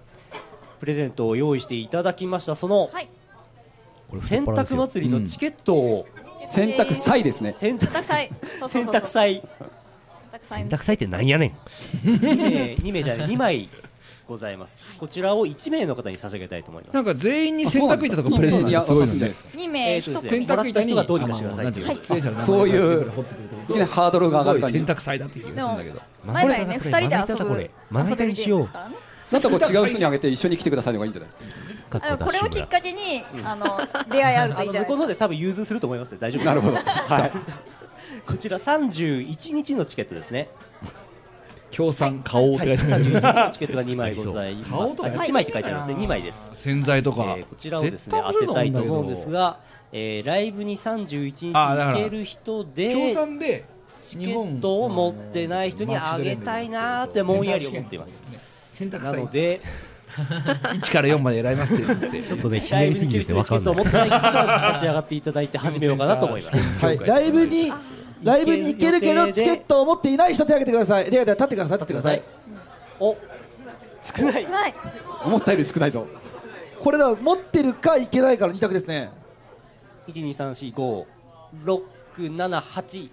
Speaker 8: プレゼントを用意していただきましたその、洗濯祭りのチケットを、
Speaker 9: 洗濯祭ですね
Speaker 8: 洗
Speaker 10: 濯祭そうそうそう
Speaker 8: 洗濯祭
Speaker 2: 選択祭ってなんやねん
Speaker 8: 2名2名じゃない2枚ございますこちらを1名の方に差し上げたいと思います
Speaker 1: なんか全員に洗濯板とかプレゼントがすごいので
Speaker 10: 二名一組
Speaker 1: 洗濯板に
Speaker 8: もらった人がどうにかしてくださ
Speaker 1: あの
Speaker 8: い
Speaker 1: なんていうの
Speaker 10: はい
Speaker 1: 出演者の名前
Speaker 9: そうい
Speaker 1: が
Speaker 9: う
Speaker 1: 彫ってくれてる
Speaker 9: 大きなハードルが上がる感じ
Speaker 1: すごい洗濯祭だって気がするんだけど
Speaker 10: も前々ね二人で遊ぶ
Speaker 9: まな板にしようなんかこう違う人にあげて一緒に来てくださいの方がいいんじゃない
Speaker 10: あのこれをきっかけに
Speaker 8: う、ん
Speaker 10: あの出会いあるといいじゃないです
Speaker 8: あの向こうの
Speaker 10: か。
Speaker 8: 方で多分融通すると思いますね大丈夫
Speaker 9: なるほど
Speaker 8: はいこちら31日のチケットですね
Speaker 1: 協賛買おうっ
Speaker 8: は
Speaker 1: て書い
Speaker 8: い、
Speaker 1: てます
Speaker 8: 31日のチケットが2枚ございます。
Speaker 1: 買おうとか
Speaker 8: あ1枚って書いてありますね、2枚です。
Speaker 1: 洗剤とか、
Speaker 8: こちらをですね、当てたいと思うんですが、えーライブに31日行ける人で、
Speaker 1: 協賛で
Speaker 8: チケットを持ってない人にあげたいなーってぼんやり思っています。
Speaker 1: 選択
Speaker 8: な
Speaker 1: 肢
Speaker 8: ので、
Speaker 1: 1から4まで選びますって言ってちょっ とね
Speaker 8: ライブに行ける人でチケットを持ってない人は立ち上がっていただいて始めようかな と思います。
Speaker 7: はいライブにライブに行けるけどチケットを持っていない人手を挙げてください。レアで立ってください。立ってください。
Speaker 8: お少ない
Speaker 10: ない。
Speaker 9: 思ったより少ないぞ
Speaker 7: これだ持ってるかいけないから二択ですね。
Speaker 8: 一二三四五六七八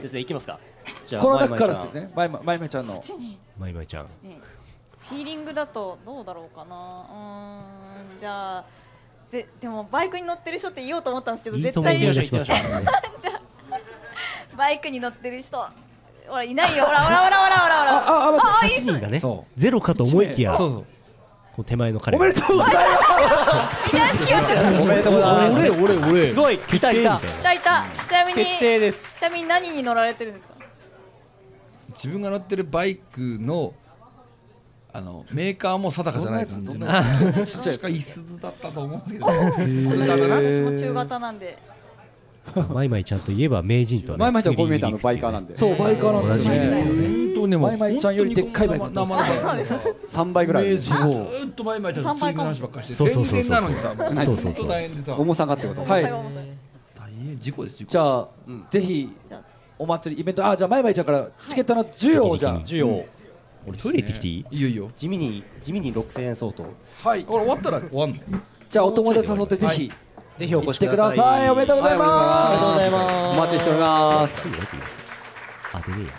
Speaker 8: ですね。いきますか。じゃあ
Speaker 7: この中から
Speaker 8: まいま
Speaker 7: で
Speaker 8: いち
Speaker 7: す
Speaker 8: ゃん
Speaker 7: ね。まいままいまいちゃんの。
Speaker 10: 一二
Speaker 2: まいまいちゃん
Speaker 10: フィーリングだとどうだろうかな。うーんじゃあぜでもバイクに乗ってる人って言おうと思ったんですけど
Speaker 2: いいと
Speaker 10: 絶
Speaker 2: 思う
Speaker 10: 対に
Speaker 2: いいと思う
Speaker 10: じゃあバイクに乗ってる人ほらいないよほらほらほらほらほらほら
Speaker 7: あ
Speaker 10: ああいいっ
Speaker 2: 8
Speaker 10: す
Speaker 2: 人がねゼロかと思いきや
Speaker 1: そう
Speaker 2: こう手前の彼お
Speaker 7: めでとうござい
Speaker 10: ますいや引き合っちゃった
Speaker 2: おめでとうございま
Speaker 1: 俺
Speaker 2: す
Speaker 1: 俺俺
Speaker 8: すごいいたいた
Speaker 10: いたいたちなみに
Speaker 1: 決定です
Speaker 10: ちなみに何に乗られてるんですか
Speaker 1: 自分が乗ってるバイクのあのメーカーも定かじゃない感じのちっちゃいかいすだったと思うんですけど
Speaker 10: 私
Speaker 1: 鈴だな
Speaker 10: も中型なんで
Speaker 2: まいまいちゃんといえば名人とね
Speaker 9: まいまいちゃんこう見えてあのバイカーなんで
Speaker 7: そうバイカーなんですよね
Speaker 2: おなじみですけどね
Speaker 1: 本当にもう
Speaker 7: まいまいちゃんよりでっかいバイク。
Speaker 1: 生々しい
Speaker 10: そうです
Speaker 9: 3倍ぐらいある
Speaker 1: 明治をずっと前々ちゃんと次の話ばっかりして
Speaker 9: そうそう
Speaker 1: 全
Speaker 9: そ
Speaker 1: 然な
Speaker 9: うそう
Speaker 1: のにさもう
Speaker 9: そう
Speaker 1: ず
Speaker 9: そう
Speaker 1: っ
Speaker 9: そ
Speaker 1: と
Speaker 9: う
Speaker 1: 大変でさ
Speaker 9: 重さがってこと
Speaker 7: はい。
Speaker 1: 事故です事故
Speaker 7: じゃあ、ぜひお祭りイベントあじゃあまいまいちゃんからチケットの授与をじゃあ
Speaker 8: 授与
Speaker 2: 俺トイレ行ってきていい
Speaker 1: いいよいいよ
Speaker 8: 地味に地味に六千円相当
Speaker 7: はい
Speaker 1: 終わったら終わんの
Speaker 7: じゃあお友達誘ってぜひ
Speaker 8: ぜひお越し
Speaker 7: 来てくださいおめでとうございます
Speaker 8: お
Speaker 9: 待ちしております
Speaker 2: あでね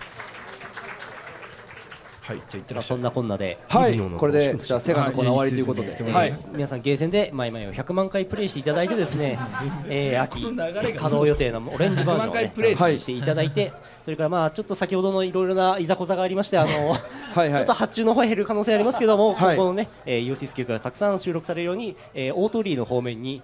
Speaker 1: はいじゃあ行って
Speaker 8: らっしゃいそんなこんなで
Speaker 7: はいこれでじゃあセガのコーナー終わりということで
Speaker 8: は
Speaker 7: はいい
Speaker 8: 皆さんゲーセンでマイマイを100万回プレイしていただいてで すねえー秋稼働予定のオレンジバージョ
Speaker 7: 100万
Speaker 8: ンを
Speaker 7: 回
Speaker 8: ね
Speaker 7: プレイ
Speaker 8: はいしていただいてそれからまあちょっと先ほどのいろいろないざこざがありましてあの
Speaker 7: はいはい
Speaker 8: ちょっと発注の方は減る可能性ありますけども、
Speaker 7: はい
Speaker 8: 今後のね、えー、イオシス級からたくさん収録されるように、えー、大鳥居の方面に、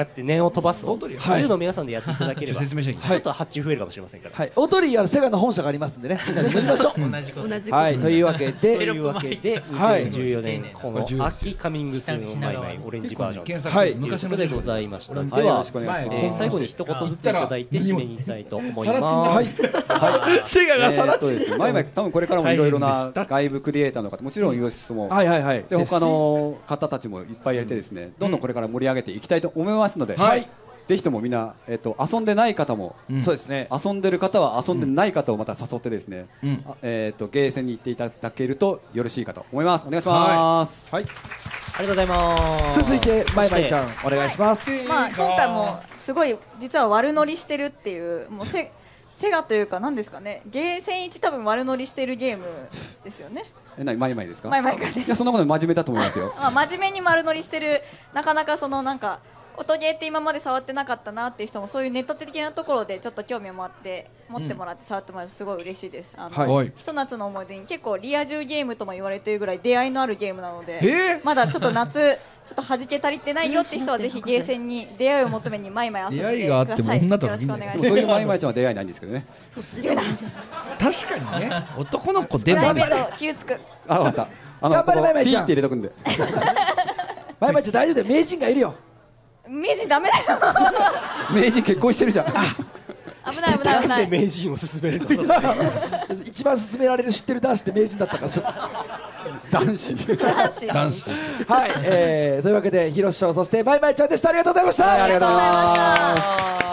Speaker 8: って念を飛ばすと、い、
Speaker 7: はいう
Speaker 8: のを皆さんでやっていただけれ ば、
Speaker 7: ちょっと説明しなきゃ
Speaker 8: ちょっと発注増えるかもしれませんから。
Speaker 7: はい大鳥居あのセガの本社がありますんでねみんなで乗りましょう同
Speaker 10: じこと同じ
Speaker 7: はいというわけで
Speaker 8: というわけで、
Speaker 7: はい
Speaker 8: 2014年、この秋カミングスーンのマイマイオレンジバージョンと
Speaker 1: 結構ね
Speaker 8: はいと
Speaker 1: 検
Speaker 8: いうこ
Speaker 1: 索
Speaker 8: とでございました。では、
Speaker 1: よろしくお願いします
Speaker 8: えー最後に一言ずついただいて締めにいきたいと思い
Speaker 9: さら
Speaker 8: ま
Speaker 9: ち
Speaker 8: す。
Speaker 9: はい
Speaker 8: セガがさらち
Speaker 9: えーとですね前々多分これからもいろいろな外部クリエイターの方もちろんユースも
Speaker 7: はいはいはい
Speaker 9: で他の方たちもいっぱいやれてですねどんどんこれから盛り上げていきたいと思いますので
Speaker 7: はい
Speaker 9: ぜひともみんなえっと遊んでない方も
Speaker 7: そうですね
Speaker 9: 遊んでる方は遊んでない方をまた誘ってですね
Speaker 7: うん
Speaker 9: あえっとゲーセンに行っていただけるとよろしいかと思いますお願いします
Speaker 7: はい
Speaker 8: ありがとうございます
Speaker 7: 続いてまいまいちゃん
Speaker 9: そし
Speaker 7: お願いします
Speaker 10: まあ今回もすごい実は悪乗りしてるっていうもうセ セガというか何ですかねゲーセン一多分悪乗りしてるゲームですよね
Speaker 9: えなにマイマイですか
Speaker 10: マイマイがね
Speaker 9: いやそんなことない真面目だと思いますよ
Speaker 10: まあ真面目に丸乗りしてるなかなかそのなんか音ゲーって今まで触ってなかったなっていう人もそういうネット的なところでちょっと興味を持って持ってもらって触ってもらうとすごい嬉しいです。あの、
Speaker 12: はい
Speaker 10: ひと夏の思い出に結構リア充ゲームとも言われてるぐらい出会いのあるゲームなので、
Speaker 12: えー
Speaker 10: まだちょっと夏ちょっと弾け足りてないよって人はぜひゲーセンに出会いを求めに毎毎遊んでください。よろしくお願いします。
Speaker 9: そういうまいまいちゃんは出会いないんですけどね
Speaker 1: 確かにね男の子
Speaker 10: プ
Speaker 9: で
Speaker 10: ライベート気をつく。
Speaker 9: あ、わかった。あの、
Speaker 7: 頑張れ
Speaker 9: この
Speaker 7: まいまいちゃん
Speaker 9: ピーって入れとくんで。
Speaker 7: まいまいちゃん大丈夫だよ名人がいるよ
Speaker 10: 名人ダメだよ
Speaker 9: 名人結婚してるじゃん
Speaker 10: 危ない危ない危な
Speaker 7: ないんで名人を勧めるの一番勧められる知ってる男子って名人だったからちょっと
Speaker 9: 男子
Speaker 10: 男子
Speaker 7: 男子はい、えー、というわけでひろしょうそしてまいまいちゃんでしたありがとうございました、
Speaker 9: はいありがとうございま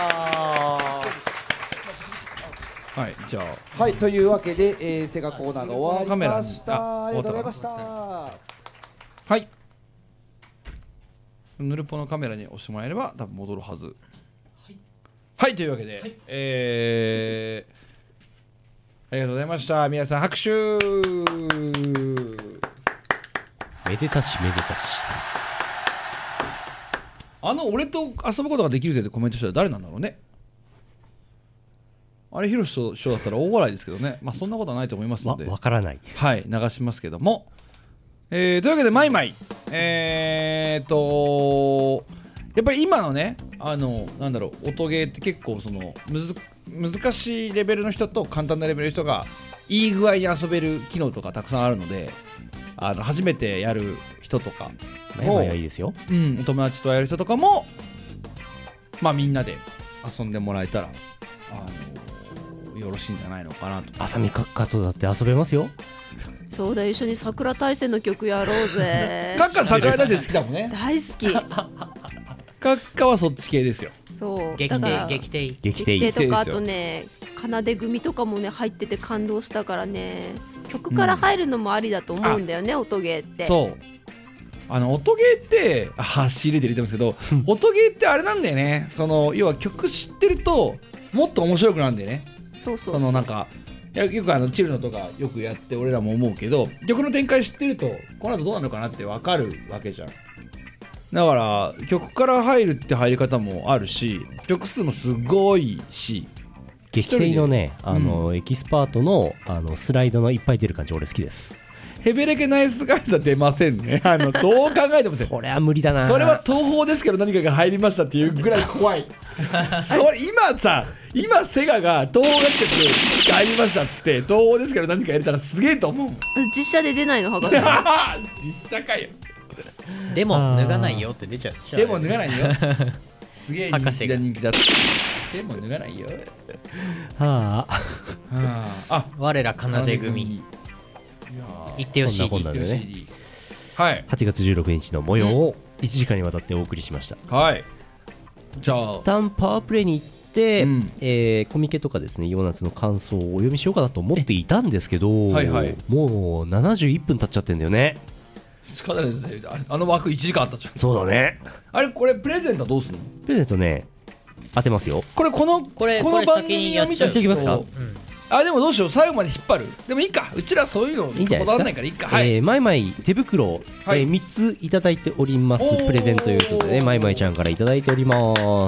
Speaker 1: はいじゃあ
Speaker 7: はいというわけで、えー、セガコーナーが終わりましたあ
Speaker 1: カメラにあ
Speaker 7: りがとうございました
Speaker 1: はいヌルポのカメラに押してもらえれば多分戻るはずはい、というわけで、えーありがとうございました皆さん拍手
Speaker 2: めでたしめでたし
Speaker 1: あの俺と遊ぶことができるぜってコメントしたら誰なんだろうねあれヒロシとショーだったら大笑いですけどねまあそんなことはないと思いますので
Speaker 2: わからない
Speaker 1: はい流しますけどもえーというわけでマイマイえーとやっぱり今のねあのなんだろう音ゲーって結構そのむず難しいレベルの人と簡単なレベルの人がいい具合に遊べる機能とかたくさんあるのであの初めてやる人とか
Speaker 2: まあ今はいいですよ
Speaker 1: うん、お友達とやる人とかも、まあ、みんなで遊んでもらえたらあのよろしいんじゃないのかなと
Speaker 2: 浅見閣下とだって遊べますよ
Speaker 4: そうだ一緒に桜大戦の曲やろうぜ
Speaker 1: カッカ桜井大好きだもんね
Speaker 4: 大好き
Speaker 1: カッカはそっち系ですよ
Speaker 4: そう
Speaker 1: 撃
Speaker 4: だ
Speaker 1: 退
Speaker 4: から
Speaker 1: 撃退
Speaker 4: 撃
Speaker 1: 撃退
Speaker 4: 退とかあとね奏で組とかもね入ってて感動したからね曲から入るのもありだと思うんだよね、音ゲーって
Speaker 1: そうあの音ゲーってあ走れて入れてますけど音ゲーってあれなんだよねその要は曲知ってるともっと面白くなるんだよね
Speaker 4: そうそう
Speaker 1: そのなんかいやよくあのチルノとかよくやって俺らも思うけど曲の展開知ってるとこの後どうなるのかなって分かるわけじゃんだから曲から入るって入り方もあるし曲数もすごいし
Speaker 2: 激
Speaker 1: 一人
Speaker 2: 定
Speaker 1: で
Speaker 2: のねあの、エキスパートのあのスライドのいっぱい出る感じ俺好きです
Speaker 1: ヘベレケナイスガイズは出ませんねあのどう考えてもそ
Speaker 2: れは無理だ な
Speaker 1: それは東宝ですけど何かが入りましたっていうぐらい怖 いそれ今さ今セガが東宝楽曲が入りましたっつって東宝ですけど何か入れたらすげえと思う
Speaker 4: 実写で出ないの博士
Speaker 1: 実写 かよ
Speaker 3: でも脱がないよって出ちゃう
Speaker 1: でも脱がないよすげえ人
Speaker 3: 博
Speaker 1: 気
Speaker 3: 士
Speaker 1: だ
Speaker 3: が
Speaker 1: 人気だ ってでも脱がないよ
Speaker 2: はあ
Speaker 1: あ
Speaker 3: 我ら奏で組行ってよし
Speaker 2: そんなこんなでね
Speaker 1: はい
Speaker 2: 8月16日の模様を1時間にわたってお送りしました、
Speaker 1: はいじゃあ
Speaker 2: 一旦パワープレイに行って、えーコミケとかですねヨナツの感想をお読みしようかなと思っていたんですけど、
Speaker 1: はいはい
Speaker 2: もう71分経っちゃってんだよね
Speaker 1: 仕方ないですあれあの枠1時間あったじゃん
Speaker 2: そうだね
Speaker 1: あれこれプレゼントはどうするの
Speaker 2: プレゼントね当てますよ
Speaker 1: これこのこ
Speaker 3: れこ
Speaker 1: の
Speaker 3: れ
Speaker 1: 番
Speaker 3: 先
Speaker 1: 組
Speaker 3: に
Speaker 1: を
Speaker 3: やっ
Speaker 1: 見
Speaker 3: ちゃ
Speaker 1: た
Speaker 3: う
Speaker 1: 人
Speaker 3: やっちゃう
Speaker 1: とあでもどうしよう最後まで引っ張るでもいいかうちらそういうの
Speaker 2: いいんじ
Speaker 1: こ
Speaker 2: ゃない
Speaker 1: だわらな
Speaker 2: で
Speaker 1: い
Speaker 2: す
Speaker 1: か
Speaker 2: から
Speaker 1: いいかはい、
Speaker 2: えーマイマイ手袋、
Speaker 1: はい
Speaker 2: えー3ついただいておりますプレゼントということでねマイマイちゃんからいただいておりま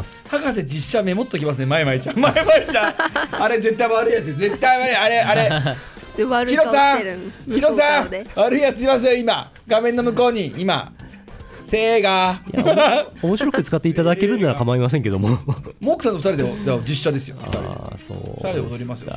Speaker 2: す
Speaker 1: 博士実写メモっときますねまいまいちゃんまいまいちゃん あれ絶対悪いやつ絶対悪いあれあれ
Speaker 4: で悪
Speaker 1: ヒ
Speaker 4: い
Speaker 1: ロ
Speaker 4: 顔
Speaker 1: さ
Speaker 4: し
Speaker 1: ん
Speaker 4: てる
Speaker 1: ヒロさ
Speaker 4: 向
Speaker 1: ん
Speaker 4: こうからで
Speaker 1: 悪いやついますよ今画面の向こうに今せーが
Speaker 2: 面白く使っていただけるなら構いませんけども
Speaker 1: モークさんと二人でだから実写ですよ二人
Speaker 2: ああそう
Speaker 1: 二人で踊りますよ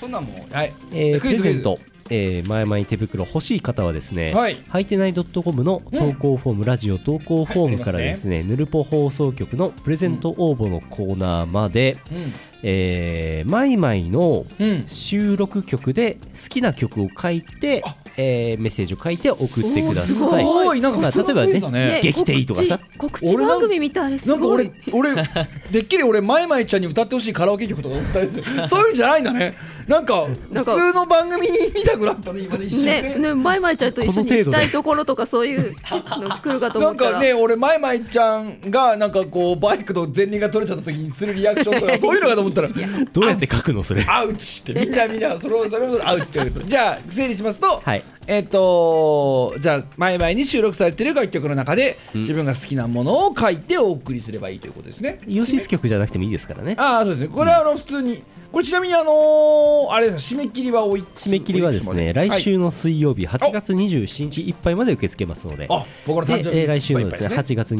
Speaker 1: そんなんもうはい、
Speaker 2: え
Speaker 1: じゃ
Speaker 2: ー
Speaker 1: あ
Speaker 2: プ
Speaker 1: クイ
Speaker 2: レ
Speaker 1: ズク
Speaker 2: ゼ
Speaker 1: イ
Speaker 2: ン
Speaker 1: ズ
Speaker 2: ト、えー、前々手袋欲しい方はですね、
Speaker 1: はい、
Speaker 2: てない .com の投稿フォーム、ラジオ投稿フォームから
Speaker 1: はいあり
Speaker 2: で
Speaker 1: ます
Speaker 2: すね、ぬるぽ放送局のプレゼント応募のコーナーまで、
Speaker 1: うん
Speaker 2: えー、マイマイの
Speaker 1: うん
Speaker 2: 収録曲で好きな曲を書いて、えーメッセージを書いて送ってくだ
Speaker 1: おーす
Speaker 2: さい。
Speaker 1: ごいなんか
Speaker 2: まあ
Speaker 1: 普通
Speaker 2: 例え
Speaker 1: の
Speaker 2: ば
Speaker 1: クイズだね
Speaker 2: ね、
Speaker 1: ね
Speaker 2: 激定とかさ、
Speaker 4: 告知番組みたいす
Speaker 1: なんか
Speaker 4: ごい
Speaker 1: 俺俺でっきり俺まいまいちゃんに歌ってほしいカラオケ曲とか歌って るそういうんじゃないんだねなんか普通の番組見たくなったね今ね一瞬ね
Speaker 4: ねねまいまいちゃんと一緒に行きたいところとかそういうの来るかと
Speaker 1: な
Speaker 4: 思
Speaker 1: ん
Speaker 4: ったら
Speaker 1: かね俺まいまいちゃんがなんかこうバイクの前輪が取れちゃった時にするリアクション とかそういうのかと思ったら
Speaker 2: どうやって書くのそれ。
Speaker 1: アウチってみんなみんなそれをそれこそアウチって言うけどじゃあ整理しますと、
Speaker 2: はい
Speaker 1: えっ、とじゃあ前々に収録されてる楽曲の中で、自分が好きなものを書いてお送りすればいいということですね
Speaker 2: イオシス曲じゃなくてもいいですからね。
Speaker 1: ああそうですねこれはあの普通に、これちなみにあのーあれですか締め切りはおい締め
Speaker 2: 締め切りはですね、来週の水曜日、8月27日いっぱいまで受け付けますので、
Speaker 1: あ僕の誕生日
Speaker 2: でえー来週ので
Speaker 1: い
Speaker 2: すね、
Speaker 1: っぱいいっぱいです
Speaker 2: 8月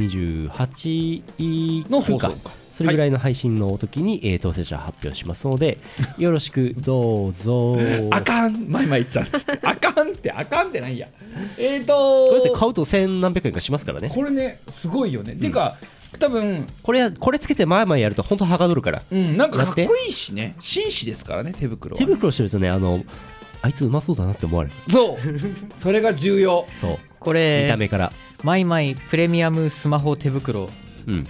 Speaker 2: 28
Speaker 1: の
Speaker 2: の
Speaker 1: 放
Speaker 2: 放
Speaker 1: 送
Speaker 2: 送
Speaker 1: か
Speaker 2: それぐらいの配信の時に、えー当選者発表しますので、よろしくどうぞ。
Speaker 1: あかんまいまいちゃんっつってあかんってあかんってないやえっ、と
Speaker 2: こうやって買うと千何百円かしますからね。
Speaker 1: これねすごいよね、ていうか多分
Speaker 2: これこれつけて前々やると本当はかどるから、
Speaker 1: うんなんかかっ
Speaker 2: や
Speaker 1: こいいしね紳士ですからね手袋は
Speaker 2: 手袋してるとねあのあいつうまそうだなって思われる
Speaker 1: そうそれが重要
Speaker 2: そう
Speaker 3: これ
Speaker 2: 見た目から
Speaker 3: マイマイプレミアムスマホ手袋
Speaker 2: うん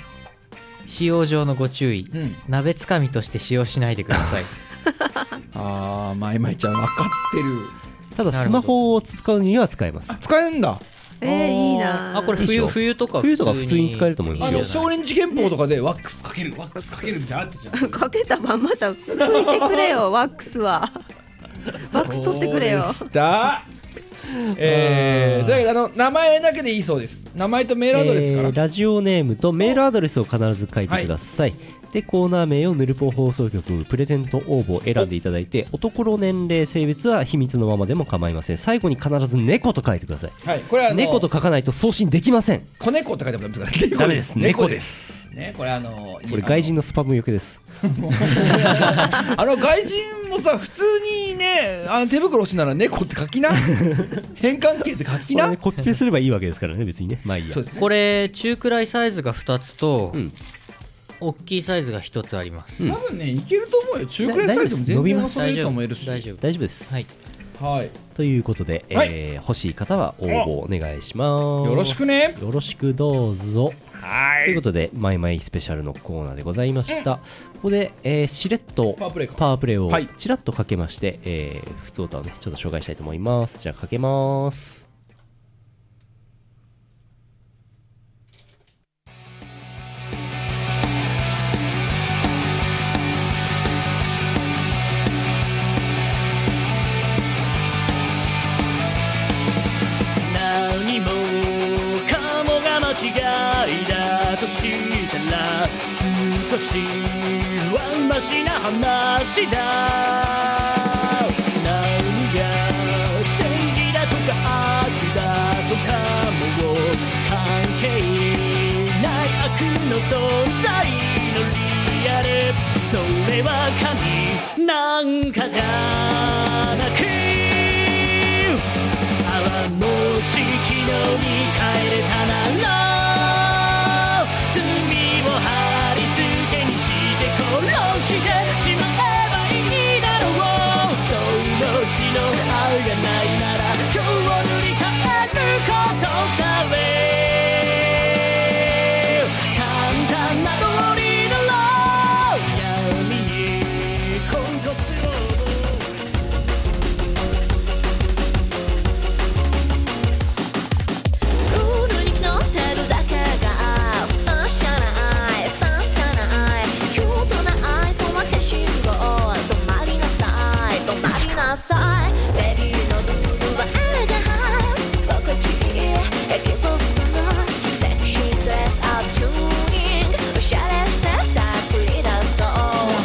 Speaker 3: 使用上のご注意、
Speaker 1: うん
Speaker 3: 鍋つかみとして使用しないでください
Speaker 1: ああマイマイちゃん分かってる
Speaker 2: ただスマホを使うには使えます
Speaker 1: 使えるんだ
Speaker 14: えー、いいな
Speaker 3: あこれ
Speaker 2: いいっし
Speaker 3: 冬
Speaker 2: ょ
Speaker 3: 冬とか
Speaker 2: 冬とか普通に使えると思いますよ
Speaker 1: あの少林寺拳法とかでワックスかけるワックスかけるみたいなのあったじゃん
Speaker 14: かけたまんまじゃん拭いてくれよワックスはワックス取ってくれよ
Speaker 1: そうでした。えー、というわけであの名前だけでいいそうです。名前とメールアドレスから。
Speaker 2: えーラジオネームとメールアドレスを必ず書いてください、でコーナー名をヌルポ放送局プレゼント応募を選んでいただいて男の年齢性別は秘密のままでも構いません最後に必ず猫と書いてください
Speaker 1: はい、これはあの
Speaker 2: 猫と書かないと送信できません
Speaker 1: 子猫って書いてもダメですからね。
Speaker 2: ダメです
Speaker 1: 猫
Speaker 2: 猫
Speaker 1: で。
Speaker 2: です
Speaker 1: ね、これあの
Speaker 2: これ外人のスパムよけです
Speaker 1: あの外人もさ普通にねあの手袋欲しいなら猫って書き な。変換系って書き
Speaker 2: これ
Speaker 1: な
Speaker 2: ね。コピペすればいいわけですからね別にねまあいいや
Speaker 1: そうです
Speaker 3: これ中くらいサイズが2つと、
Speaker 2: ん
Speaker 3: 大きいサイズが1つあります、
Speaker 1: 多分ねいけると思うよ。中くらいサイズも全然遊べると思えるし。
Speaker 3: 大丈夫
Speaker 2: 大丈夫です、
Speaker 3: はい
Speaker 1: はい。
Speaker 2: ということで、えー
Speaker 1: はい
Speaker 2: 欲しい方は応募お願いします
Speaker 1: よろしくね
Speaker 2: よろしくどうぞ
Speaker 1: は
Speaker 2: ということで、マイマイスペシャルのコーナーでございました。ここで、えーしれっとパ
Speaker 1: ワープレイか
Speaker 2: ープレイを
Speaker 1: はい
Speaker 2: ちらっとかけまして、えー、普通歌をね、ちょっと紹介したいと思います。じゃあ、かけます。
Speaker 7: 何もかもが間違いだとしたら少しはマシな話だ何が正義だとか悪だとかもう関係ない悪の存在のリアルそれは神なんかじゃなく泡の式のに変えれたなら罪を貼り付けにして殺してしまえばいいだろうそう命の愛がないなら今日を塗り替えることさえ簡単な道理だろう闇にコンコツを
Speaker 10: 「クールに乗ってるだけがスタンシャナイスタンシャナイ」「キュートな愛想は消しゴ止まりなさい止まりなさい」「ベリーのルールはエレガンス」「心地いいエキゾスのない」「セクシードレスアップチューニング」「おしゃれしてさっくり出そう」「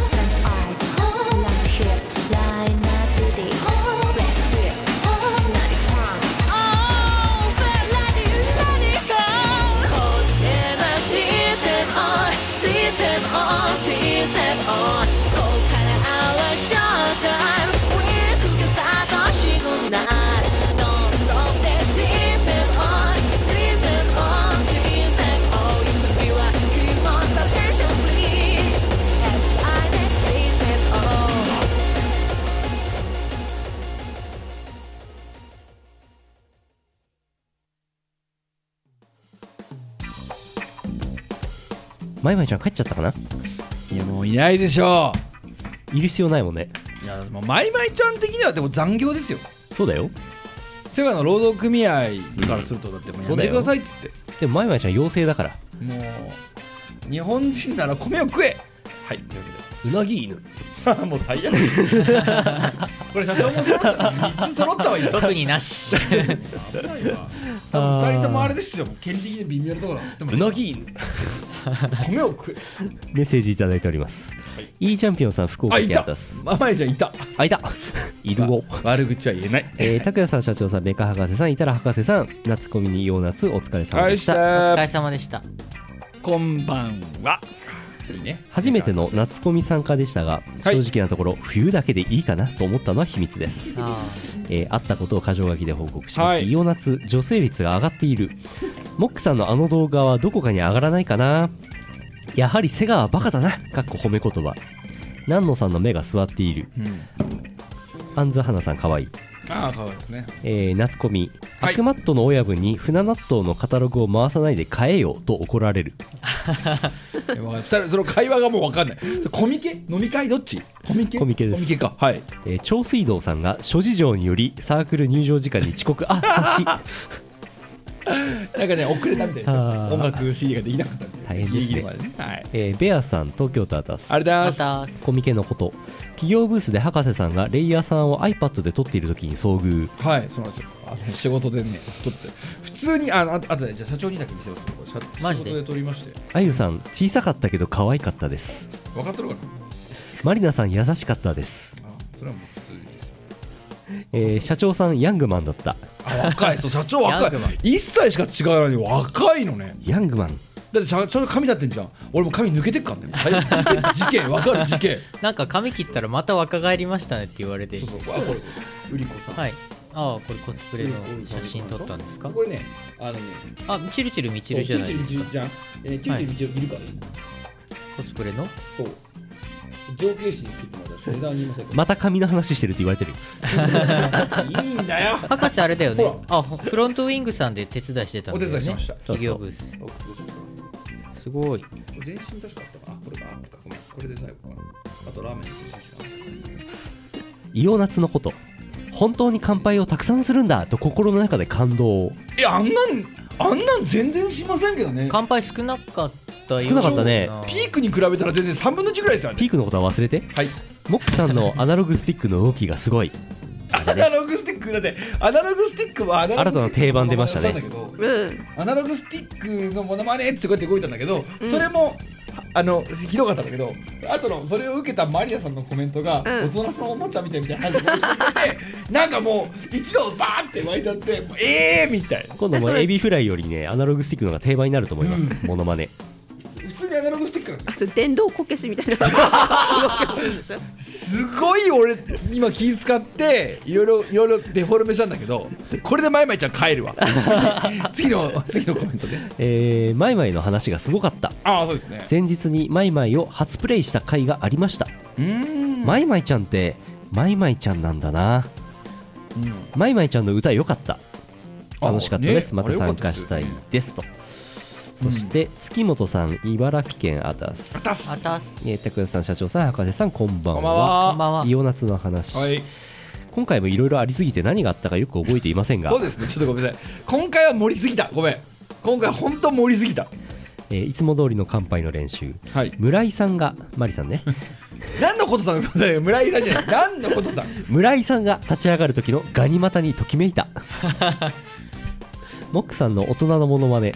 Speaker 10: センアイラブヒップライナービリー」「レスビーナリファン」
Speaker 2: マイマイちゃん帰っちゃったかない
Speaker 1: や、もういないでしょ
Speaker 2: いる必要ないもんね。
Speaker 1: いやもうマイマイちゃん的にはでも残業ですよ。
Speaker 2: そうだよ。
Speaker 1: セガの労働組合からするとだってもうやめてくださいっつって。
Speaker 2: でも、マイマイちゃん妖精だから。
Speaker 1: もう日本人なら米を食 えはいというわけでうなぎ犬もう最悪これ社長も揃った3つ揃ったわ今
Speaker 3: 特にな し
Speaker 1: 危ないわ多分二人ともあれですよ権利的に微妙なところは知ってもうなぎ犬米を食え
Speaker 2: メッセージいただいております。い、いチャンピオンさん、福
Speaker 1: あ
Speaker 2: 岡
Speaker 1: い
Speaker 2: 県
Speaker 1: た
Speaker 2: です。
Speaker 1: ママイちゃんいた
Speaker 2: あいたいる を
Speaker 1: 悪口は言えない
Speaker 2: えー、拓也さん社長さんメカ博士さんいたら博士さん夏コミによう夏お疲れ様でした
Speaker 3: お疲れ様でした
Speaker 1: こんばんはいいね
Speaker 2: 初めての夏コミ参加でしたが、正直なところ冬だけでいいかなと思ったのは秘密です
Speaker 3: あ
Speaker 2: えーあったことを箇条書きで報告します、
Speaker 3: はい
Speaker 2: イオナツ女性率が上がっているモックさんのあの動画はどこかに上がらないかなやはりセガはバカだなかっこ褒め言葉南野さんの目が座っているアンズハナさんかわいい
Speaker 1: ああ可愛いですね
Speaker 2: えー夏コミ、アクマットの親分に船納豆のカタログを回さないで買えよと怒られる
Speaker 1: えわかんない二人その会話がもう分かんないそれコミケ飲み会どっちコミケ
Speaker 2: コミケです
Speaker 1: かはい、
Speaker 2: えー長水道さんが諸事情によりサークル入場時間に遅刻あ察し
Speaker 1: なんかね遅れたみたいですよ
Speaker 2: あー
Speaker 1: 音楽 CD ができなかったんで
Speaker 2: 大変ですね
Speaker 1: ギリギリまでねはい
Speaker 2: えーベアさん東京タータス
Speaker 1: ありがとうござ
Speaker 3: います
Speaker 2: コミケのこと企業ブースで博士さんがレイヤーさんを iPad で撮っている時に遭遇
Speaker 1: はいそうなんですよあの仕事でね撮って普通にあああとでじゃあ社長にだけ見せますこれ社マジで仕事で撮りまして
Speaker 2: あゆさん小さかったけど可愛かったです
Speaker 1: 分かっとるかな
Speaker 2: マリナさん優しかったです、
Speaker 1: それはもう普通にですよ
Speaker 2: えー社長さんヤングマンだった
Speaker 1: あ若いそう社長若
Speaker 2: ヤ
Speaker 1: い
Speaker 2: ングマン
Speaker 1: 1歳しか違うのに若いのね
Speaker 2: ヤングマン
Speaker 1: だって社長髪立ってんじゃん俺も髪抜けてっかんね 大丈夫事件事件分かる事件
Speaker 3: なんか髪切ったらまた若返りましたねって言われて
Speaker 1: そうそうあこれウリコさん
Speaker 3: はいああこれコスプレの写真撮ったんですか
Speaker 1: これねあのね
Speaker 3: あチルチルミチルじゃないですか
Speaker 1: じゃんえーキュウチルミチルいるからね
Speaker 3: コスプレの
Speaker 1: そう上級誌に作ってもらったら値段言いませ ん
Speaker 2: また髪の話してるって言われてるよ
Speaker 1: いいんだよ
Speaker 3: 博士あれだよねあフロントウィングさんで手伝いしてたんだよね
Speaker 1: お手伝いしました
Speaker 3: 企業ブースすごい
Speaker 1: 全身確かあったかなこれかあったかごめんこれで最後かなあとラーメンの写真か
Speaker 2: イオナツのこと本当に乾杯をたくさんするんだと心の中で感動
Speaker 1: いやあんなんあんなん全然しませんけどね
Speaker 3: 乾杯少なかった
Speaker 2: 少なかったね
Speaker 1: ピークに比べたら全然3分の1ぐらいですよね
Speaker 2: ピークのことは忘れて、モックさんのアナログスティックの動きがすごい
Speaker 1: アナログスティックだってアナログスティックはアナログ
Speaker 2: 新たな定番出ましたね
Speaker 1: モノマネをしたんだけどアナログスティックのモノマネってこうやって動いたんだけど、それもあのひどかったんだけどあとのそれを受けたマリアさんのコメントが、大人のおもちゃみたいみたいな話をしててなんかもう一度バーって湧いちゃってもうええー、みたいな
Speaker 2: 今度
Speaker 1: そ
Speaker 2: も
Speaker 1: れ
Speaker 2: エビフライよりねアナログスティックの方が定番になると思います、モノマネ
Speaker 1: 普通にアナログスティックなんですよ
Speaker 4: あそれ電動こけしみた いな動きをするんでしょ
Speaker 1: すごい俺今気使っていろいろいろいろデフォルメしたんだけどこれでまいまいちゃん帰るわ次の次のコメントで
Speaker 2: えー、マイマイの話がすごかった
Speaker 1: ああそうですね
Speaker 2: 前日にマイマイを初プレイした回がありましたマイマイちゃんってマイマイちゃんなんだなマイマイちゃんの歌良かった
Speaker 8: あ
Speaker 2: 楽しかったです、
Speaker 8: ね
Speaker 2: また参加したいですとそして月本さん茨城県アタス
Speaker 3: あたす
Speaker 2: えー、拓也さん社長さん博士さんこんばんは
Speaker 3: こんばんは
Speaker 2: イオナツの話、
Speaker 1: はい
Speaker 2: 今回もいろいろありすぎて何があったかよく覚えていませんが
Speaker 1: そうですねちょっとごめんなさい今回は盛りすぎたごめん今回本当盛りすぎた
Speaker 2: えーいつも通りの乾杯の練習、村井さんがマリさんね
Speaker 1: 何のことさんごめんなさい村井さんじゃない何のことさん
Speaker 2: 村井さんが立ち上がる時のガニ股にときめい たモックさんの大人のモノマネ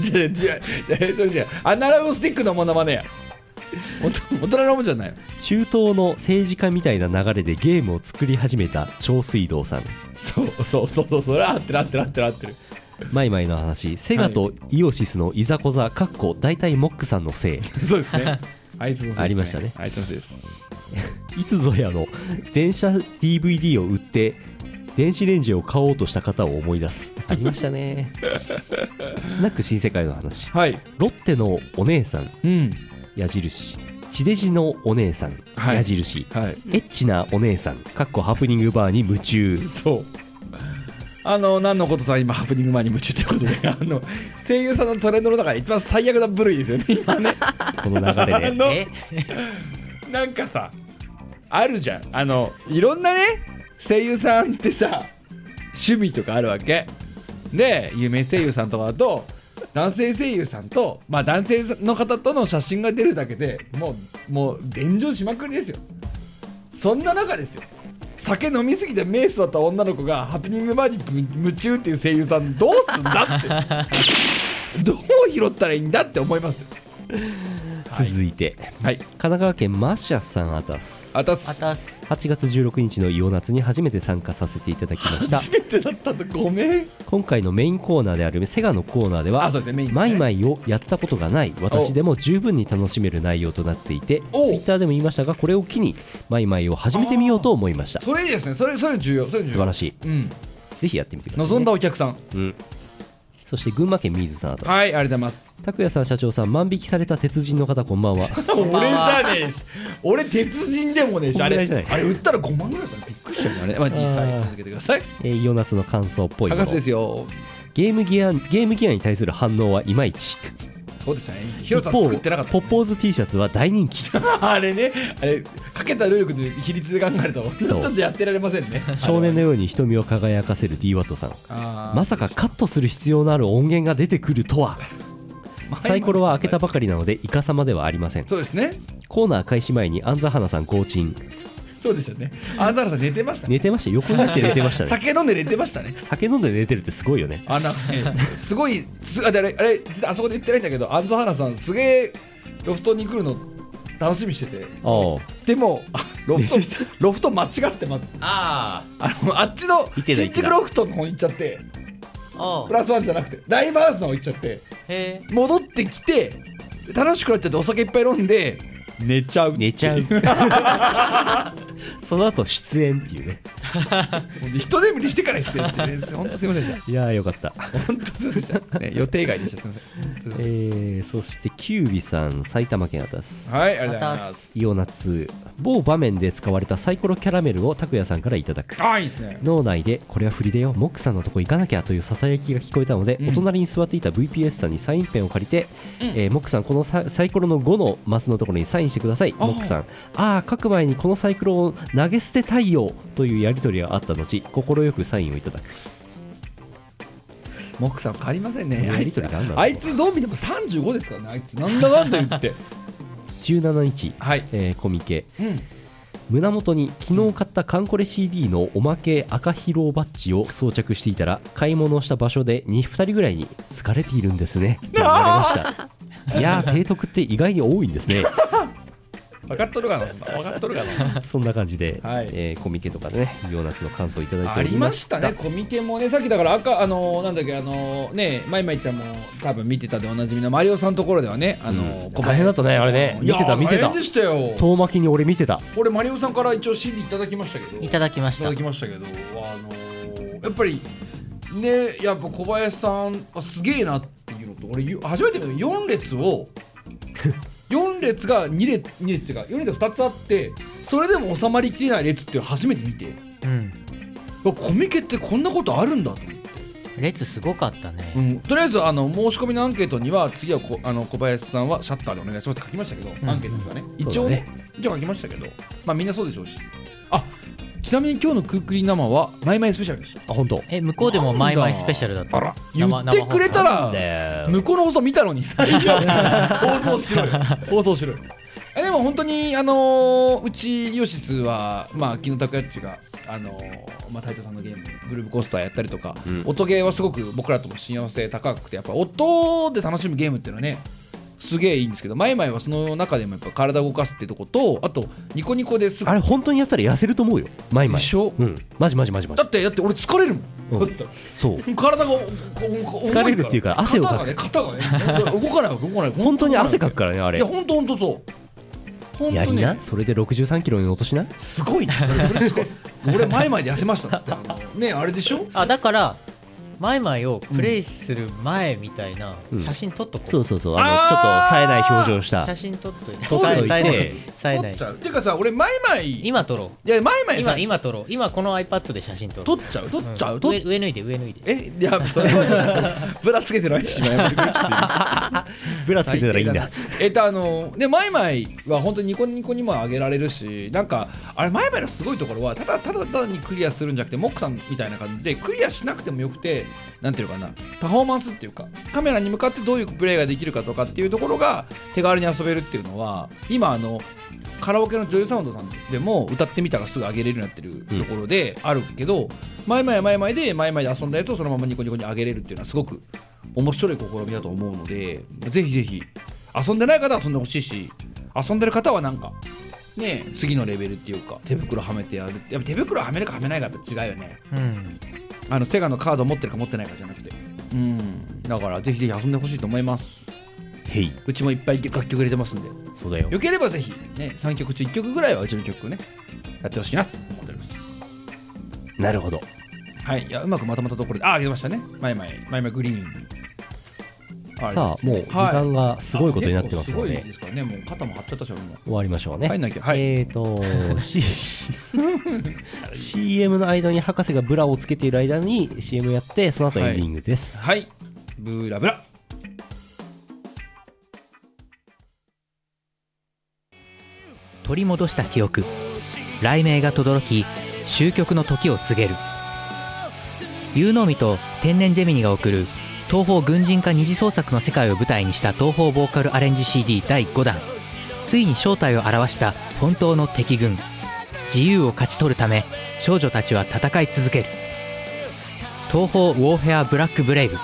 Speaker 1: じゃじゃそれじゃアナログスティックのものまねや大人のもんじゃない
Speaker 2: 中東の政治家みたいな流れでゲームを作り始めた長水道さん
Speaker 1: そうそうそうそうそれは合ってる合ってる合ってる合ってる
Speaker 2: マイマイの話セガとイオシスのいざこざかっこ大体モックさんのせい
Speaker 1: そうです ねあいつのせいですね
Speaker 2: ありましたね
Speaker 1: あいつのせいです
Speaker 2: いつぞやの電車 DVD を売って電子レンジを買おうとした方を思い出すありましたね スナック新世界の話、ロッテのお姉さん、矢印地デジのお姉さん、矢印、エッチなお姉さんかっこハプニングバーに夢中
Speaker 1: そうあの何のことさん今ハプニング前に夢中ということであの声優さんのトレンドの中で一番最悪な部類ですよね今ね
Speaker 2: この 流れで
Speaker 1: あのなんかさあるじゃんあのいろんなね声優さんってさ趣味とかあるわけで有名声優さんとかだと男性声優さんと、まあ、男性の方との写真が出るだけでもうもう炎上しまくりですよそんな中ですよ酒飲みすぎて目座った女の子がハプニングバーにぶ夢中っていう声優さんどうすんだってどう拾ったらいいんだって思いますよ
Speaker 2: 続いて、神奈川県マシャさんあたす
Speaker 1: あたす
Speaker 3: あたす
Speaker 2: 8月16日のイオナツに初めて参加させていただきま した
Speaker 1: 初めてだったんだごめん
Speaker 2: 今回のメインコーナーであるセガのコーナーではマイマイをやったことがない私でも十分に楽しめる内容となっていてツイッターでも言いましたがこれを機にマイマイを始めてみようと思いました
Speaker 1: それいいですねそれそれ重要それ重要
Speaker 2: 素晴らしい、
Speaker 1: うん、
Speaker 2: ぜひやってみてくださいね、
Speaker 1: 望んだお客さん
Speaker 2: うん、そして群馬県水さんあた
Speaker 1: はいありがとうございます
Speaker 2: 拓也さん社長さん万引きされた鉄人の方こんばんは
Speaker 1: 俺じゃねえし俺鉄人でもねえしあれ
Speaker 2: 問題じゃない
Speaker 1: あれ売ったら5万ぐらいだったのびっくりしたよねあれまあ実際続けてください
Speaker 2: えー、イオナスの感想っぽいもの
Speaker 1: 博士ですよ
Speaker 2: ゲームギアゲームギアに対する反応はいまいち
Speaker 1: そうでしたねヒロさん作ってなかっ
Speaker 2: ポッポーズ T シャツは大人 気
Speaker 1: たあれねあれかけた労力の比率で考えるとちょっとやってられませんね
Speaker 2: 少年のように瞳を輝かせる DWAT さん
Speaker 1: あー
Speaker 2: まさかカットする必要のある音源が出てくるとはサイコロは開けたばかりなのでイカ様ではありません
Speaker 1: そうですね
Speaker 2: コーナー開始前に安座花さん更新
Speaker 1: そうでしたねあんたらさん寝てましたね
Speaker 2: 寝てました横になって寝てましたね
Speaker 1: 酒飲んで寝てましたね
Speaker 2: 酒飲んで寝てるってすごいよね
Speaker 1: あなんかねすごいすあであれあれ実はあそこで言ってないんだけど安藤花さんすげえロフトに来るの楽しみにしてて
Speaker 2: おう
Speaker 1: でもあロフト ロフト間違ってますあのあっちの
Speaker 2: てた
Speaker 1: 新宿ロフトの方に行っちゃってプラスワンじゃなくてライブハウスの方行っちゃって
Speaker 3: へ
Speaker 1: 戻ってきて楽しくなっちゃってお酒いっぱい飲んで寝ちゃう
Speaker 2: 寝ちゃうその後出演っていうね
Speaker 1: 人眠りしてから出演ってね本当すいませんでし
Speaker 2: いやーよかった
Speaker 1: 本当すいませんでした、ね、予定外でしたすいません
Speaker 2: えー、そしてキュウビさん埼玉県あたす
Speaker 1: はいありがとうございます
Speaker 2: イオナツ某場面で使われたサイコロキャラメルを拓也さんからいただく
Speaker 1: あいいですね
Speaker 2: 脳内でこれは振りでよモックさんのとこ行かなきゃというささやきが聞こえたので、
Speaker 1: うん
Speaker 2: お隣に座っていた VPS さんにサインペンを借りて、えーモックさんこのササイコロの5のマスのところにサインしてください
Speaker 1: あー
Speaker 2: モックさんああ書く前にこのサイコロを投げ捨てたいよというやり取りがあった後快くサインをいただく
Speaker 1: モックさん変わりませんね
Speaker 2: やりとりがあんだな
Speaker 1: あいつどう見ても35ですからねあいつなんだかんだ言って
Speaker 2: 17日、えーコミケ、
Speaker 1: うん
Speaker 2: 胸元に昨日買ったカンコレ CD のおまけ赤ヒロバッジを装着していたら買い物をした場所で 2, 2人ぐらいに疲れているんですねと言われ ましたいやー提督って意外に多いんですね
Speaker 1: 分かっとるかなそんな分かっとるかな
Speaker 2: そんな感じで、えーコミケとかでねヨナスの感想をいただい て
Speaker 1: あ
Speaker 2: お
Speaker 1: り
Speaker 2: り
Speaker 1: ま
Speaker 2: ま
Speaker 1: し
Speaker 2: したた
Speaker 1: ねコミケもねさっきだから赤あのーなんだっけあのーねまいまいちゃんも多分見てたでおなじみのマリオさんのところではねあのー小林
Speaker 2: 大変だったねあれね
Speaker 1: い
Speaker 2: 見
Speaker 1: や
Speaker 2: てた見て
Speaker 1: 大
Speaker 2: た
Speaker 1: 変でしたよ
Speaker 2: 遠巻きに俺見てた
Speaker 1: 俺マリオさんから一応 CD いただきましたけど
Speaker 3: いただきました
Speaker 1: いただきましたけどあのーやっぱりねやっぱ小林さんあすげえなっていうのと俺ゆ初めて見た4列 を4列が2列2列っていうか4列が2つあってそれでも収まりきれない列っていうのを初めて見てうわコミケってこんなことあるんだと思って
Speaker 3: 列すごかったね
Speaker 1: うん、とりあえずあの申し込みのアンケートには次はこあの小林さんはシャッターでお願いしますって書きましたけど、
Speaker 3: ん
Speaker 1: アンケートとかね
Speaker 3: うん
Speaker 1: 一応ね一応書きましたけど、まあ、みんなそうでしょうしあちなみに今日の「クックリン生」は「マイマイスペシャル」でした
Speaker 2: あ本当
Speaker 3: え向こうでもマイマイスペシャルだった
Speaker 1: あら言ってくれた
Speaker 3: 生放送
Speaker 1: ら向こうの放送見た のにさ放送しろよ放送しろよえでも本当にあのーうちヨシスはまあ昨日拓也っちがあのーまあ、タイトさんのゲームグルーブコースターやったりとか、音ゲーはすごく僕らとも親和性高くてやっぱ音で楽しむゲームっていうのはねすげえいいんですけど前々はその中でもやっぱ体を動かすってとことあとニコニコです
Speaker 2: あれ本当にやったら痩せると思うよ毎毎
Speaker 1: でしょ
Speaker 2: うんマジマジマジマジ
Speaker 1: だってだって俺疲れるもんだ
Speaker 2: うん
Speaker 1: って
Speaker 2: そう
Speaker 1: 体がこう
Speaker 2: 疲れるっていうか汗をかく
Speaker 1: 肩がね肩がね動かないわ動かない
Speaker 2: 本当に汗かくからねあ
Speaker 1: い
Speaker 2: れ
Speaker 1: や本当本当そう本
Speaker 2: や
Speaker 1: 当
Speaker 2: り
Speaker 1: ね
Speaker 2: なそれで6 3キロに落としな
Speaker 1: すごいねそれそれすごい俺前々で痩せましたってあのねあれでしょ
Speaker 3: あだからマイマイをプレイする前みたいな写真撮っとこう、
Speaker 2: そうそうそうあのちょっと冴えない表情した
Speaker 3: 写真撮っといて
Speaker 2: 撮っといて
Speaker 3: 冴えない冴えない
Speaker 1: 撮っちゃうっていうかさ俺前々
Speaker 3: 今撮ろ
Speaker 1: ういや前々さ
Speaker 3: 今今撮ろう今この iPad で写真撮ろう
Speaker 1: 撮っちゃう撮っちゃう
Speaker 3: うん
Speaker 1: 撮っ
Speaker 3: 上上脱いで上脱いで
Speaker 1: えいやそれはぶらつけてないし今やめてくれっていう
Speaker 2: ぶらつけてたらいいんだ
Speaker 1: 最低なえっとあのでマイマイは本当にニコニコにも上げられるしなんかあれマイマイのすごいところはただただ単にクリアするんじゃなくてモックさんみたいな感じでクリアしなくてもよくてなんていうのかなパフォーマンスっていうかカメラに向かってどういうプレイができるかとかっていうところが手軽に遊べるっていうのは今あのカラオケの女優サウンドさんでも歌ってみたらすぐ上げれるようになってるところであるけど、前々前々で前々で遊んだやつをそのままニコニコに上げれるっていうのはすごく面白い試みだと思うのでぜひぜひ遊んでない方は遊んでほしいし遊んでる方はなんかねえ次のレベルっていうか手袋はめてやるやっぱ手袋はめるかはめないかって違うよね
Speaker 3: うん
Speaker 1: あのセガのカード持ってるか持ってないかじゃなくてうんだからぜひぜひ遊んでほしいと思います
Speaker 2: へ
Speaker 1: いうちもいっぱい楽曲入れてますんで
Speaker 2: そうだよ
Speaker 1: よければぜひね3曲中1曲ぐらいはうちの曲ねやってほしいなと思っております
Speaker 2: なるほど
Speaker 1: はいいやうまくまとまったところでああ出ましたね前々前々グリーンあ
Speaker 2: さあもう時間がすごいことになってますので
Speaker 1: はいあ結構すごいですからねもう肩も張っちゃったし俺も
Speaker 2: 終わりましょうね。
Speaker 1: 入んなきゃはい
Speaker 2: えーと、C、CM の間に博士がブラをつけている間に CM やって、その後エンディングです。
Speaker 1: はい。ブラブラ。
Speaker 6: 取り戻した記憶雷鳴が轟き終局の時を告げる有能美と天然ジェミニが送る東方軍人化二次創作の世界を舞台にした東方ボーカルアレンジ CD 第5弾ついに正体を表した本当の敵軍自由を勝ち取るため少女たちは戦い続ける東方ウォーフェアブラックブレイブ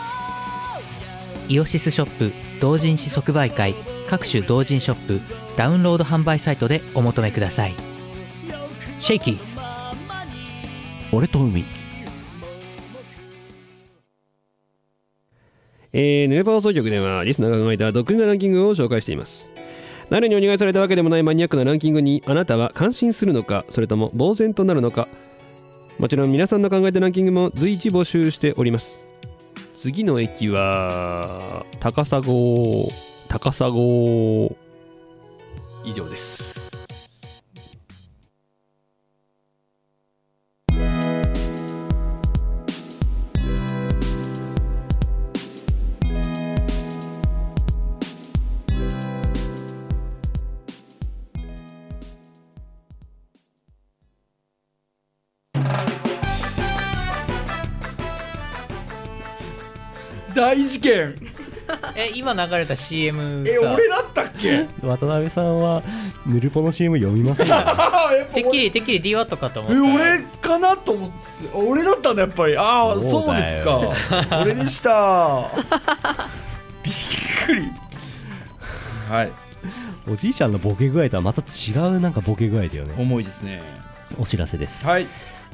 Speaker 6: イオシスショップ同人誌即売会各種同人ショップダウンロード販売サイトでお求めくださいシェイキーズ
Speaker 2: 俺と海
Speaker 15: えー、ヌーパー放送局ではリスナーが考えた独自なランキングを紹介しています誰にお願いされたわけでもないマニアックなランキングにあなたは感心するのかそれとも呆然となるのかもちろん皆さんの考えたランキングも随時募集しております次の駅は高砂高砂以上です
Speaker 1: 大事件
Speaker 3: え今流れた CM
Speaker 1: え俺だったっけ
Speaker 2: 渡辺さんは、ヌルポの CM 読みませんよ。
Speaker 3: てっきりてっきり DWAT かと思
Speaker 1: え
Speaker 3: った
Speaker 1: 俺かなと思って俺だったんだやっぱりああ
Speaker 2: そ
Speaker 1: そうう
Speaker 2: だ
Speaker 1: で
Speaker 2: よ
Speaker 1: すか俺でした はい。
Speaker 2: おじいちゃんのボケ具合とはまた違うなんかボケ具合だよね。
Speaker 1: 重いですね。
Speaker 2: お知らせです。
Speaker 1: はい。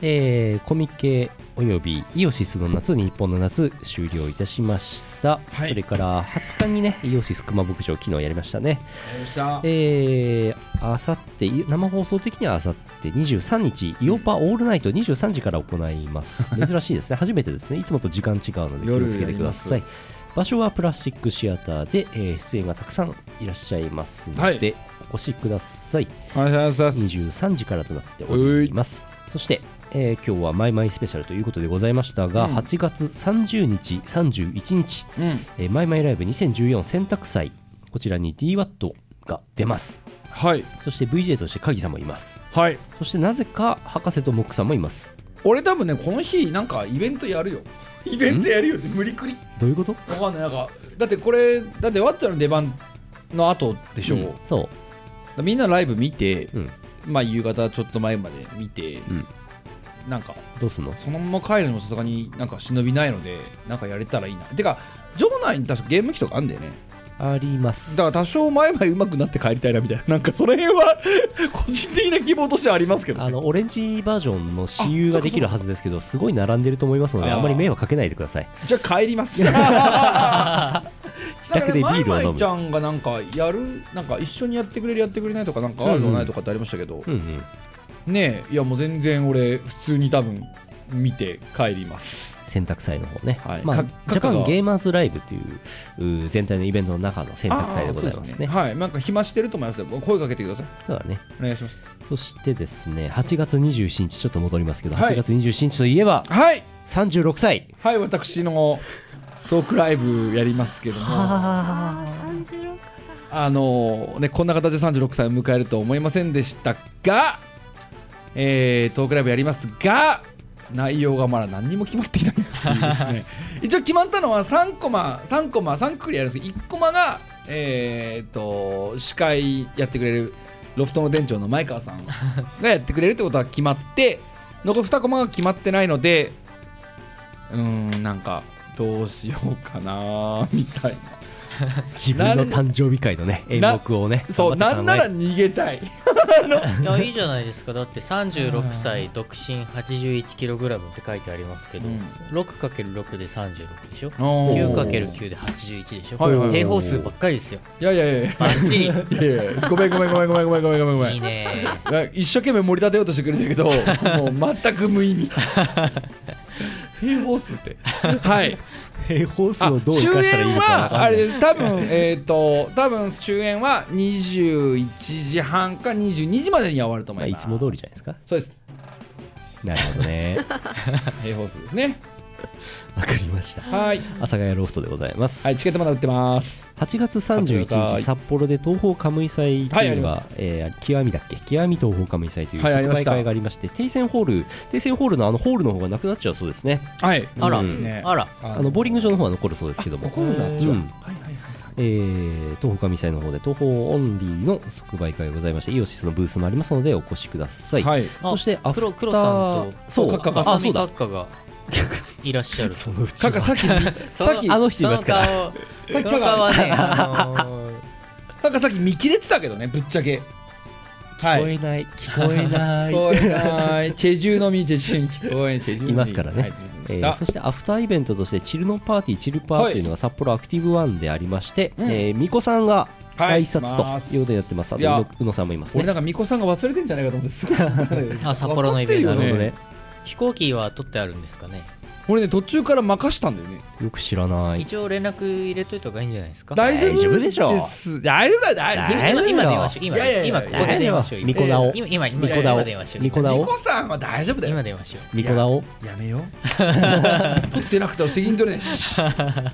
Speaker 2: えーコミケおよびイオシスの夏日本の夏終了いたしました、それから20日にねイオシス熊牧場昨日やりましたねえーあさってい生放送的にはあさって23日イオパオールナイト23時から行います 珍しいですね初めてですねいつもと時間違うので気をつけてくださ
Speaker 1: 夜や
Speaker 2: い
Speaker 1: り
Speaker 2: 場所はプラスチックシアターで、えー出演がたくさんいらっしゃいますので、
Speaker 1: はい
Speaker 2: お越しください23時からとなってお
Speaker 1: は
Speaker 2: り
Speaker 1: い
Speaker 2: ますそして、えー今日は「マイマイスペシャル」ということでございましたが、
Speaker 1: うん
Speaker 2: 8月30日31日
Speaker 1: うん
Speaker 2: 「えーマイマイライブ2014選択祭」こちらに DWAT が出ます
Speaker 1: はい
Speaker 2: そして VJ としてカギさんもいます
Speaker 1: はい
Speaker 2: そしてなぜか博士とモックさんもいます
Speaker 1: 俺多分ねこの日なんかイベントやるよイベントやるよって無理くり
Speaker 2: どういうこと
Speaker 1: わかんないなんかだってこれだってワッチャの出番の後でしょ、
Speaker 2: うんそ
Speaker 1: みんなライブ見て、
Speaker 2: ん
Speaker 1: まあ夕方ちょっと前まで見て、なんか
Speaker 2: どうすんの
Speaker 1: そのまま帰るのもさすがになんか忍びないのでなんかやれたらいいなてか場内に確かゲーム機とかあんだよね
Speaker 2: あります
Speaker 1: だから多少前々上手くなって帰りたいなみたいななんかその辺は個人的な希望としてはありますけど
Speaker 2: あのオレンジバージョンの私有ができるはずですけどすごい並んでると思いますので
Speaker 1: あ
Speaker 2: あ
Speaker 1: ー
Speaker 2: んまり迷惑かけないでください
Speaker 1: じゃあ帰ります 自
Speaker 2: 宅でビールを飲む
Speaker 1: ちゃんがなんかやるなんか一緒にやってくれるやってくれないとかなんかあるのないとかってありましたけど、
Speaker 2: うんうん
Speaker 1: ねえいやもう全然俺普通に多分見て帰ります
Speaker 2: 選択祭の方ね、
Speaker 1: はい
Speaker 2: ま
Speaker 1: か、
Speaker 2: あジャパ
Speaker 1: 各
Speaker 2: ン
Speaker 1: が
Speaker 2: ゲーマーズライブといううー全体のイベントの中の選択祭でございます
Speaker 1: あーそうではいなんか暇してると思いますよ声かけてください
Speaker 2: そうだね
Speaker 1: お願いします
Speaker 2: そしてですね8月27日ちょっと戻りますけど、
Speaker 1: はい
Speaker 2: 8月27日といえば、
Speaker 1: はい、
Speaker 2: 36歳
Speaker 1: はい私のトークライブやりますけども
Speaker 4: あ36
Speaker 1: あのね、こんな形で36歳を迎えるとは思いませんでしたが、えートークライブやりますが内容がまだ何にも決まっていないっていうですね一応決まったのは3コマ3コマ3クリやるんですけど1コマが、えー、と司会やってくれるロフトの店長の前川さんがやってくれるってことは決まって残り2コマが決まってないのでうーんなんかどうしようかなみたいな
Speaker 2: 自分の誕生日会のね演目をね
Speaker 1: そう
Speaker 2: 頑張って考えて
Speaker 1: 逃げたい
Speaker 3: いやいいじゃないですかだって36歳独身 81kg って書いてありますけど、6×6 で36でしょ
Speaker 1: おー
Speaker 3: 9×9 で81でしょ、
Speaker 1: はいはいはい
Speaker 3: 平方数ばっかりですよ
Speaker 1: いやいやいや
Speaker 3: バッチリ
Speaker 1: いやいやごめんごめんごめんごめんごめんごめんごめんごめん
Speaker 3: いいね
Speaker 1: 一生懸命盛り立てようとしてくれてるけどもう全く無意味平方数ってはい
Speaker 2: 平方数をどう生
Speaker 1: 終
Speaker 2: かしたらいい
Speaker 1: 演
Speaker 2: のかわかん
Speaker 1: は
Speaker 2: ない
Speaker 1: あれです多分えっと多分終演は21時半か22時までには終わると思いますいつも
Speaker 2: 通りじゃないですか
Speaker 1: そうです
Speaker 2: なるほどね
Speaker 1: 平方数ですね
Speaker 2: わかりました
Speaker 1: はい
Speaker 2: 阿佐ヶ谷ロフトでございます
Speaker 1: はいチケットまだ売ってます
Speaker 2: 8月31日札幌で東方カムイ祭と
Speaker 1: はいあ
Speaker 2: いう
Speaker 1: り
Speaker 2: のが、
Speaker 1: ま
Speaker 2: えー極みだっけ極み東方カムイ祭という
Speaker 1: はいあり
Speaker 2: 即
Speaker 1: ま
Speaker 2: 売
Speaker 1: した
Speaker 2: 会がありまして定戦ホール定戦ホールのあのホールの方がなくなっちゃうそうですね
Speaker 1: はい
Speaker 3: あら
Speaker 2: うん
Speaker 3: ですねあら
Speaker 2: あのボーリング場の方は残るそうですけども
Speaker 3: 残るんだあっちは
Speaker 2: うんえー東方神祭の方で東方オンリーの即売会がございましてイオシスのブースもありますのでお越しください、
Speaker 1: はい
Speaker 2: そしてアフター
Speaker 3: 黒黒さんと
Speaker 2: そう
Speaker 3: あ
Speaker 2: あそうだ
Speaker 3: カッカがいらっしゃるそ
Speaker 2: のう
Speaker 1: ちはカッカさっきみさっき
Speaker 3: あ
Speaker 1: あ
Speaker 3: の
Speaker 1: の人い
Speaker 3: 人いま
Speaker 1: ますす
Speaker 3: か
Speaker 1: からら
Speaker 3: その顔はね、あのー
Speaker 1: なんかさっき見切れてたけどねぶっちゃけ
Speaker 2: 聞こえない聞こえな
Speaker 1: 聞
Speaker 2: い
Speaker 1: こえないチェジュのみチェジュに聞こえないチェジュの実
Speaker 2: いますからね、
Speaker 1: はい
Speaker 2: えー
Speaker 1: だ
Speaker 2: そしてアフターイベントとしてチルノパーティーチルパーというのが札幌アクティブワンでありまして、
Speaker 1: うん
Speaker 2: えー巫女さんが
Speaker 1: はい
Speaker 2: 挨拶ということになってます、
Speaker 1: いや
Speaker 2: あと宇野さんもいます
Speaker 1: 俺
Speaker 2: ね
Speaker 1: なんか巫女さんが忘れてんじゃないかと思ってすごい心配だよね
Speaker 3: あ札幌のイベント
Speaker 1: わかってるよね
Speaker 3: 飛行機は取ってあるんですかね
Speaker 1: 俺ね途中から任したんだよね
Speaker 2: よく知らない
Speaker 3: 一応連絡入れといた方がいいんじゃないですか
Speaker 1: 大丈夫です大丈夫だ大丈夫だ
Speaker 3: 今今電話しよう今
Speaker 1: いやいやいや
Speaker 3: 今ここで電話しよう
Speaker 2: ニコダオ
Speaker 3: 今今今
Speaker 2: ニコダオ
Speaker 3: 今電話しよう
Speaker 2: ニコダオ
Speaker 1: ニコさんは大丈夫だよ
Speaker 3: 今電話しよう
Speaker 2: ニコダ オ
Speaker 1: やめよ 取ってなくても責任取れないし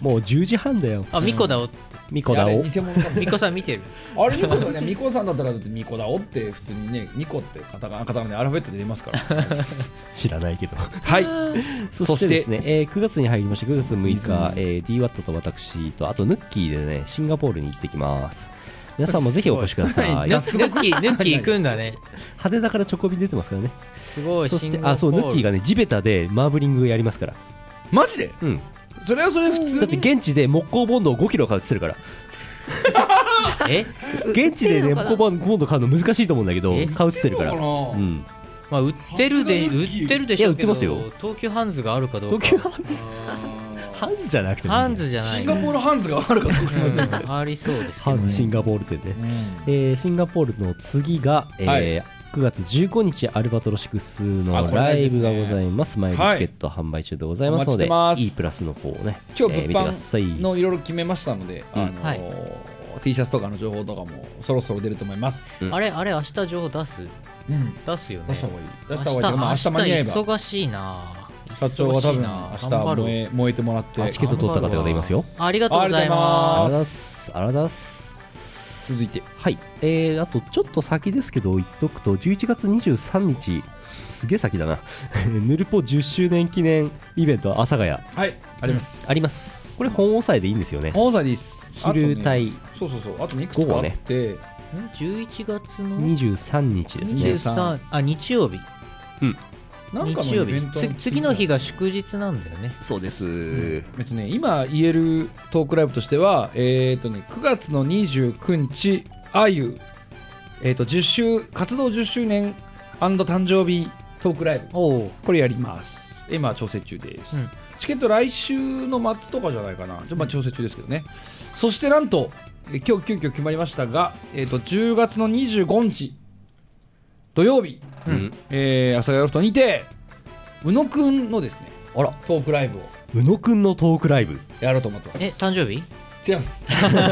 Speaker 2: もう10時半だよ
Speaker 3: あミコダオ
Speaker 2: ミコダオ
Speaker 1: 偽物だもん
Speaker 3: ミコさん見てる
Speaker 1: あれニコだね、ミコさんだったらだってミコだおって普通にね、ニコってカタカナカタカナでアルファベットで出ますから。
Speaker 2: 知らないけ ど
Speaker 1: はい。
Speaker 2: そしてですね、えー9月に入りまして9月6日、えー、DWAT と私とあとヌッキーでねシンガポールに行ってきます皆さんもぜひお越しください
Speaker 3: ヌッヌ ッキーヌッキー行くんだね
Speaker 2: 派手だからチョコビ出てますからね
Speaker 3: すごい
Speaker 2: そし
Speaker 3: シ
Speaker 2: て
Speaker 3: ンガ
Speaker 2: あそう
Speaker 3: ポ
Speaker 2: ヌ
Speaker 3: ール
Speaker 2: ッキーがね地べたでマーブリングやりますから
Speaker 1: マジで
Speaker 2: うん
Speaker 1: それはそれ普通
Speaker 2: だって現地で木工ボンドを5キロ買うってするから
Speaker 3: え
Speaker 2: 現地でね
Speaker 3: 売ってるのかな
Speaker 2: 木工ボンド買うの難しいと思うんだけど買うってするから
Speaker 3: 売ってるのかな
Speaker 2: うん
Speaker 3: まあ売ってるで売ってるでしょうけど
Speaker 2: いや売ってますよ
Speaker 3: 東急ハンズがあるかどうか
Speaker 2: 東急ハンズハンズじゃなくてもいい
Speaker 3: ハンズじゃない
Speaker 1: シンガポールハンズがあるかどうか
Speaker 3: うんありそうです
Speaker 2: ハ
Speaker 3: けど
Speaker 2: ンズシンガポール店ね、えーシンガポールの次が、えー
Speaker 1: はい
Speaker 2: 9月15日アルバトロシクス
Speaker 1: あ
Speaker 2: の
Speaker 1: これ大
Speaker 2: ラ
Speaker 1: 事で
Speaker 2: イ
Speaker 1: す
Speaker 2: ブ
Speaker 1: ね
Speaker 2: がございます毎
Speaker 1: はい
Speaker 2: 日チケット販売中でございますの
Speaker 1: お待ちし
Speaker 2: で、
Speaker 1: てます
Speaker 2: E プラスの方をね
Speaker 1: 今日
Speaker 2: えー見て
Speaker 1: 物
Speaker 2: ください
Speaker 1: 販のいろいろ決めましたので、
Speaker 2: うん
Speaker 1: あのー
Speaker 3: は
Speaker 1: T シャツとかの情報とかもそろそろ出ると思います。
Speaker 3: あれあれ明日情報出す出すよね
Speaker 1: 出した方がいい出した方がいいまあ明日
Speaker 3: 明
Speaker 1: 間
Speaker 3: 日
Speaker 1: に合えば
Speaker 3: 忙しいな
Speaker 1: 社長は多分明
Speaker 3: 頑
Speaker 1: 日
Speaker 3: 張る
Speaker 1: 燃え燃えてもらって
Speaker 2: あチケット取った方がいますよ
Speaker 3: ありがとうござい
Speaker 2: あ
Speaker 3: ま
Speaker 2: ら
Speaker 3: す
Speaker 2: だすあらだす
Speaker 1: 続いて
Speaker 2: はいえー、あとちょっと先ですけど言っとくと11月23日すげえ先だな ヌルポ10周年記念イベント阿佐ヶ谷
Speaker 1: はいあります、
Speaker 2: ありますこれ本押さえでいいんですよね
Speaker 1: 本押さえでいいです
Speaker 2: 昼帯
Speaker 1: あとねそうそうそうあとねいくつ
Speaker 2: 午
Speaker 1: かあ
Speaker 2: 後
Speaker 1: っ
Speaker 2: ね
Speaker 1: て、
Speaker 3: 11月の
Speaker 2: 23日ですね
Speaker 3: 23あ日曜日
Speaker 2: うん
Speaker 1: なんかの
Speaker 3: 日曜
Speaker 1: イベン
Speaker 3: 日
Speaker 1: ト
Speaker 3: つ次の日が祝日なんだよね
Speaker 2: そうです、
Speaker 1: えっとね、今言えるトークライブとしては、えっとね、9月の29日あゆ、えっと10周活動10周年誕生日トークライブ
Speaker 3: こ
Speaker 1: れやります今調整中です、
Speaker 3: うん
Speaker 1: チケット来週の末とかじゃないかなちょまあ調整中ですけどね、そしてなんとえ今日急遽決まりましたが、えっと10月の25日土曜日、
Speaker 2: うん
Speaker 1: えー、朝ロフトにて宇野くんのですねあらトークライブを
Speaker 2: 宇野くんのトークライブ
Speaker 1: やろうと思ってます
Speaker 3: え誕生日
Speaker 1: 違います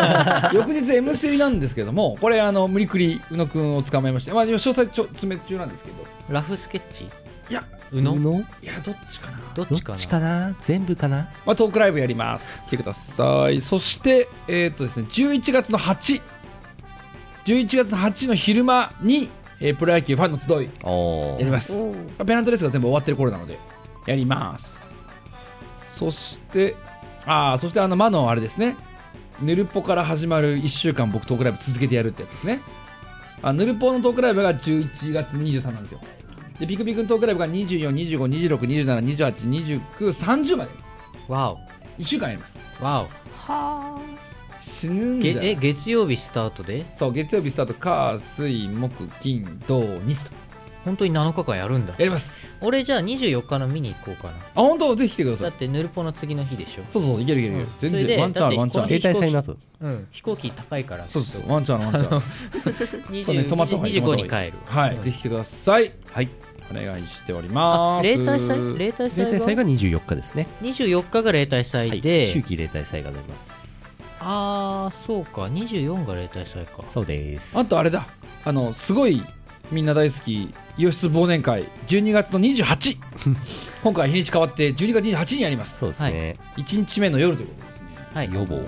Speaker 1: 翌日 M3 なんですけどもこれあの無理くり宇野くんを捕まえまして、まあ、今詳細ちょ詰め中なんですけど
Speaker 3: ラフスケッチ
Speaker 1: いや
Speaker 3: 宇野
Speaker 2: 宇野
Speaker 1: いやどっちかな
Speaker 3: どっ
Speaker 2: どっちかな全部かな
Speaker 1: まあ、トークライブやります来てくださいそしてえーっとですね11月の811月の8の昼間に、えープロ野球ファンの集いり
Speaker 2: や
Speaker 1: ますペナントレースが全部終わってる頃なのでやりますそしてああそしてあの魔のあれですねぬるぽから始まる1週間僕トークライブ続けてやるってやつですねあぬるぽのトークライブが11月23なんですよでビクビクのトークライブが24252627282930まで
Speaker 3: わお
Speaker 1: 1週間やります
Speaker 3: わお
Speaker 4: はあ。
Speaker 1: 死ぬんじゃない
Speaker 3: え月曜日スタートで
Speaker 1: そう月曜日スタート火水木金土日と
Speaker 3: 本当に7日間やるんだ
Speaker 1: やります
Speaker 3: 俺じゃあ24日の見に行こうかなあ
Speaker 1: 本当ぜひ来てくだ
Speaker 3: さいだってヌルポの次の日でしょ
Speaker 1: そうそういけるいけるいける全然ワンチャンあるワンチャンある携帯
Speaker 3: に
Speaker 1: 車
Speaker 3: な
Speaker 1: になっ
Speaker 3: うん飛行機高いから
Speaker 1: そうそうワンチャンあるワンチャンある
Speaker 3: 20
Speaker 1: そうね泊まった方がいい
Speaker 3: 25
Speaker 1: 泊まった方がいい
Speaker 3: に帰る
Speaker 1: はいぜひ来てくださいはいお願いしております
Speaker 3: 例大祭例大祭が
Speaker 2: 例大祭が24日ですね
Speaker 3: 24日が例大祭で、
Speaker 2: 秋季例大祭がございます
Speaker 3: ああそうか24が例大祭か
Speaker 2: そうです
Speaker 1: あとあれだあのすごいみんな大好き洋室忘年会12月の28 今回日にち変わって12月28日にやりますそうです
Speaker 2: ね、
Speaker 1: 1日目の夜ということですね、
Speaker 3: はい、
Speaker 1: 予防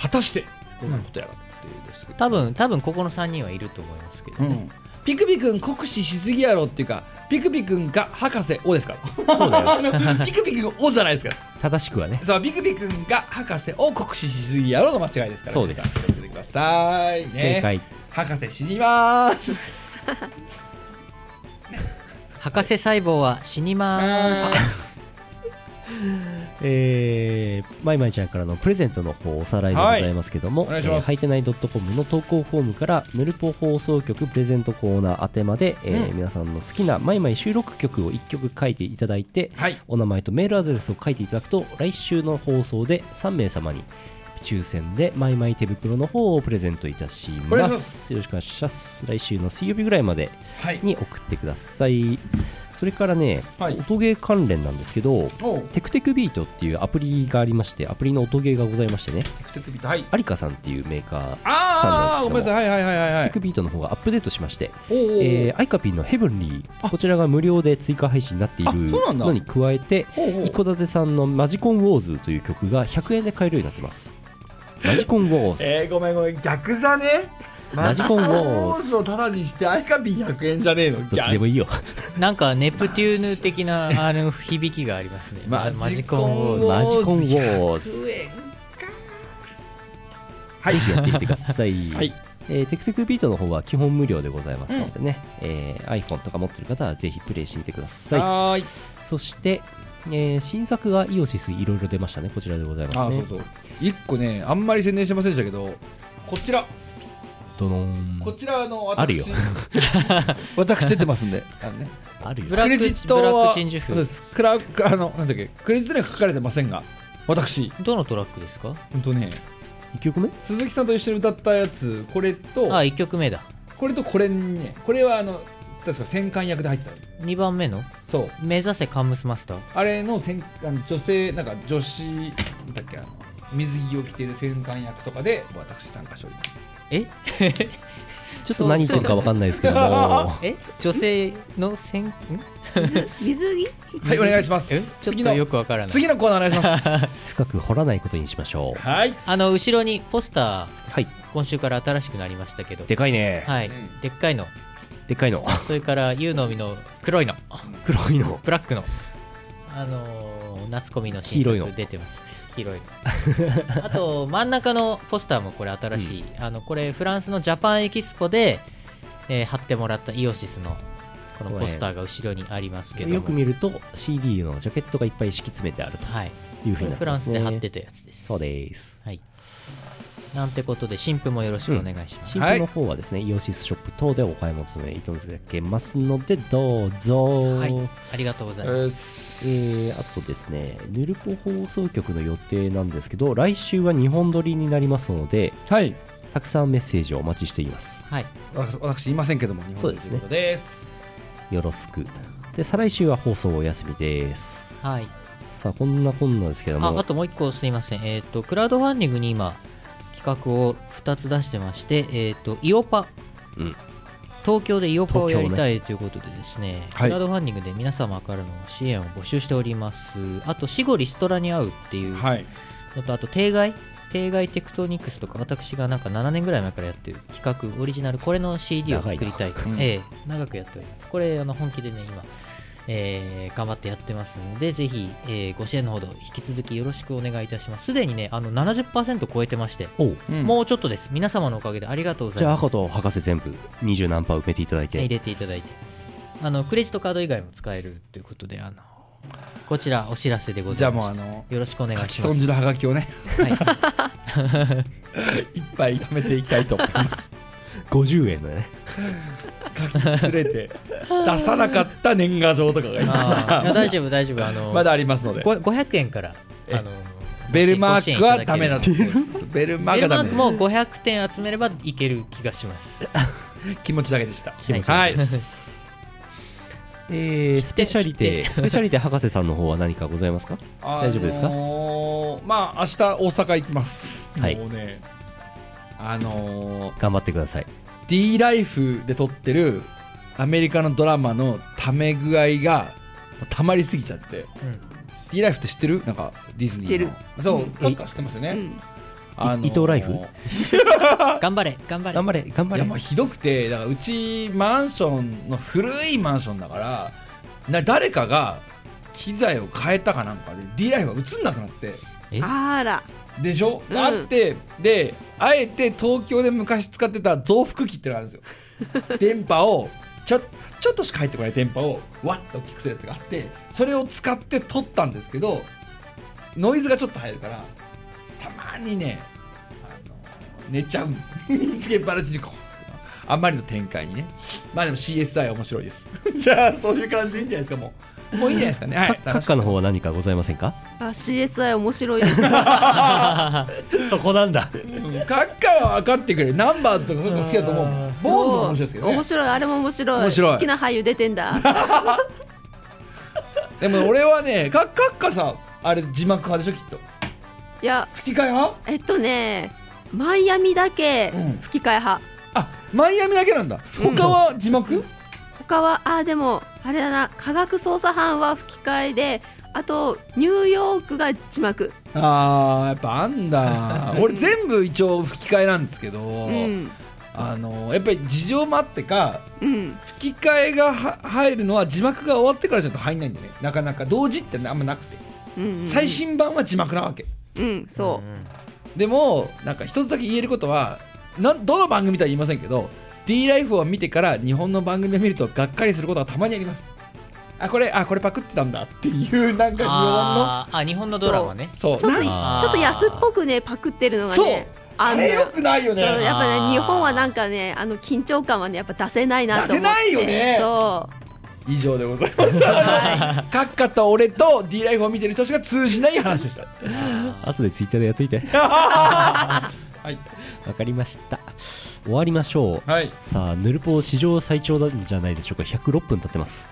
Speaker 1: 果たしてどんなことやらっていうですけど、
Speaker 3: 多分多分ここの3人はいると思いますけどね、
Speaker 1: ピクピ君酷使しすぎやろっていうかピクピ君が博士王ですから
Speaker 2: そ うだよ
Speaker 1: ピクピ君王じゃないですから
Speaker 2: 正しくはね
Speaker 1: そうビクビ君が博士を酷使しすぎやろうの間違いですから
Speaker 2: そうです
Speaker 1: 気をつけてくださいね
Speaker 2: 正解
Speaker 1: 博士死にまーす
Speaker 3: 博士細胞は死にまーす
Speaker 2: えー、まいまいちゃんからのプレゼントの方おさらいでございますけども、
Speaker 1: はいお願いします
Speaker 2: えーはいてない .com の投稿フォームからぬるぽ放送局プレゼントコーナー宛てまで、えー
Speaker 1: うん
Speaker 2: 皆さんの好きなまいまい収録曲を1曲書いていただいて、お名前とメールアドレスを書いていただくと来週の放送で3名様に抽選でマイマイ手袋の方をプレゼントいたし
Speaker 1: お願い
Speaker 2: ま
Speaker 1: します
Speaker 2: よろしくお願いします来週の水曜日ぐらいまで
Speaker 1: はい
Speaker 2: に送ってください、それからね、音ゲー関連なんですけど
Speaker 1: おう
Speaker 2: テクテクビートっていうアプリがありましてアプリの音ゲーがございましてね
Speaker 1: 手首とはい
Speaker 2: アリカさんっていうメーカーさん
Speaker 1: ああ
Speaker 2: な
Speaker 1: ご
Speaker 2: ん
Speaker 1: めん
Speaker 2: です
Speaker 1: な
Speaker 2: け
Speaker 1: さ
Speaker 2: ど
Speaker 1: いは
Speaker 2: も
Speaker 1: いはいはいは
Speaker 2: テ
Speaker 1: い
Speaker 2: クビートの方がアップデートしまして、
Speaker 1: おうおうおう
Speaker 2: えーアイカピーのヘブンリーこちらが無料で追加配信になっている
Speaker 1: そうなんだ
Speaker 2: のに加えて
Speaker 1: おうおう
Speaker 2: 一戸建てさんのマジコンウォーズという曲が100円で買えるようになってますマジコンウォーズ
Speaker 1: えー、ごめんごめん逆じゃね
Speaker 2: ラジコンウォーズ
Speaker 1: ズをタダにしてアイカピー100円じゃねえの
Speaker 2: どっちでもいいよ
Speaker 3: なんかネプテューヌ的なあの響きがありますねマジコンウォーズ
Speaker 2: マジコンウォーズ
Speaker 1: はい
Speaker 2: ぜひやってみてくださ い、
Speaker 1: はい
Speaker 2: えーテクテクビートの方は基本無料でございますのでね、えー iPhone とか持ってる方はぜひプレイしてみてください
Speaker 1: はーい
Speaker 2: そして、えー新作がイオシスいろいろ出ましたねこちらでござい
Speaker 1: あ
Speaker 2: ます
Speaker 1: ー
Speaker 2: ね
Speaker 1: そうそう一個ねあんまり宣伝してませんでしたけどこちら
Speaker 2: ドローン
Speaker 1: こちらの私
Speaker 2: あるよ
Speaker 1: 私出てますんであのね
Speaker 2: あるよ
Speaker 1: クレジットは
Speaker 3: ブラックチンジュフ
Speaker 1: そうですクラあのなんだっけクレジットには書かれてませんが私
Speaker 3: どのトラックですか
Speaker 1: うんとね
Speaker 2: 1曲目
Speaker 1: 鈴木さんと一緒に歌ったやつこれと
Speaker 3: あ一曲目だ
Speaker 1: これとこれにねこれはあの確か戦艦役で入ってた
Speaker 3: 2番目の
Speaker 1: そう
Speaker 3: 目指せカンムスマスター
Speaker 1: あれの戦あの女性なんか女子なんだっけあの水着を着ている戦艦役とかで私参加しております
Speaker 3: え
Speaker 2: ちょっと何言ってるかわかんないですけども
Speaker 3: え女性の戦ん
Speaker 4: 水着
Speaker 1: はいお願いします
Speaker 3: えちょっとよくわからない
Speaker 1: 次のコーナーお願いします
Speaker 2: 深く掘らないことにしましょう
Speaker 1: はい
Speaker 3: あの後ろにポスター、
Speaker 2: はい、
Speaker 3: 今週から新しくなりましたけど
Speaker 2: でかいね
Speaker 3: はい、でっかいの
Speaker 2: でっかいの
Speaker 3: それからユーノミの黒いの
Speaker 2: 黒いの
Speaker 3: ブラックのあのー夏コミの新
Speaker 2: 黄色い
Speaker 3: 作
Speaker 2: の
Speaker 3: 出てます黄色いの あと真ん中のポスターもこれ新しい、あのこれフランスのジャパンエキスポで、えー貼ってもらったイオシスのこのポスターが後ろにありますけども
Speaker 2: よく見ると CD のジャケットがいっぱい敷き詰めてあるというふうになってます、ね
Speaker 3: これフランスで貼ってたやつです
Speaker 2: そうです
Speaker 3: はいなんてことで新婦もよろしくお願いします、
Speaker 2: 新婦の方はですね、イオシスショップ等でお買い求めいただけますのでどうぞ、
Speaker 3: はいありがとうござい
Speaker 1: ます、
Speaker 2: えーあとですねヌルポ放送局の予定なんですけど来週は日本撮りになりますので、たくさんメッセージをお待ちしています
Speaker 3: はい
Speaker 1: 私私いませんけども日本人ということです
Speaker 2: よろしくで再来週は放送お休みです
Speaker 3: はい
Speaker 2: さあこんなこんなですけど
Speaker 3: あ
Speaker 2: も
Speaker 3: あともう一個すいません、えっとクラウドファンディングに今企画を2つ出してまして、えっとイオパ、
Speaker 2: うん
Speaker 3: 東京でイオパを
Speaker 2: 東京
Speaker 3: や
Speaker 2: ね
Speaker 3: りたいということでですね
Speaker 2: はい
Speaker 3: クラウドファンディングで皆様からの支援を募集しておりますあと死後リストラに会うっていうのと、あと定外定外テクトニクスとか私がなんか7年ぐらい前からやってる企画オリジナルこれの CD を作りたい
Speaker 2: 長いなうん
Speaker 3: ええ長くやっておりますこれあの本気でね今えー頑張ってやってますので、ぜひ、えーご支援のほど引き続きよろしくお願いいたします。すでにね、あの70%超えてまして、
Speaker 2: おう
Speaker 1: うん
Speaker 3: もうちょっとです。皆様のおかげでありがとうござ
Speaker 2: じ
Speaker 3: い
Speaker 2: ゃあ
Speaker 3: ます。
Speaker 2: 赤と博士全部二十何パー埋めていただいて
Speaker 3: 入れていただいて、あのクレジットカード以外も使えるということで、あのこちらお知らせでございます。
Speaker 1: じゃあもうあの
Speaker 3: よろしくお願いします。
Speaker 1: 書き損じのハガキをね
Speaker 3: はい
Speaker 1: いっぱい貯めていきたいと思います。
Speaker 2: 50円だね。
Speaker 1: 書き連れて出さなかった年賀状とかが
Speaker 3: あーい
Speaker 1: 今
Speaker 3: や大丈夫大丈夫あの
Speaker 1: まだありますので
Speaker 3: ご500円からあの
Speaker 1: ベルマークはダメなんですよベルマー
Speaker 3: ベ
Speaker 1: クは
Speaker 3: ル
Speaker 1: ダ
Speaker 3: マ
Speaker 1: メ
Speaker 3: ークも500点集めればいける気がします
Speaker 1: 気持ちだけでした
Speaker 2: 持ち
Speaker 1: はい
Speaker 2: えー、スペシャリテ、スペシャリテ博士さんの方は何かございますか大丈夫です
Speaker 1: あ
Speaker 2: か
Speaker 1: のーまあ明日大阪行きます
Speaker 2: はい
Speaker 1: もうねあのー
Speaker 2: 頑張ってください。
Speaker 1: D ライフで撮ってるアメリカのドラマのため具合がたまりすぎちゃって、D ライフって知ってるなんかディズニーの
Speaker 3: 知ってる
Speaker 1: そう、
Speaker 3: うん
Speaker 1: なんか知ってますよね、
Speaker 2: い伊藤ライフ
Speaker 3: 頑張れ頑張れ
Speaker 2: 頑張れ頑張
Speaker 1: いやもうひどくてだからうちマンションの古いマンションだからな誰かが機材を変えたかなんかで D ライフが映んなくなって
Speaker 4: あら
Speaker 1: でしょ、あってであえて東京で昔使ってた増幅器ってのがあるんですよ電波をちょちょっとしか入ってこない電波をわっと大きくするやつがあってそれを使って撮ったんですけどノイズがちょっと入るからたまにねあの寝ちゃうんです 見つけっぱなしにこうあんまりの展開にねまあでも CSI は面白いです じゃあそういう感じいいんじゃないですかもうもういいんじゃないですかねはい
Speaker 2: か閣下の方は何かございませんか
Speaker 4: あ CSI 面白いです
Speaker 2: そこなんだ。
Speaker 1: 各界は分かってくれるナンバーズとかそういうの好きだと思うもんボーンズも面白いですけどね
Speaker 4: 面白いあれも面白い
Speaker 1: 面白い
Speaker 4: 好きな俳優出てんだ
Speaker 1: でも俺はねかカッカさんあれ字幕派でしょきっと
Speaker 4: いや
Speaker 1: 吹き替え派
Speaker 4: えっとねマイアミだけ吹き替え派、
Speaker 1: マイアミだけなんだ他は字幕、
Speaker 4: 他はあーでもあれだな科学捜査班は吹き替えであとニューヨークが字幕
Speaker 1: あーやっぱあん だ俺全部一応吹き替えなんですけど、
Speaker 4: ん
Speaker 1: あのやっぱり事情もあってか、吹き替えがは入るのは字幕が終わってからじゃないと入んないんだよねなかなか同時ってあんまなくて、
Speaker 4: うんうんうん
Speaker 1: 最新版は字幕なわけ
Speaker 4: うんそう
Speaker 1: でもなんか一つだけ言えることはなんどの番組とは言いませんけど D ライフを見てから日本の番組を見るとがっかりすることがたまにありますあこれあこれパクってたんだっていうなんか日本の
Speaker 3: あーあ日本のドラマね
Speaker 1: そう
Speaker 4: ちょっとち
Speaker 1: なん
Speaker 4: ょっと安っぽくねパクってるのがね
Speaker 1: そう
Speaker 4: あんの
Speaker 1: あれ良くないよね
Speaker 4: そうやっぱ
Speaker 1: あ
Speaker 4: ね
Speaker 1: ー
Speaker 4: 日本はなんかねあの緊張感はねやっぱ出せないなと思って
Speaker 1: 出せないよね
Speaker 4: そ
Speaker 1: 以上でございます。 カッカと俺と D ライフを見てる人しか通じない話でした。
Speaker 2: 後でツイッターでやっと いて。
Speaker 1: はい。
Speaker 2: わかりました。終わりましょう。
Speaker 1: はい
Speaker 2: さあ、ヌルポ史上最長なんじゃないでしょうか。106分経ってます。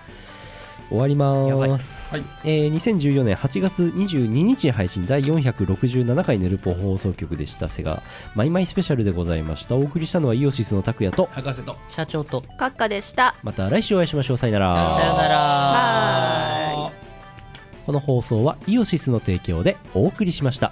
Speaker 2: 終わります。えー2014年8月22日配信第467回ヌルポ放送局でした。セガ、マイマイスペシャルでございました。お送りしたのはイオシスの拓也と、
Speaker 1: 博士と
Speaker 3: 社長と
Speaker 4: う閣下でした
Speaker 2: また来週お会いしましょう。さよなら。
Speaker 3: さよなら
Speaker 4: はーい
Speaker 2: この放送はイオシスの提供でお送りしました。